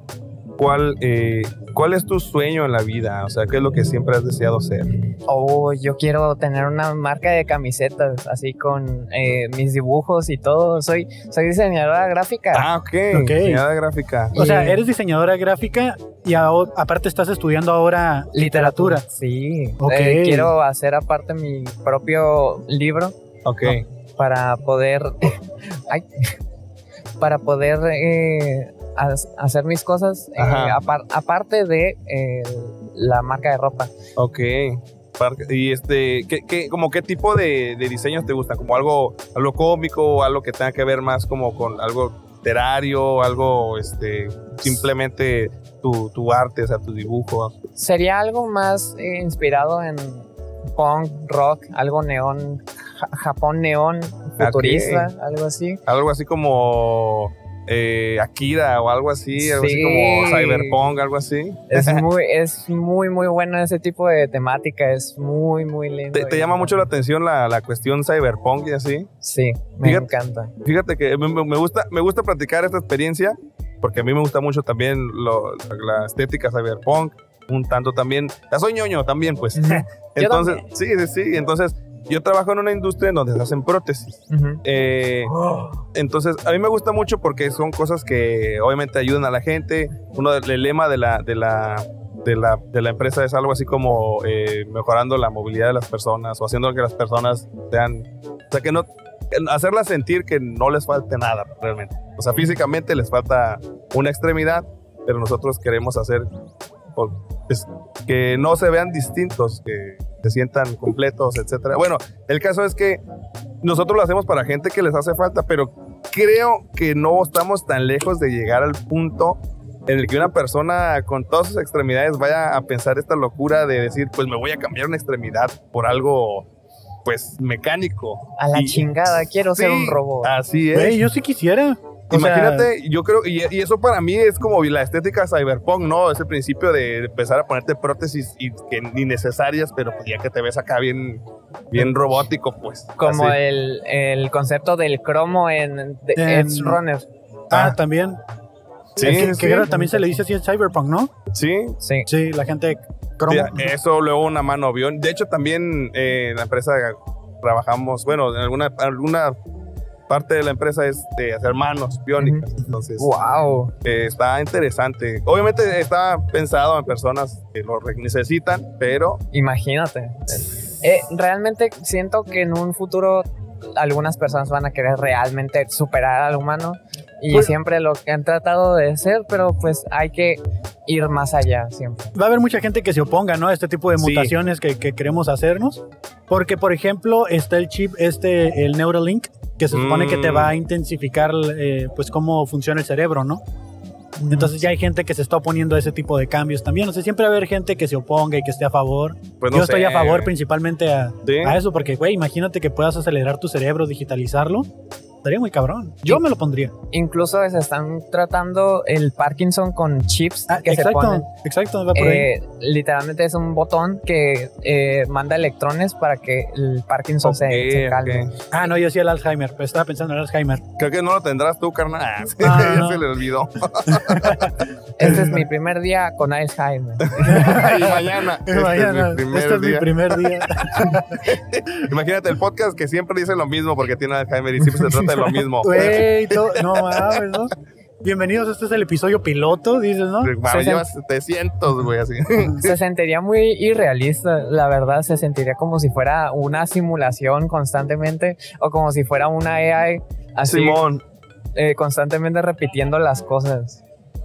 Speaker 2: cuál, eh, cuál es tu sueño en la vida, o sea, qué es lo que siempre has deseado ser.
Speaker 6: O Oh, yo quiero tener una marca de camisetas así con eh, mis dibujos y todo. Soy, soy diseñadora gráfica.
Speaker 2: Ah, ok.
Speaker 3: Ok.
Speaker 2: Diseñadora gráfica.
Speaker 3: O sea,
Speaker 6: Eh.
Speaker 3: eres diseñadora gráfica y aho- aparte estás estudiando ahora literatura.
Speaker 6: Sí.
Speaker 3: Ok.
Speaker 6: Eh, quiero hacer aparte mi propio libro
Speaker 2: Ok.
Speaker 6: para poder. ay, para poder eh, has- hacer mis cosas eh,
Speaker 2: Ajá.
Speaker 6: apar- aparte de eh, la marca de ropa.
Speaker 2: Ok. Par- Y este, ¿qué, qué, como qué tipo de, de diseños te gustan? ¿Como algo, algo cómico o algo que tenga que ver más como con algo literario, algo este, simplemente tu, tu arte, o sea, tus dibujos?
Speaker 6: Sería algo más eh, inspirado en punk, rock, algo neón, ja- Japón neón, futurista, algo así.
Speaker 2: Algo así como eh, Akira o algo así, algo así
Speaker 6: Sí.
Speaker 2: como Cyberpunk, algo así.
Speaker 6: Es muy, es muy, muy bueno ese tipo de temática. Es muy, muy lindo.
Speaker 2: ¿Te, te
Speaker 6: y-
Speaker 2: llama mucho la atención la, la cuestión Cyberpunk y así?
Speaker 6: Sí, me
Speaker 2: Fíjate-
Speaker 6: encanta.
Speaker 2: Fíjate que me, me- me gusta, me gusta platicar esta experiencia porque a mí me gusta mucho también lo- la, la estética cyberpunk, un tanto también, ya soy ñoño también, pues. entonces, sí, sí, sí, entonces yo trabajo en una industria en donde se hacen prótesis.
Speaker 6: Ujú.
Speaker 2: Eh, entonces, a mí me gusta mucho porque son cosas que obviamente ayudan a la gente. Uno del el lema de la, de la, de la, de la empresa es algo así como eh, mejorando la movilidad de las personas o haciendo que las personas sean, o sea, que no, hacerlas sentir que no les falte nada realmente. O sea, físicamente les falta una extremidad, pero nosotros queremos hacer o, pues, que no se vean distintos, que se sientan completos, etcétera. Bueno, el caso es que nosotros lo hacemos para gente que les hace falta, pero creo que no estamos tan lejos de llegar al punto en el que una persona con todas sus extremidades vaya a pensar esta locura de decir, pues me voy a cambiar una extremidad por algo, pues mecánico.
Speaker 6: A la
Speaker 2: Y-
Speaker 6: chingada, quiero ser un
Speaker 2: Sí, Ah,
Speaker 6: robot.
Speaker 2: Así es.
Speaker 3: Güey, yo sí quisiera. O sea,
Speaker 2: Imagínate, yo creo, y, y eso para mí es como la estética cyberpunk, ¿no? Es el principio de empezar a ponerte prótesis y, que innecesarias, pero pues ya que te ves acá bien, bien robótico, pues.
Speaker 6: Como
Speaker 2: así.
Speaker 6: el, el concepto del cromo en de
Speaker 3: En-
Speaker 6: Edge Runner.
Speaker 3: ah,
Speaker 2: ah.
Speaker 3: también.
Speaker 2: Sí,
Speaker 3: Es que,
Speaker 2: sí,
Speaker 3: que era- también se le dice así en Cyberpunk, ¿no?
Speaker 2: sí,
Speaker 6: Sí.
Speaker 3: Sí, la gente cromo.
Speaker 2: Ya, Eso luego una mano vio. De hecho, también eh, en la empresa trabajamos, bueno, en alguna, alguna parte de la empresa es de hacer manos biónicas. Entonces,
Speaker 6: Wow.
Speaker 2: eh, está interesante. Obviamente está pensado en personas que lo re- necesitan, pero
Speaker 6: Imagínate. Eh, realmente siento que en un futuro algunas personas van a querer realmente superar al humano y
Speaker 3: Pues-
Speaker 6: siempre lo que han tratado de ser, pero pues hay que ir más allá siempre.
Speaker 3: va a haber mucha gente que se oponga, ¿no? A este tipo de
Speaker 2: Sí.
Speaker 3: mutaciones que, que queremos hacernos. Porque, por ejemplo, está el chip, este, el Neuralink, que se supone que te
Speaker 2: Mm.
Speaker 3: va a intensificar, eh, pues, cómo funciona el cerebro, ¿no? Entonces ya hay gente que se está oponiendo a ese tipo de cambios también. O sea, siempre va a haber gente que se oponga y que esté a favor.
Speaker 2: pues no
Speaker 3: Yo estoy
Speaker 2: sé.
Speaker 3: a favor ¿Ah? principalmente a,
Speaker 2: Sí.
Speaker 3: a eso, porque, güey, imagínate que puedas acelerar tu cerebro, digitalizarlo. Estaría muy cabrón. Yo me lo pondría.
Speaker 6: Incluso se están tratando el Parkinson con chips
Speaker 3: Ah,
Speaker 6: que se ponen.
Speaker 3: exacto, exacto, va por ahí.
Speaker 6: Eh, literalmente es un botón que eh, manda electrones para que el Parkinson se,
Speaker 2: Ok,
Speaker 6: se calme.
Speaker 2: ok.
Speaker 3: Ah, no, yo sí el Alzheimer, pero estaba pensando en el Alzheimer.
Speaker 2: Creo que no lo tendrás tú, carnal.
Speaker 3: No,
Speaker 2: ya
Speaker 3: Ah, no.
Speaker 2: se le olvidó.
Speaker 6: Este es mi primer día con Alzheimer.
Speaker 2: y mañana. Este es mi
Speaker 3: Mañana,
Speaker 2: primer
Speaker 3: este es mi
Speaker 2: día.
Speaker 3: primer día.
Speaker 2: Imagínate el podcast que siempre dice lo mismo porque tiene Alzheimer y siempre se trata de lo mismo.
Speaker 3: Güey, no, no mames, ¿no? Bienvenidos, este es el episodio piloto, dices, ¿no?
Speaker 2: Mames, llevas 700, güey, así.
Speaker 6: se sentiría muy irrealista, la verdad, se sentiría como si fuera una simulación constantemente o como si fuera una AI así
Speaker 2: Simón.
Speaker 6: eh, constantemente repitiendo las cosas.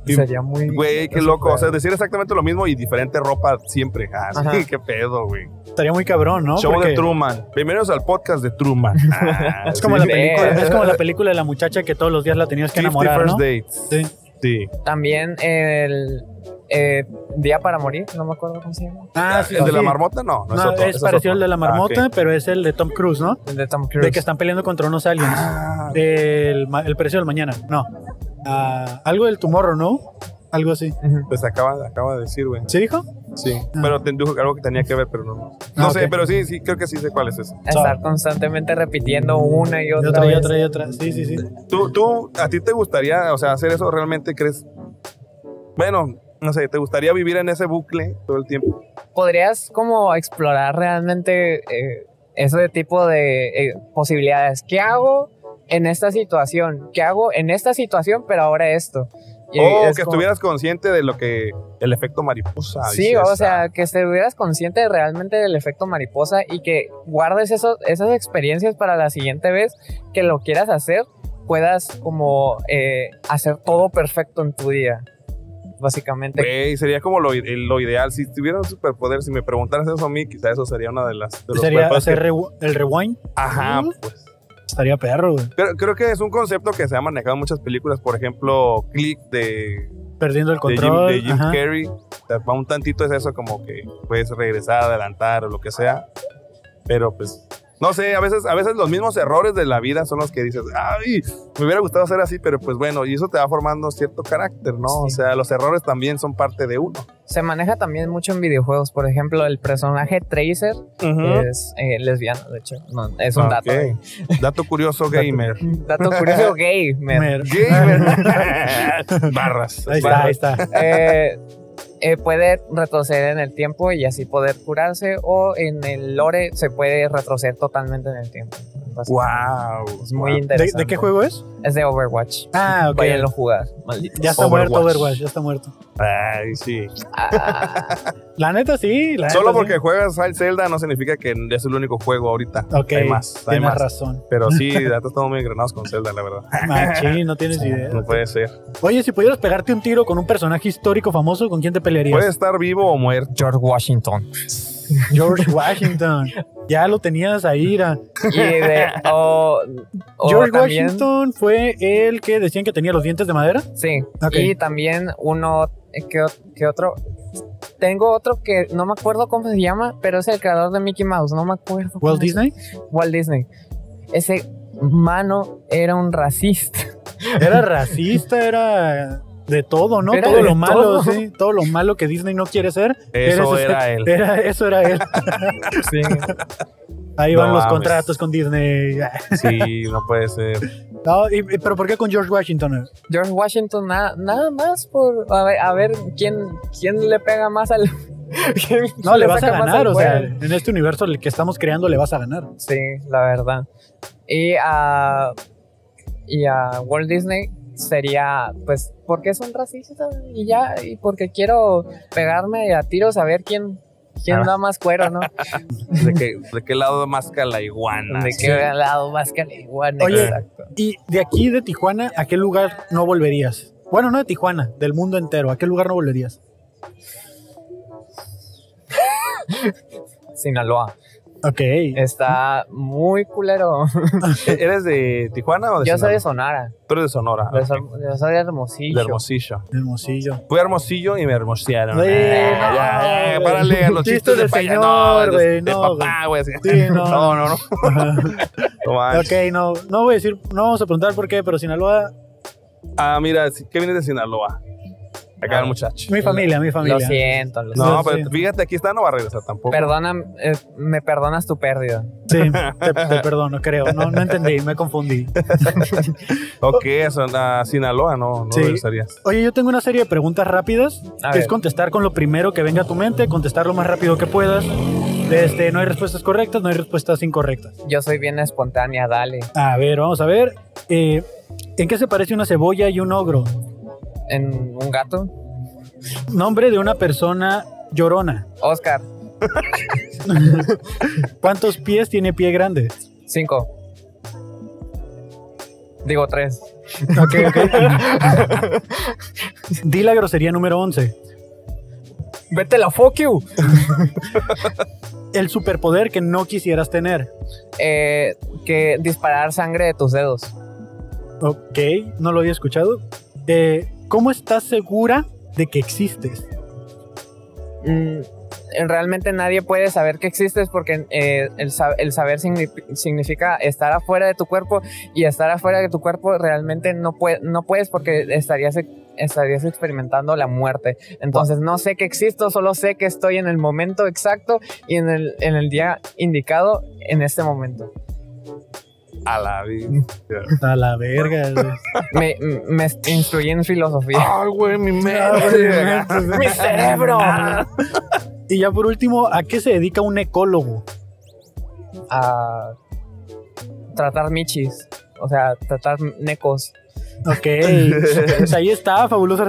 Speaker 2: Y-
Speaker 6: Sería muy...
Speaker 2: Güey, qué
Speaker 6: no
Speaker 2: loco.
Speaker 6: se
Speaker 2: O sea,
Speaker 6: puede.
Speaker 2: decir exactamente lo mismo y diferente ropa siempre. Ah, sí,
Speaker 6: Ajá.
Speaker 2: qué pedo, güey.
Speaker 3: Estaría muy cabrón, ¿no?
Speaker 2: Show
Speaker 3: Porque
Speaker 2: de Truman. Bienvenidos al podcast de Truman. Ah,
Speaker 3: es como,
Speaker 2: sí,
Speaker 3: la
Speaker 2: sí.
Speaker 3: película,
Speaker 6: Sí.
Speaker 3: es como la película de la muchacha que todos los días la tenías que
Speaker 2: 50
Speaker 3: enamorar, ¿no?
Speaker 2: First Dates.
Speaker 3: Sí.
Speaker 2: Sí.
Speaker 6: También el eh, Día para Morir, no me acuerdo cómo se llama.
Speaker 3: Ah, sí,
Speaker 2: ¿El de la
Speaker 3: sí.
Speaker 2: marmota? No, no,
Speaker 3: No,
Speaker 2: es otro.
Speaker 3: es parecido al de la marmota,
Speaker 2: Ah,
Speaker 3: pero es el de Tom Cruise, ¿no?
Speaker 6: El de Tom Cruise.
Speaker 3: De que están peleando contra unos aliens.
Speaker 2: Ah,
Speaker 6: Ah,
Speaker 3: Del ma- el precio del mañana, no. Ah, algo del tomorrow, ¿no? Algo así.
Speaker 6: Ujú.
Speaker 2: Pues acaba, acaba de decir, güey.
Speaker 3: ¿Sí dijo?
Speaker 2: Sí.
Speaker 3: Ah.
Speaker 2: Pero te indujo algo que tenía que ver, pero no. No
Speaker 3: Ah,
Speaker 2: sé,
Speaker 3: ok.
Speaker 2: pero sí, sí, creo que sí sé cuál es eso.
Speaker 6: Estar constantemente repitiendo una y
Speaker 3: Y
Speaker 6: otra.
Speaker 3: otra, y
Speaker 6: vez.
Speaker 3: otra, y otra. Sí, sí, sí.
Speaker 2: ¿Tú, tú, a ti te gustaría, o sea, hacer eso realmente crees? Bueno, no sé, ¿te gustaría vivir en ese bucle todo el tiempo?
Speaker 6: podrías como explorar realmente eh, ese tipo de eh, posibilidades. ¿Qué hago en esta situación? ¿Qué hago en esta situación, pero ahora esto? Y
Speaker 2: o
Speaker 6: es
Speaker 2: Oh, que
Speaker 6: como-
Speaker 2: estuvieras consciente de lo que, el efecto mariposa.
Speaker 6: Sí,
Speaker 2: dices,
Speaker 6: o sea, que estuvieras consciente realmente del efecto mariposa y que guardes eso- esas experiencias para la siguiente vez que lo quieras hacer, puedas como eh, hacer todo perfecto en tu día, básicamente.
Speaker 2: Güey, sería como lo, i- lo ideal. Si tuviera un superpoder, si me preguntaras eso a mí, quizá eso sería una de las. de los
Speaker 3: Sería
Speaker 2: superpoderes que-
Speaker 3: hacer rewi- el rewind.
Speaker 2: Ajá,
Speaker 3: ¿Mm?
Speaker 2: pues.
Speaker 3: Estaría perro, güey.
Speaker 2: Creo, creo que es un concepto que se ha manejado en muchas películas. Por ejemplo, Click de,
Speaker 3: Perdiendo el
Speaker 2: de Jim,
Speaker 3: control.
Speaker 2: de Jim
Speaker 3: ajá.
Speaker 2: Carrey. O sea, va un tantito es eso, como que puedes regresar, adelantar o lo que sea. Pero pues No sé, a veces, a veces los mismos errores de la vida son los que dices, ay, me hubiera gustado ser así, pero pues bueno, y eso te va formando cierto carácter, ¿no? O
Speaker 6: Sí.
Speaker 2: sea, los errores también son parte de uno.
Speaker 6: Se maneja también mucho en videojuegos. Por ejemplo, el personaje Tracer que es eh, lesbiana, de hecho. No, es un
Speaker 2: Ah,
Speaker 6: dato. eh,
Speaker 2: ok. Dato curioso gamer.
Speaker 6: Dato curioso gay, man.
Speaker 3: Mer.
Speaker 2: gamer. barras.
Speaker 3: Ahí está, ahí
Speaker 2: barras.
Speaker 3: está.
Speaker 6: Eh, eh, puede retroceder en el tiempo y así poder curarse. O en el lore se puede retroceder totalmente en el tiempo.
Speaker 2: Wow.
Speaker 6: Es muy
Speaker 3: ¿De,
Speaker 6: interesante.
Speaker 3: de qué juego es?
Speaker 6: Es de Overwatch.
Speaker 3: Ah, ok.
Speaker 6: Váyanlo a jugar, malditos.
Speaker 3: Ya está
Speaker 2: Overwatch.
Speaker 3: muerto Overwatch, ya está muerto.
Speaker 2: Ay, sí.
Speaker 6: Ah,
Speaker 3: La neta sí, la
Speaker 2: Solo
Speaker 3: neta,
Speaker 2: porque
Speaker 3: Ah, sí.
Speaker 2: juegas al Zelda no significa que es el único juego ahorita.
Speaker 3: Ok,
Speaker 2: Hay más, hay
Speaker 3: tienes
Speaker 2: más.
Speaker 3: razón.
Speaker 2: Pero sí, datos estamos muy engranados con Zelda, la verdad.
Speaker 3: Machín, no tienes idea.
Speaker 2: No puede ser.
Speaker 3: Oye, si pudieras pegarte un tiro con un personaje histórico famoso, ¿con quién te pelearías?
Speaker 2: Puede estar vivo o muerto.
Speaker 6: George Washington.
Speaker 3: George Washington. ya lo tenías ahí. Ira.
Speaker 6: Y de, o, o
Speaker 3: George
Speaker 6: también-
Speaker 3: Washington fue el que decían que tenía los dientes de madera.
Speaker 6: Sí.
Speaker 3: Ok.
Speaker 6: Y también uno, eh, que otro? Tengo otro que no me acuerdo cómo se llama, pero es el creador de Mickey Mouse, no me acuerdo. cómo
Speaker 3: Walt
Speaker 6: se-
Speaker 3: Disney.
Speaker 6: Walt Disney. Ese mano era un racista.
Speaker 3: Era racista, era de todo, ¿no?
Speaker 6: Era
Speaker 3: todo
Speaker 6: de
Speaker 3: lo malo,
Speaker 6: todo.
Speaker 3: sí. Todo lo malo que Disney no quiere ser.
Speaker 2: Eso
Speaker 3: ese-
Speaker 2: era él.
Speaker 3: era- eso era él.
Speaker 6: Sí.
Speaker 3: Ahí
Speaker 2: No
Speaker 3: van los
Speaker 2: mames.
Speaker 3: contratos con Disney.
Speaker 2: Sí, no puede ser.
Speaker 3: No, y- y- pero ¿por qué con George Washington?
Speaker 6: George Washington na- nada más por a ver, a ver quién quién le pega más al quién
Speaker 3: No, le vas a
Speaker 6: saca más
Speaker 3: ganar,
Speaker 6: al
Speaker 3: o sea,
Speaker 6: juego.
Speaker 3: en este universo el que estamos creando le vas a ganar.
Speaker 6: Sí, la verdad. Y a. Y a Walt Disney sería, pues, porque es un racista y ya, y porque quiero pegarme a tiros a ver quién, quién
Speaker 2: Ah.
Speaker 6: da más cuero, ¿no?
Speaker 2: ¿De qué, de qué lado más que la iguana?
Speaker 6: De qué lado más que la iguana,
Speaker 3: Oye.
Speaker 6: exacto.
Speaker 3: Y de aquí, de Tijuana, ¿a qué lugar no volverías? Bueno, no de Tijuana, del mundo entero, ¿a qué lugar no volverías?
Speaker 6: Sinaloa.
Speaker 3: Ok.
Speaker 6: Está muy culero.
Speaker 2: Eh, ¿Eres de Tijuana o de
Speaker 6: Yo soy de
Speaker 2: Sonora?
Speaker 6: Sonora.
Speaker 2: Tú eres de Sonora.
Speaker 6: Yo soy- yo soy de Hermosillo.
Speaker 2: De Hermosillo.
Speaker 3: Hermosillo.
Speaker 2: Fui a Hermosillo y me hermosearon.
Speaker 3: Sí,
Speaker 2: Ah,
Speaker 3: no,
Speaker 2: ya, ya,
Speaker 3: güey.
Speaker 2: párale a los
Speaker 3: Chistes
Speaker 2: chistes de,
Speaker 3: de
Speaker 2: paya-
Speaker 3: señor,
Speaker 2: no, de-
Speaker 3: güey,
Speaker 2: de
Speaker 3: no,
Speaker 2: papá, güey. así.
Speaker 3: Sí, no.
Speaker 2: no, no, no.
Speaker 3: Ajá.
Speaker 2: no
Speaker 3: ok,
Speaker 2: manches.
Speaker 3: no, no voy a decir, no vamos a preguntar por qué, pero Sinaloa,
Speaker 2: Ah, mira, sí, ¿qué vienes de Sinaloa? Acá el muchacho.
Speaker 3: mi familia, mi
Speaker 6: Lo
Speaker 3: familia.
Speaker 6: siento, lo siento.
Speaker 2: No,
Speaker 3: Ah. sí,
Speaker 2: pero
Speaker 3: sí.
Speaker 2: fíjate, aquí está, no va a regresar tampoco.
Speaker 6: Perdona, eh, me perdonas tu pérdida.
Speaker 3: Sí, te, te perdono, creo. No, no entendí, me confundí.
Speaker 2: Ok, eso, a Sinaloa no, no
Speaker 3: Sí.
Speaker 2: regresarías.
Speaker 3: Oye, yo tengo una serie de preguntas rápidas,
Speaker 6: A
Speaker 3: que es
Speaker 6: ver.
Speaker 3: contestar con lo primero que venga a tu mente, contestar lo más rápido que puedas. Este, no hay respuestas correctas, no hay respuestas incorrectas.
Speaker 6: Yo soy bien espontánea, dale.
Speaker 3: A ver, vamos a ver. eh, ¿En qué se parece una cebolla y un ogro?
Speaker 6: En un gato.
Speaker 3: Nombre de una persona llorona.
Speaker 6: Oscar,
Speaker 3: ¿Cuántos pies tiene pie grande?
Speaker 6: 5. Digo 3.
Speaker 3: Ok, ok. Di la grosería número 11.
Speaker 6: Vete la fuck you.
Speaker 3: El superpoder que no quisieras tener.
Speaker 6: Eh, que disparar sangre de tus dedos.
Speaker 3: Ok, no lo había escuchado. Eh, ¿Cómo estás segura de que existes?
Speaker 6: Mm, realmente nadie puede saber que existes porque eh, el, sa- el saber signi- significa estar afuera de tu cuerpo y estar afuera de tu cuerpo realmente no, pue- no puedes porque estarías estarías experimentando la muerte. Entonces no sé que existo, solo sé que estoy en el momento exacto y en el, en el día indicado en este momento.
Speaker 2: A la vida.
Speaker 3: A la verga. güey.
Speaker 6: me, me instruí en filosofía.
Speaker 2: Ay, güey, mi
Speaker 3: Ah,
Speaker 2: mente.
Speaker 3: güey.
Speaker 6: ¡Mi cerebro!
Speaker 3: Y ya por último, ¿a qué se dedica un ecólogo?
Speaker 6: A tratar michis. O sea, tratar necos.
Speaker 3: Ok, pues ahí está, fabulosas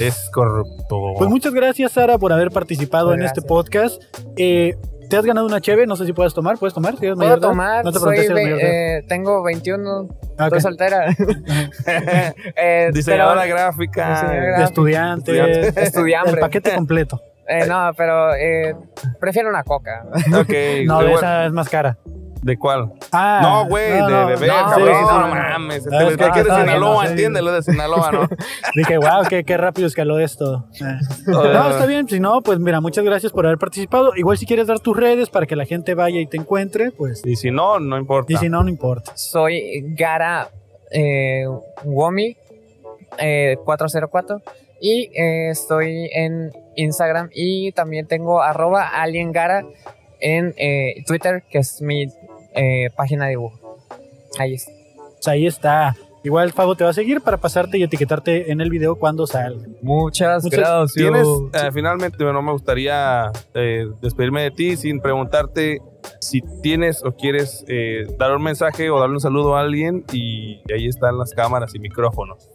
Speaker 2: Es corrupto.
Speaker 3: Pues muchas gracias, Sara, por haber participado en
Speaker 6: Gracias.
Speaker 3: este podcast. Eh, te has ganado una cheve, no sé si puedes tomar, ¿puedes tomar? Si eres
Speaker 6: Puedo
Speaker 3: mayor de edad.
Speaker 6: tomar,
Speaker 3: No te
Speaker 6: soy
Speaker 3: pregunté si eres
Speaker 6: ve-
Speaker 3: mayor de edad.
Speaker 6: eh, tengo 21,
Speaker 3: Ah, ok.
Speaker 6: estoy soltera. Eh,
Speaker 2: Diseñadora
Speaker 6: pero-
Speaker 2: gráfica.
Speaker 6: Diseñadora
Speaker 3: De estudiante,
Speaker 2: Estudiante.
Speaker 3: el
Speaker 6: Estudiambre.
Speaker 3: paquete completo.
Speaker 6: eh, no, pero eh, prefiero una coca.
Speaker 2: Ok.
Speaker 3: No,
Speaker 2: pero
Speaker 3: esa
Speaker 2: bueno,
Speaker 3: es más cara.
Speaker 2: ¿De cuál?
Speaker 3: Ah,
Speaker 2: no, güey, de bebé,
Speaker 6: no,
Speaker 2: cabrón.
Speaker 6: sí, sí,
Speaker 2: no,
Speaker 6: sí.
Speaker 2: mames.
Speaker 3: Ah,
Speaker 2: Este güey
Speaker 3: es que
Speaker 2: que es de
Speaker 3: está bien,
Speaker 2: Sinaloa,
Speaker 3: sí.
Speaker 2: entiéndelo, de Sinaloa, ¿no?
Speaker 3: Dije, wow, qué, qué rápido escaló esto. Eh. No, está bien. Si no, pues mira, muchas gracias por haber participado. Igual si quieres dar tus redes para que la gente vaya y te encuentre, pues.
Speaker 2: Y si no, no importa.
Speaker 3: Y si no, no importa.
Speaker 6: Soy Gara eh, Womi eh, 404 y eh, estoy en Instagram y también tengo arroba aliengara en eh, Twitter, que es mi eh, página de dibujo. Ahí está.
Speaker 3: Pues ahí está. Igual Fabo te va a seguir para pasarte y etiquetarte en el video cuando salga.
Speaker 6: Muchas,
Speaker 3: Muchas-
Speaker 6: gracias.
Speaker 2: Tienes, eh, finalmente, no me gustaría eh, despedirme de ti sin preguntarte si tienes o quieres eh, dar un mensaje o darle un saludo a alguien y ahí están las cámaras y micrófonos.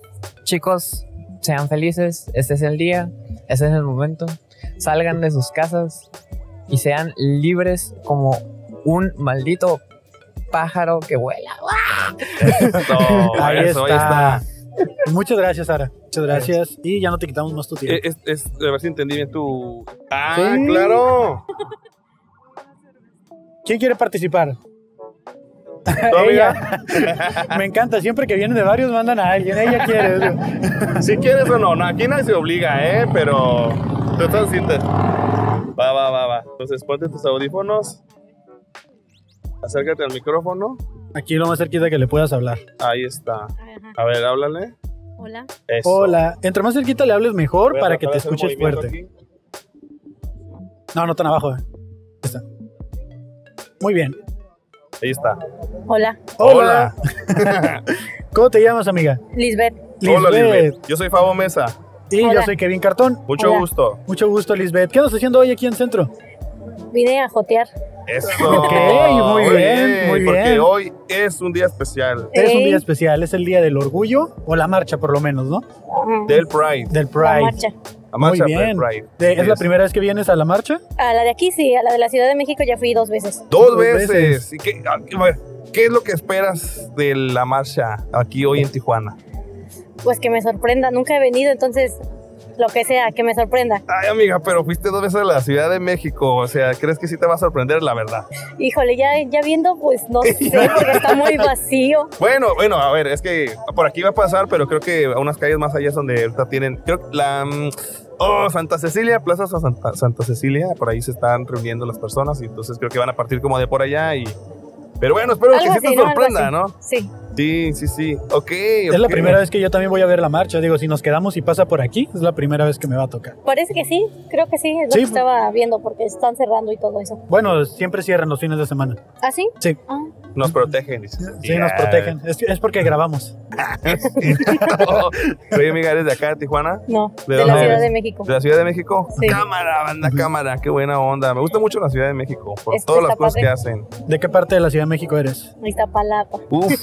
Speaker 6: Chicos, sean felices. Este es el día, este es el momento. Salgan de sus casas y sean libres como un maldito pájaro que vuela.
Speaker 2: Eso,
Speaker 3: Ahí,
Speaker 2: Oh, eso, ahí
Speaker 3: está.
Speaker 2: está.
Speaker 3: Muchas gracias, Sara. Muchas gracias. Y ya no te quitamos más tu tiempo.
Speaker 2: Eh, Es, es- a ver si entendí bien tu... ¡Ah,
Speaker 3: Sí.
Speaker 2: claro!
Speaker 3: ¿Quién quiere participar?
Speaker 2: Tú, amiga.
Speaker 3: Ella. Me encanta, siempre que vienen de varios mandan a alguien. Ella quiere.
Speaker 2: Si quieres o no, no, aquí nadie se obliga, ¿eh? Pero tú estás sientes. Va, va, va, va. Entonces ponte tus audífonos. Acércate al micrófono.
Speaker 3: Aquí lo más cerquita que le puedas hablar.
Speaker 2: Ahí está.
Speaker 8: Ajá.
Speaker 2: A ver, háblale.
Speaker 8: Hola.
Speaker 2: Eso.
Speaker 3: Hola. Entre más cerquita le hables mejor
Speaker 2: Voy a
Speaker 3: para que
Speaker 2: tratar
Speaker 3: te
Speaker 2: de hacer un
Speaker 3: escuches
Speaker 2: movimiento
Speaker 3: fuerte.
Speaker 2: aquí.
Speaker 3: No, no tan abajo. eh. Ahí está. Muy bien.
Speaker 2: Ahí está.
Speaker 8: Hola.
Speaker 3: Hola. ¿Cómo te llamas, amiga?
Speaker 8: Lisbeth.
Speaker 2: Hola,
Speaker 3: Lisbeth.
Speaker 2: Lisbeth. Yo soy Fabo Mesa.
Speaker 3: Y yo
Speaker 8: Hola.
Speaker 3: soy Kevin Cartón.
Speaker 2: Mucho
Speaker 8: Hola.
Speaker 2: gusto.
Speaker 3: Mucho gusto, Lisbeth. ¿Qué andas haciendo hoy aquí en centro?
Speaker 8: Vine a jotear.
Speaker 2: Eso.
Speaker 3: Ok, muy bien, muy
Speaker 2: Porque
Speaker 3: bien.
Speaker 2: hoy es un día especial
Speaker 3: Es un
Speaker 8: Ey.
Speaker 3: día especial, es el día del orgullo, o la marcha por lo menos, ¿no?
Speaker 8: Ajá.
Speaker 2: del Pride.
Speaker 3: Del
Speaker 8: ah, La
Speaker 3: Pride.
Speaker 8: marcha.
Speaker 2: La
Speaker 3: Muy
Speaker 2: marcha
Speaker 3: bien.
Speaker 2: del Pride.
Speaker 3: De- ¿Es la
Speaker 2: Yes.
Speaker 3: primera vez que vienes a la marcha?
Speaker 8: A la de aquí sí, a la de la Ciudad de México ya fui dos veces.
Speaker 2: Dos
Speaker 3: Dos
Speaker 2: veces.
Speaker 3: veces.
Speaker 2: ¿Y qué, a ver, ¿Qué es lo que esperas de la marcha aquí hoy en Tijuana?
Speaker 8: Pues que me sorprenda, nunca he venido, entonces lo que sea, que me sorprenda.
Speaker 2: Ay, amiga, pero fuiste dos veces a la Ciudad de México. O sea, ¿crees que sí te va a sorprender la verdad?
Speaker 8: Híjole, ya, ya viendo, pues no sé, porque está muy vacío.
Speaker 2: Bueno, bueno, a ver, es que por aquí va a pasar, pero creo que a unas calles más allá es donde ahorita tienen. Creo que la. mm, Oh, Santa Cecilia, Plaza San- Santa, Santa Cecilia. Por ahí se están reuniendo las personas y entonces creo que van a partir como de por allá y. Pero bueno, espero que
Speaker 8: Algo
Speaker 2: sí te
Speaker 8: así, ¿no? Algo
Speaker 2: sorprenda,
Speaker 8: así.
Speaker 2: ¿no?
Speaker 8: Sí.
Speaker 2: Sí, sí, sí. Ok.
Speaker 3: Es la primera vez que yo también voy a ver la marcha. Digo, si nos quedamos y pasa por aquí, es la primera vez que me va a tocar.
Speaker 8: Parece que sí, creo que sí, es lo
Speaker 3: Sí. pues.
Speaker 8: que estaba viendo porque están cerrando y todo eso.
Speaker 3: Bueno, siempre cierran los fines de semana.
Speaker 8: ¿Ah, sí?
Speaker 3: Sí.
Speaker 8: Ah,
Speaker 2: Nos protegen, dice.
Speaker 3: Sí, nos protegen. Es, es porque grabamos.
Speaker 2: Soy amiga, ¿eres de acá, de Tijuana?
Speaker 8: no,
Speaker 2: ¿De
Speaker 8: de,
Speaker 2: dónde
Speaker 8: la Ciudad
Speaker 2: eres?
Speaker 8: de México.
Speaker 2: ¿De la Ciudad de México?
Speaker 8: Sí.
Speaker 2: Cámara, banda, cámara, qué buena onda. Me gusta mucho la Ciudad de México por
Speaker 8: Es que
Speaker 2: todas las
Speaker 8: está
Speaker 2: cosas
Speaker 8: padre.
Speaker 2: que hacen.
Speaker 3: ¿De qué parte de la Ciudad de México eres?
Speaker 8: Ahí está Palapa.
Speaker 2: Uf,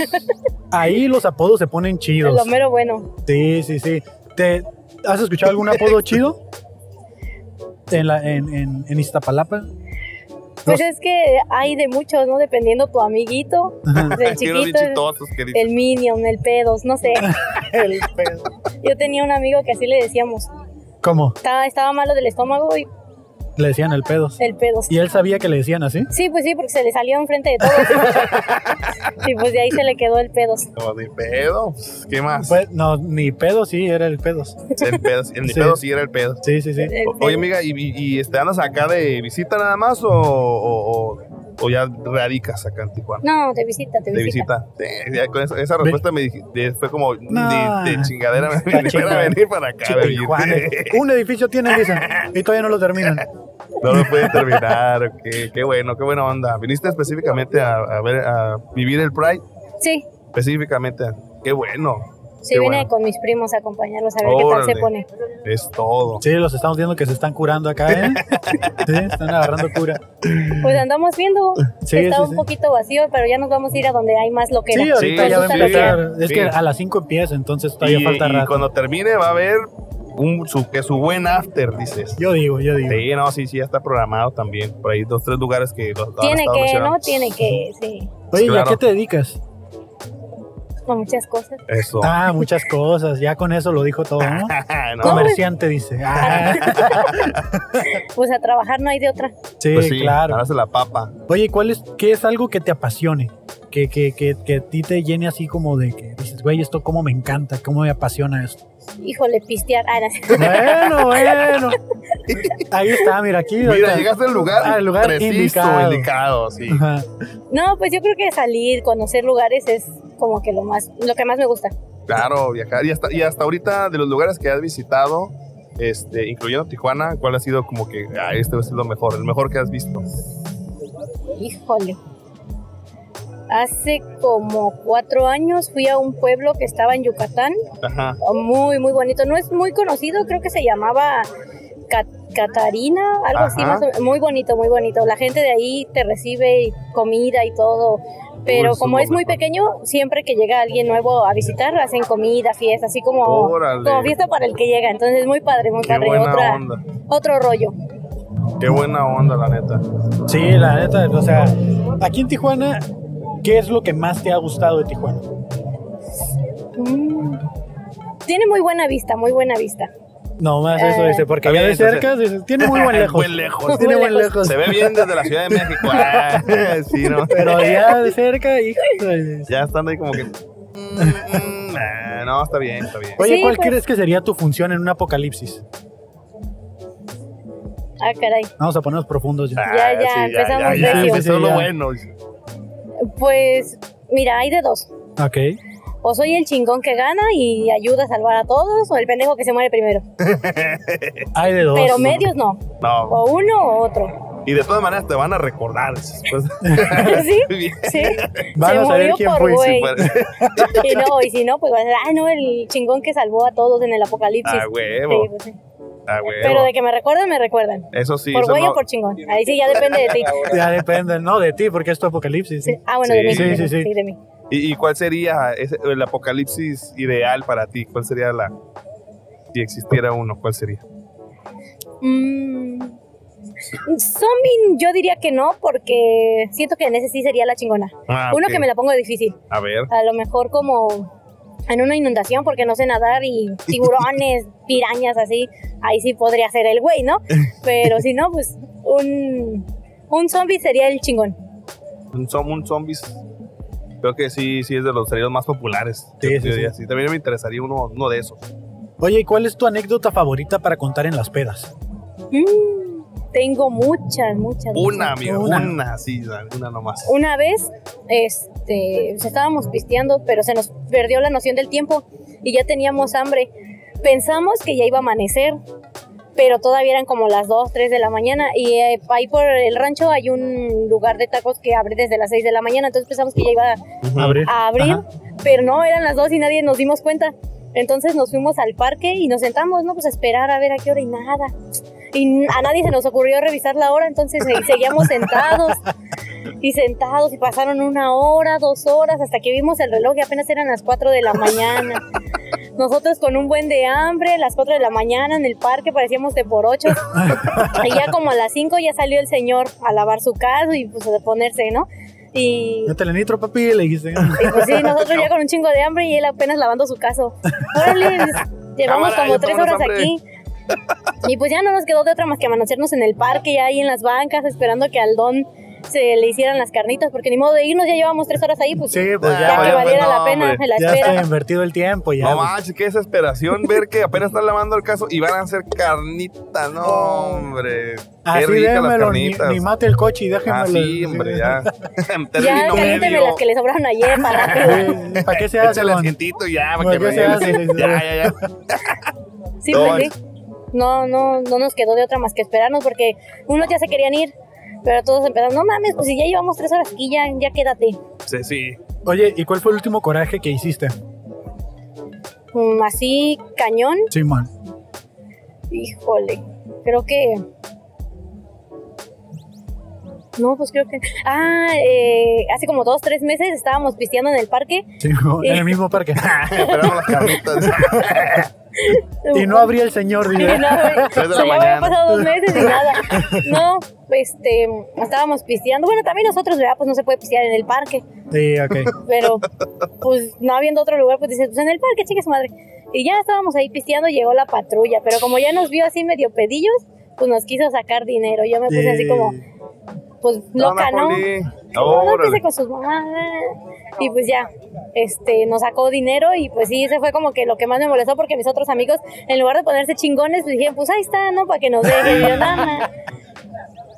Speaker 3: Ahí los apodos se ponen chidos.
Speaker 8: Lo mero bueno.
Speaker 3: Sí, sí, sí. ¿Te, ¿Has escuchado algún apodo chido? En, la, en, en, en Iztapalapa.
Speaker 8: Pues
Speaker 3: No.
Speaker 8: es que hay de muchos, ¿no? Dependiendo tu amiguito,
Speaker 3: Ajá.
Speaker 8: del
Speaker 2: que unos bien
Speaker 8: chiquito, el,
Speaker 2: chistosos que dicen.
Speaker 8: el Minion, el Pedos, no sé.
Speaker 3: El pedo.
Speaker 8: Yo tenía un amigo que así le decíamos.
Speaker 3: ¿Cómo?
Speaker 8: Estaba, estaba malo del estómago y
Speaker 3: Le decían el pedos.
Speaker 8: el Pedos.
Speaker 3: Y él sabía que le decían así.
Speaker 8: Sí, pues sí, porque se le salió enfrente de todos. y pues de ahí se le quedó el Pedos.
Speaker 2: No, ni pedo. Pues, ¿Qué más?
Speaker 3: Pues, no, ni pedo, sí, era el pedos.
Speaker 2: El pedo, sí, el ni
Speaker 3: Sí.
Speaker 2: pedo sí era el pedo.
Speaker 3: Sí, sí, sí.
Speaker 8: El
Speaker 2: O- Oye,
Speaker 8: Pedos.
Speaker 2: amiga, ¿y, y, y, este, andas acá de visita nada más o, o, o- o ya radicas acá en Tijuana?
Speaker 8: No, te visita, te
Speaker 2: De
Speaker 8: visita.
Speaker 2: visita. Sí, ya con esa, esa respuesta me dij- de- fue como ni
Speaker 3: No.
Speaker 2: de chingadera me
Speaker 3: Está
Speaker 2: van a
Speaker 3: chingón.
Speaker 2: venir para acá.
Speaker 3: Sí,
Speaker 2: baby.
Speaker 3: Tijuana. Un edificio tiene, dicen, y todavía no lo terminan.
Speaker 2: No lo pueden terminar. ok. Qué bueno, qué buena onda. Viniste específicamente a, a ver, a vivir el Pride.
Speaker 8: Sí,
Speaker 2: Específicamente. Qué bueno.
Speaker 8: sí,
Speaker 2: Qué
Speaker 8: vine
Speaker 2: bueno.
Speaker 8: con mis primos a acompañarlos a ver qué tal se
Speaker 2: Órale.
Speaker 8: pone.
Speaker 2: Es todo.
Speaker 3: Sí, los estamos viendo que se están curando acá, ¿eh? Sí, están agarrando cura.
Speaker 8: Pues andamos viendo.
Speaker 3: Sí,
Speaker 8: Está
Speaker 3: sí,
Speaker 8: un
Speaker 3: sí.
Speaker 8: poquito vacío, pero ya nos vamos a ir a donde hay más lo que
Speaker 3: pues, Sí, ahorita
Speaker 2: Sí,
Speaker 3: ya va a
Speaker 2: sí,
Speaker 3: empezar.
Speaker 2: sí.
Speaker 3: Es que a las 5 empieza, entonces todavía
Speaker 2: Y,
Speaker 3: falta
Speaker 2: y
Speaker 3: rato.
Speaker 2: cuando termine va a haber un, su, que su buen after, dices.
Speaker 3: Yo digo, yo digo.
Speaker 2: Sí, no, sí, sí, ya está programado también. Por ahí dos, tres lugares que los han
Speaker 3: Ah,
Speaker 8: Tiene
Speaker 2: estado
Speaker 8: que,
Speaker 2: mencionando.
Speaker 8: ¿no? Tiene que, sí.
Speaker 3: Oye, ¿y a
Speaker 2: claro.
Speaker 3: qué te dedicas?
Speaker 8: a muchas cosas.
Speaker 2: Eso.
Speaker 3: Ah, muchas cosas. Ya con eso lo dijo todo, ¿no?
Speaker 2: No, pues
Speaker 3: Comerciante dice. Ah,
Speaker 8: Pues a trabajar no hay de otra.
Speaker 3: sí,
Speaker 2: pues sí,
Speaker 3: claro.
Speaker 2: ahora se la papa.
Speaker 3: Oye, ¿y ¿cuál es, ¿qué es algo que te apasione? Que, que, que, que a ti te llene así como de que dices, güey, esto cómo me encanta, cómo me apasiona esto.
Speaker 8: Híjole, pistear. Ah, no.
Speaker 3: Bueno, bueno. Ahí está, mira, aquí.
Speaker 2: Mira,
Speaker 3: ahorita.
Speaker 2: llegaste al lugar,
Speaker 3: Al lugar
Speaker 2: preciso,
Speaker 3: indicado.
Speaker 2: indicado. sí.
Speaker 3: Ajá.
Speaker 8: No, pues yo creo que salir, conocer lugares es como que lo más, lo que más me gusta.
Speaker 2: Claro, viajar. Y hasta, y hasta ahorita, de los lugares que has visitado, este, incluyendo Tijuana, ¿cuál ha sido como que ah, este es lo mejor, el mejor que has visto?
Speaker 8: Híjole. Hace como cuatro años fui a un pueblo que estaba en Yucatán,
Speaker 2: Ajá.
Speaker 8: muy, muy bonito. No es muy conocido, creo que se llamaba Ca- Catarina, algo así.
Speaker 2: Ajá.
Speaker 8: más o menos. Muy bonito, muy bonito. La gente de ahí te recibe y comida y todo. Pero
Speaker 2: Uy, es
Speaker 8: como
Speaker 2: lo
Speaker 8: es muy
Speaker 2: mejor.
Speaker 8: pequeño, siempre que llega alguien nuevo a visitar, hacen comida, fiesta, así como,
Speaker 2: Órale.
Speaker 8: como fiesta para el que llega. Entonces, muy padre, muy
Speaker 2: Qué
Speaker 8: padre.
Speaker 2: buena
Speaker 8: Otra-
Speaker 2: onda.
Speaker 8: otro rollo.
Speaker 2: Qué buena onda, la neta.
Speaker 3: Sí, la neta, o sea, aquí en Tijuana, ¿qué es lo que más te ha gustado de Tijuana?
Speaker 8: Mm. Tiene muy buena vista, muy buena vista.
Speaker 3: No más eso
Speaker 8: Eh.
Speaker 3: dice, porque
Speaker 2: Está
Speaker 3: ya de
Speaker 2: bien,
Speaker 3: cerca dices, tiene muy buen lejos.
Speaker 2: Buen Ah, lejos.
Speaker 3: Tiene
Speaker 8: Muy
Speaker 3: buen lejos.
Speaker 2: Se ve bien desde la Ciudad de México. Ah, sí, ¿no?
Speaker 3: Pero ya de cerca, híjole.
Speaker 2: Ya están ahí como que. mm, mm, ah, no, está bien, está bien.
Speaker 3: Oye,
Speaker 8: Sí,
Speaker 3: ¿cuál
Speaker 8: pues.
Speaker 3: crees que sería tu función en un apocalipsis?
Speaker 8: Ah, caray.
Speaker 3: Vamos a ponernos profundos ya.
Speaker 8: Ya, ya, empezamos
Speaker 2: Ah, ya,
Speaker 3: recio.
Speaker 2: empezó
Speaker 3: Sí, sí,
Speaker 2: lo
Speaker 3: ya.
Speaker 2: bueno.
Speaker 8: Pues mira, hay de dos.
Speaker 2: Ah.
Speaker 3: Ok.
Speaker 8: O soy el chingón que gana y ayuda a salvar a todos, o el pendejo que se muere primero.
Speaker 3: Hay de dos.
Speaker 8: Pero medios no.
Speaker 2: No.
Speaker 8: O uno o otro.
Speaker 2: Y de todas maneras te van a recordar. después.
Speaker 8: ¿Sí?
Speaker 2: Bien. pues,
Speaker 8: Sí.
Speaker 3: Van
Speaker 8: se
Speaker 3: a saber
Speaker 8: murió
Speaker 3: quién
Speaker 8: por
Speaker 3: fue, sí,
Speaker 8: güey.
Speaker 2: Para-
Speaker 8: Y no, y si no, pues van a decir, ah, no, el chingón que salvó a todos en el apocalipsis.
Speaker 2: A
Speaker 3: Ah,
Speaker 8: Sí,
Speaker 2: huevo,
Speaker 8: pues, sí.
Speaker 2: a huevo.
Speaker 8: Pero de que me recuerdan, me recuerdan.
Speaker 2: ah, Eso sí,
Speaker 8: por
Speaker 2: eso
Speaker 8: güey
Speaker 2: no-
Speaker 8: o por chingón. Ahí sí ya depende de ti.
Speaker 3: Ya depende, no de ti, porque es tu apocalipsis.
Speaker 8: Sí. Ah, bueno, de
Speaker 2: Sí.
Speaker 8: mí.
Speaker 2: Sí,
Speaker 8: de
Speaker 3: sí,
Speaker 8: mí,
Speaker 3: sí.
Speaker 8: de mí.
Speaker 2: ¿Y, y cuál sería ese- el apocalipsis ideal para ti? ¿Cuál sería la... Si existiera uno, ¿cuál sería?
Speaker 8: Mm, zombie, yo diría que no, porque siento que en ese sí sería la chingona.
Speaker 2: Ah,
Speaker 8: Uno
Speaker 2: ok.
Speaker 8: que me la pongo difícil.
Speaker 2: A ver.
Speaker 8: A lo mejor como en una inundación porque no sé nadar y tiburones, pirañas así. Ahí sí podría ser el güey, ¿no? Pero si no, pues un, un zombie sería el chingón.
Speaker 2: Un, zom- un zombies. Creo que sí, sí es de los series más populares. Yo-
Speaker 3: Sí, sí,
Speaker 2: yo
Speaker 3: sí.
Speaker 2: diría, sí. También me interesaría uno, uno de esos.
Speaker 3: Oye, ¿y cuál es tu anécdota favorita para contar en las pedas?
Speaker 8: Mm, tengo muchas, muchas.
Speaker 2: Una, amigo. Una,
Speaker 3: Una.
Speaker 2: sí, una nomás.
Speaker 8: Una vez, este, pues, estábamos pisteando, pero se nos perdió la noción del tiempo y ya teníamos hambre. Pensamos que ya iba a amanecer, pero todavía eran como las 2, 3 de la mañana y eh, ahí por el rancho hay un lugar de tacos que abre desde las 6 de la mañana, entonces pensamos que ya iba
Speaker 3: Abrir.
Speaker 8: a abrir,
Speaker 3: Ajá.
Speaker 8: pero no, eran las 2 y nadie nos dimos cuenta. Entonces nos fuimos al parque y nos sentamos, ¿no? Pues a esperar a ver a qué hora y nada. Y n- a nadie se nos ocurrió revisar la hora, entonces eh, seguíamos sentados y sentados y pasaron una hora, dos horas, hasta que vimos el reloj y apenas eran las 4 de la mañana. Nosotros con un buen de hambre, las 4 de la mañana en el parque parecíamos de por ocho. Y ya como a las 5 ya salió el señor a lavar su caso y pues a ponerse, ¿no? Y
Speaker 3: No te le nitro, papi, le dijiste.
Speaker 8: y pues sí, nosotros ya con un chingo de hambre y él apenas lavando su caso. Órale, pues, llevamos
Speaker 2: Cámara,
Speaker 8: como
Speaker 2: ya
Speaker 8: tres
Speaker 2: tomamos
Speaker 8: horas
Speaker 2: hambre.
Speaker 8: aquí. Y pues ya no nos quedó de otra más que amanecernos en el parque, ya ahí en las bancas, esperando que al don se le hicieran las carnitas, porque ni modo de irnos, ya llevamos tres horas ahí, pues
Speaker 3: Sí, pues
Speaker 8: ya
Speaker 3: ya,
Speaker 8: que
Speaker 2: vaya,
Speaker 3: ya,
Speaker 8: valiera
Speaker 2: pues, no,
Speaker 8: la pena
Speaker 2: hombre.
Speaker 8: la
Speaker 3: ya está
Speaker 8: espera.
Speaker 3: invertido el tiempo. Ya,
Speaker 2: No
Speaker 3: pues.
Speaker 2: manches, qué desesperación ver que apenas están lavando el caso y van a hacer carnita, no
Speaker 8: Oh.
Speaker 2: hombre. Qué
Speaker 3: Así
Speaker 2: ricas las
Speaker 3: démelo, ni,
Speaker 2: carnitas.
Speaker 3: ni mate el coche y déjemelo.
Speaker 2: Así, hombre, ya.
Speaker 8: Ya
Speaker 2: Término
Speaker 8: caliénteme
Speaker 2: medio.
Speaker 8: las que le sobraron ayer para rápido.
Speaker 3: Sí, ¿Para qué se hace?
Speaker 2: Échale
Speaker 3: don?
Speaker 2: asientito y ya,
Speaker 3: No,
Speaker 2: para que
Speaker 3: ya se
Speaker 2: vaya.
Speaker 3: hace, sí, sí.
Speaker 2: Ya, ya, ya.
Speaker 8: Sí,
Speaker 2: No,
Speaker 8: pues, sí. No, no, no nos quedó de otra más que esperarnos porque unos ya se querían ir, pero todos empezaron, no mames, pues si ya llevamos tres horas aquí, ya, ya quédate.
Speaker 2: Sí, sí.
Speaker 3: Oye, ¿y cuál fue el último coraje que hiciste?
Speaker 8: Mm, Así, cañón.
Speaker 3: Sí, man.
Speaker 8: Híjole, creo que. No, pues creo que. Ah, eh, hace como dos, tres meses estábamos pisteando en el parque.
Speaker 3: Sí, mo- en el mismo parque.
Speaker 2: Esperamos las carnitas.
Speaker 3: y no habría el señor,
Speaker 8: Y
Speaker 3: dice.
Speaker 8: no, güey,
Speaker 2: Tres de la
Speaker 8: o sea, ya
Speaker 2: mañana.
Speaker 8: habían pasado dos meses y nada. No, este, estábamos pisteando. Bueno, también nosotros, ¿verdad? Pues no se puede pistear en el parque.
Speaker 3: Sí, ok.
Speaker 8: Pero, pues no habiendo otro lugar, pues dices, pues en el parque, chica su madre. Y ya estábamos ahí pisteando, llegó la patrulla. Pero como ya nos vio así medio pedillos, pues nos quiso sacar dinero. Yo me puse así como, pues loca, ¿no?
Speaker 2: Napoli.
Speaker 8: No, no,
Speaker 2: Órale.
Speaker 8: que se con sus mamás. Y pues ya, este, nos sacó dinero y pues sí, ese fue como que lo que más me molestó porque mis otros amigos, en lugar de ponerse chingones, pues dijeron, pues ahí está, ¿no? Para que nos dejen. Y yo, nada más,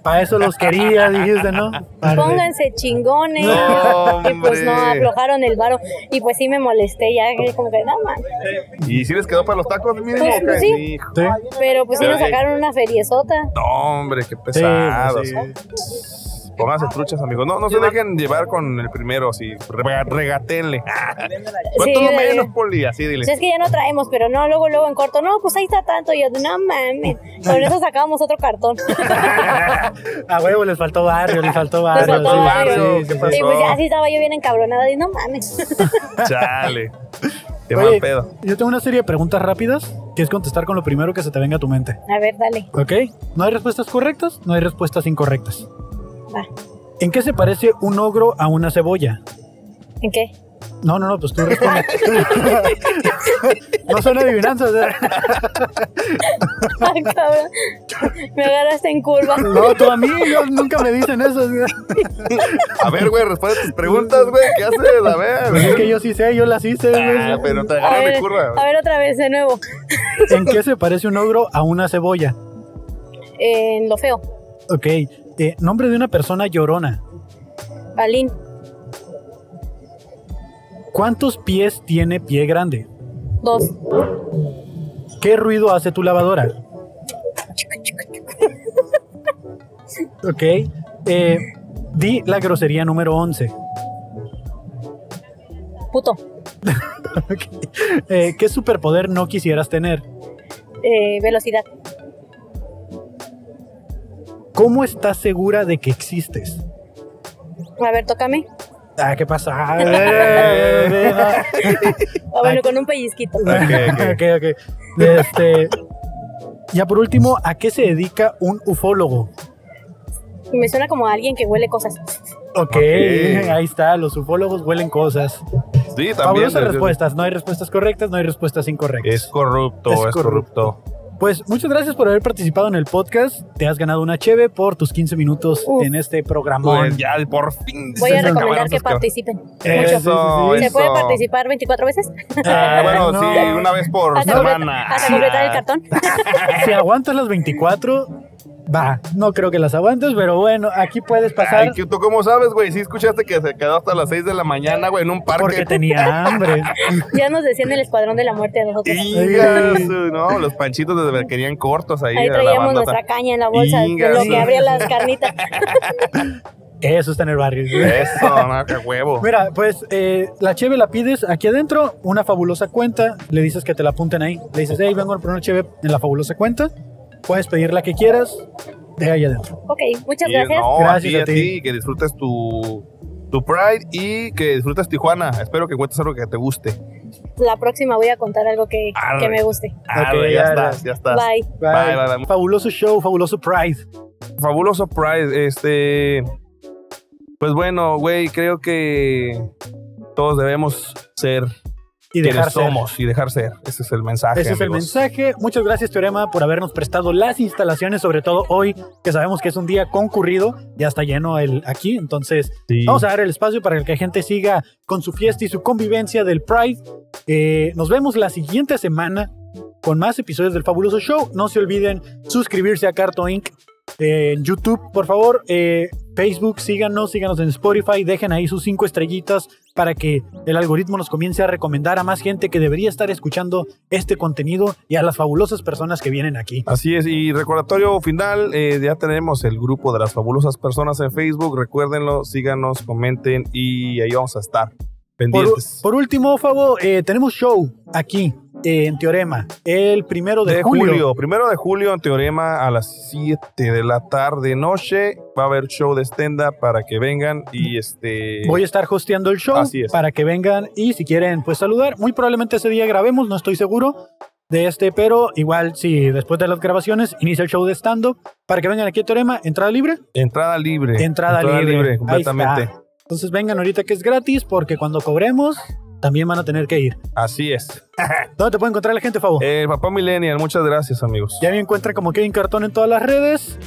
Speaker 3: Para eso los quería, dijiste, ¿no? Par de-
Speaker 8: pónganse chingones.
Speaker 2: No,
Speaker 8: y pues no,
Speaker 2: hombre.
Speaker 8: aflojaron el varo. Y pues sí me molesté, ya que como que nada más.
Speaker 2: ¿Y si les quedó para los tacos mínimo?
Speaker 8: Pues,
Speaker 2: o qué?
Speaker 8: pues, sí.
Speaker 2: Hijo.
Speaker 3: Sí,
Speaker 8: Pero pues sí nos sacaron una feriezota.
Speaker 2: No, hombre, qué
Speaker 3: sí, pues
Speaker 2: pesados.
Speaker 3: sí.
Speaker 2: Pónganse truchas, amigos. No, no se dejen llevar con el primero, sí. Rega- Regatenle.
Speaker 3: Ah,
Speaker 2: ¿Cuánto
Speaker 8: Sí,
Speaker 2: lo
Speaker 8: de-
Speaker 2: menos, Poli? Así
Speaker 8: O
Speaker 2: dile.
Speaker 8: sea, Pues es que ya no traemos, pero no, luego, luego en corto, no, pues ahí está tanto. Y yo, no mames, con eso sacábamos otro cartón.
Speaker 3: A huevo, les faltó barrio, les faltó
Speaker 8: Les
Speaker 3: barrio.
Speaker 8: faltó
Speaker 3: sí,
Speaker 8: barrio.
Speaker 3: sí, sí,
Speaker 2: ¿Qué
Speaker 3: sí.
Speaker 2: pasó?
Speaker 8: Y pues ya así estaba yo bien encabronada y no mames.
Speaker 2: Chale. Qué
Speaker 3: Oye,
Speaker 2: mal pedo.
Speaker 3: Yo tengo una serie de preguntas rápidas que es contestar con lo primero que se te venga a tu mente.
Speaker 8: A ver, dale.
Speaker 3: ¿Ok? No hay respuestas correctas, no hay respuestas incorrectas.
Speaker 8: Va.
Speaker 3: ¿En qué se parece un ogro a una cebolla?
Speaker 8: ¿En qué?
Speaker 3: No, no, no, pues tú respondes. no son adivinanzas. ¿eh?
Speaker 8: Ay, cabrón. Me agarraste en curva.
Speaker 3: No, tú a mí yo- nunca me dicen eso. ¿sí?
Speaker 2: A ver, güey, responde tus preguntas, güey. ¿Qué haces? A
Speaker 3: Pues Es
Speaker 2: ver.
Speaker 3: que yo sí sé, yo las hice.
Speaker 2: Ah,
Speaker 3: ¿sí?
Speaker 2: pero te
Speaker 8: A
Speaker 2: agarra
Speaker 8: ver,
Speaker 2: mi curva.
Speaker 8: a ver, otra vez de nuevo.
Speaker 3: ¿En qué se parece un ogro a una cebolla?
Speaker 8: En lo feo.
Speaker 3: Ok. eh, nombre de una persona llorona.
Speaker 8: Balín.
Speaker 3: ¿Cuántos pies tiene pie grande?
Speaker 8: Dos.
Speaker 3: ¿Qué ruido hace tu lavadora? Ok. eh, di la grosería número 11.
Speaker 8: Puto.
Speaker 3: Eh, ¿Qué superpoder no quisieras tener?
Speaker 8: Eh, velocidad.
Speaker 3: ¿Cómo estás segura de que existes?
Speaker 8: A ver, tócame.
Speaker 3: Ah, eh, ¿qué pasa? ok,
Speaker 8: Ah, bueno, con un pellizquito.
Speaker 3: ok. Este, ya por último, ¿a qué se dedica un ufólogo?
Speaker 8: Y me suena como a alguien que huele cosas.
Speaker 3: Ok, ahí está, los ufólogos huelen cosas.
Speaker 2: Sí, también.
Speaker 3: Fabulosas respuestas, no hay respuestas correctas, no hay respuestas incorrectas.
Speaker 2: Es corrupto,
Speaker 3: Es
Speaker 2: es corrupto.
Speaker 3: Pues muchas gracias por haber participado en el podcast. Te has ganado una cheve por tus 15 minutos
Speaker 8: Uf.
Speaker 3: en este programa.
Speaker 2: Pues ya, por fin.
Speaker 8: Voy a
Speaker 2: se acabaron
Speaker 8: recomendar que
Speaker 2: sus cabrones.
Speaker 8: participen.
Speaker 2: Eh,
Speaker 3: Eso,
Speaker 8: Mucho. ¿Se puede participar 24 veces?
Speaker 2: Ah, bueno, sí, una vez por
Speaker 8: Hasta
Speaker 2: semana.
Speaker 8: completar, hasta completar el cartón.
Speaker 3: Si aguantas las 24, va. No creo que las aguantes, pero bueno, aquí puedes pasar
Speaker 2: Ay, que ¿Tú cómo sabes, güey? Sí, escuchaste que se quedó hasta las 6 de la mañana, güey, en un
Speaker 3: porque
Speaker 2: parque.
Speaker 3: tenía hambre.
Speaker 8: Ya nos decían el escuadrón de la muerte a nosotros.
Speaker 2: Inga, su- no, los panchitos desde querían cortos ahí.
Speaker 8: Ahí
Speaker 2: a la
Speaker 8: traíamos
Speaker 2: bandota.
Speaker 8: nuestra caña en la bolsa,
Speaker 2: Inga,
Speaker 8: de lo
Speaker 2: sí.
Speaker 8: que abría las carnitas.
Speaker 3: Eso está en el barrio.
Speaker 2: Eso, no, qué huevo.
Speaker 3: Mira, pues eh, la cheve la pides aquí adentro, una fabulosa cuenta, le dices que te la apunten ahí, le dices, hey, vengo a poner una cheve en la fabulosa cuenta, puedes pedir la que quieras, de ahí adentro.
Speaker 8: Ok, muchas
Speaker 2: Y
Speaker 8: gracias.
Speaker 2: No,
Speaker 3: Gracias
Speaker 2: a
Speaker 3: a
Speaker 2: ti, a
Speaker 3: ti.
Speaker 2: ti, que disfrutes tu, tu Pride y que disfrutes Tijuana. Espero que encuentres algo que te guste.
Speaker 8: La próxima voy a contar algo que,
Speaker 2: Arre.
Speaker 8: que me guste.
Speaker 2: Arre,
Speaker 3: ya,
Speaker 2: Ah, ya
Speaker 3: ya.
Speaker 2: estás, ya estás.
Speaker 8: Bye.
Speaker 2: Bye, bye, bye.
Speaker 3: Fabuloso show, fabuloso pride.
Speaker 2: Fabuloso Pride, este. Pues bueno, güey, creo que todos debemos ser
Speaker 3: Y
Speaker 2: quienes
Speaker 3: dejar ser.
Speaker 2: somos y dejar ser. Ese es el mensaje.
Speaker 3: Ese es el
Speaker 2: amigos.
Speaker 3: mensaje. Muchas gracias, Teorema, por habernos prestado las instalaciones, sobre todo hoy, que sabemos que es un día concurrido, ya está lleno el aquí. Entonces,
Speaker 2: Sí.
Speaker 3: vamos a dar el espacio para que la gente siga con su fiesta y su convivencia del Pride. Eh, nos vemos la siguiente semana con más episodios del Fabuloso Show. No se olviden suscribirse a Carto Inc. eh, en YouTube, por favor. Eh, Facebook, síganos, síganos en Spotify, dejen ahí sus cinco estrellitas para que el algoritmo nos comience a recomendar a más gente que debería estar escuchando este contenido y a las fabulosas personas que vienen aquí.
Speaker 2: Así es, y recordatorio final, eh, ya tenemos el grupo de las fabulosas personas en Facebook, recuérdenlo, síganos, comenten y ahí vamos a estar
Speaker 3: Por,
Speaker 2: pendientes.
Speaker 3: por último, Fabo, eh, tenemos show aquí eh, en Teorema el primero de,
Speaker 2: de julio.
Speaker 3: julio.
Speaker 2: primero de julio en Teorema a las 7 de la tarde noche va a haber show de stand-up para que vengan y este...
Speaker 3: Voy a estar hosteando el show
Speaker 2: Así es.
Speaker 3: para que vengan y si quieren pues saludar, muy probablemente ese día grabemos, no estoy seguro, de este, pero igual, sí, después de las grabaciones, inicia el show de stand-up. Para que vengan aquí a Teorema, entrada libre.
Speaker 2: Entrada libre.
Speaker 3: Entrada, libre. Ahí
Speaker 2: completamente.
Speaker 3: está. Entonces vengan ahorita que es gratis, porque cuando cobremos, también van a tener que ir.
Speaker 2: Así es.
Speaker 3: ¿Dónde te puede encontrar la gente, Favo?
Speaker 2: Eh, papá Millennial, muchas gracias, amigos.
Speaker 3: Oh. Ya me encuentran como Kevin Cartón en todas las redes.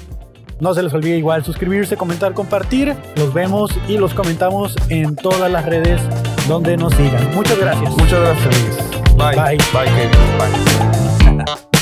Speaker 3: No se les olvide igual suscribirse, comentar, compartir. Los vemos y los comentamos en todas las redes donde nos sigan. Muchas gracias.
Speaker 2: Muchas gracias, amigos. Bye.
Speaker 3: Bye.
Speaker 2: Bye, Kevin. Bye.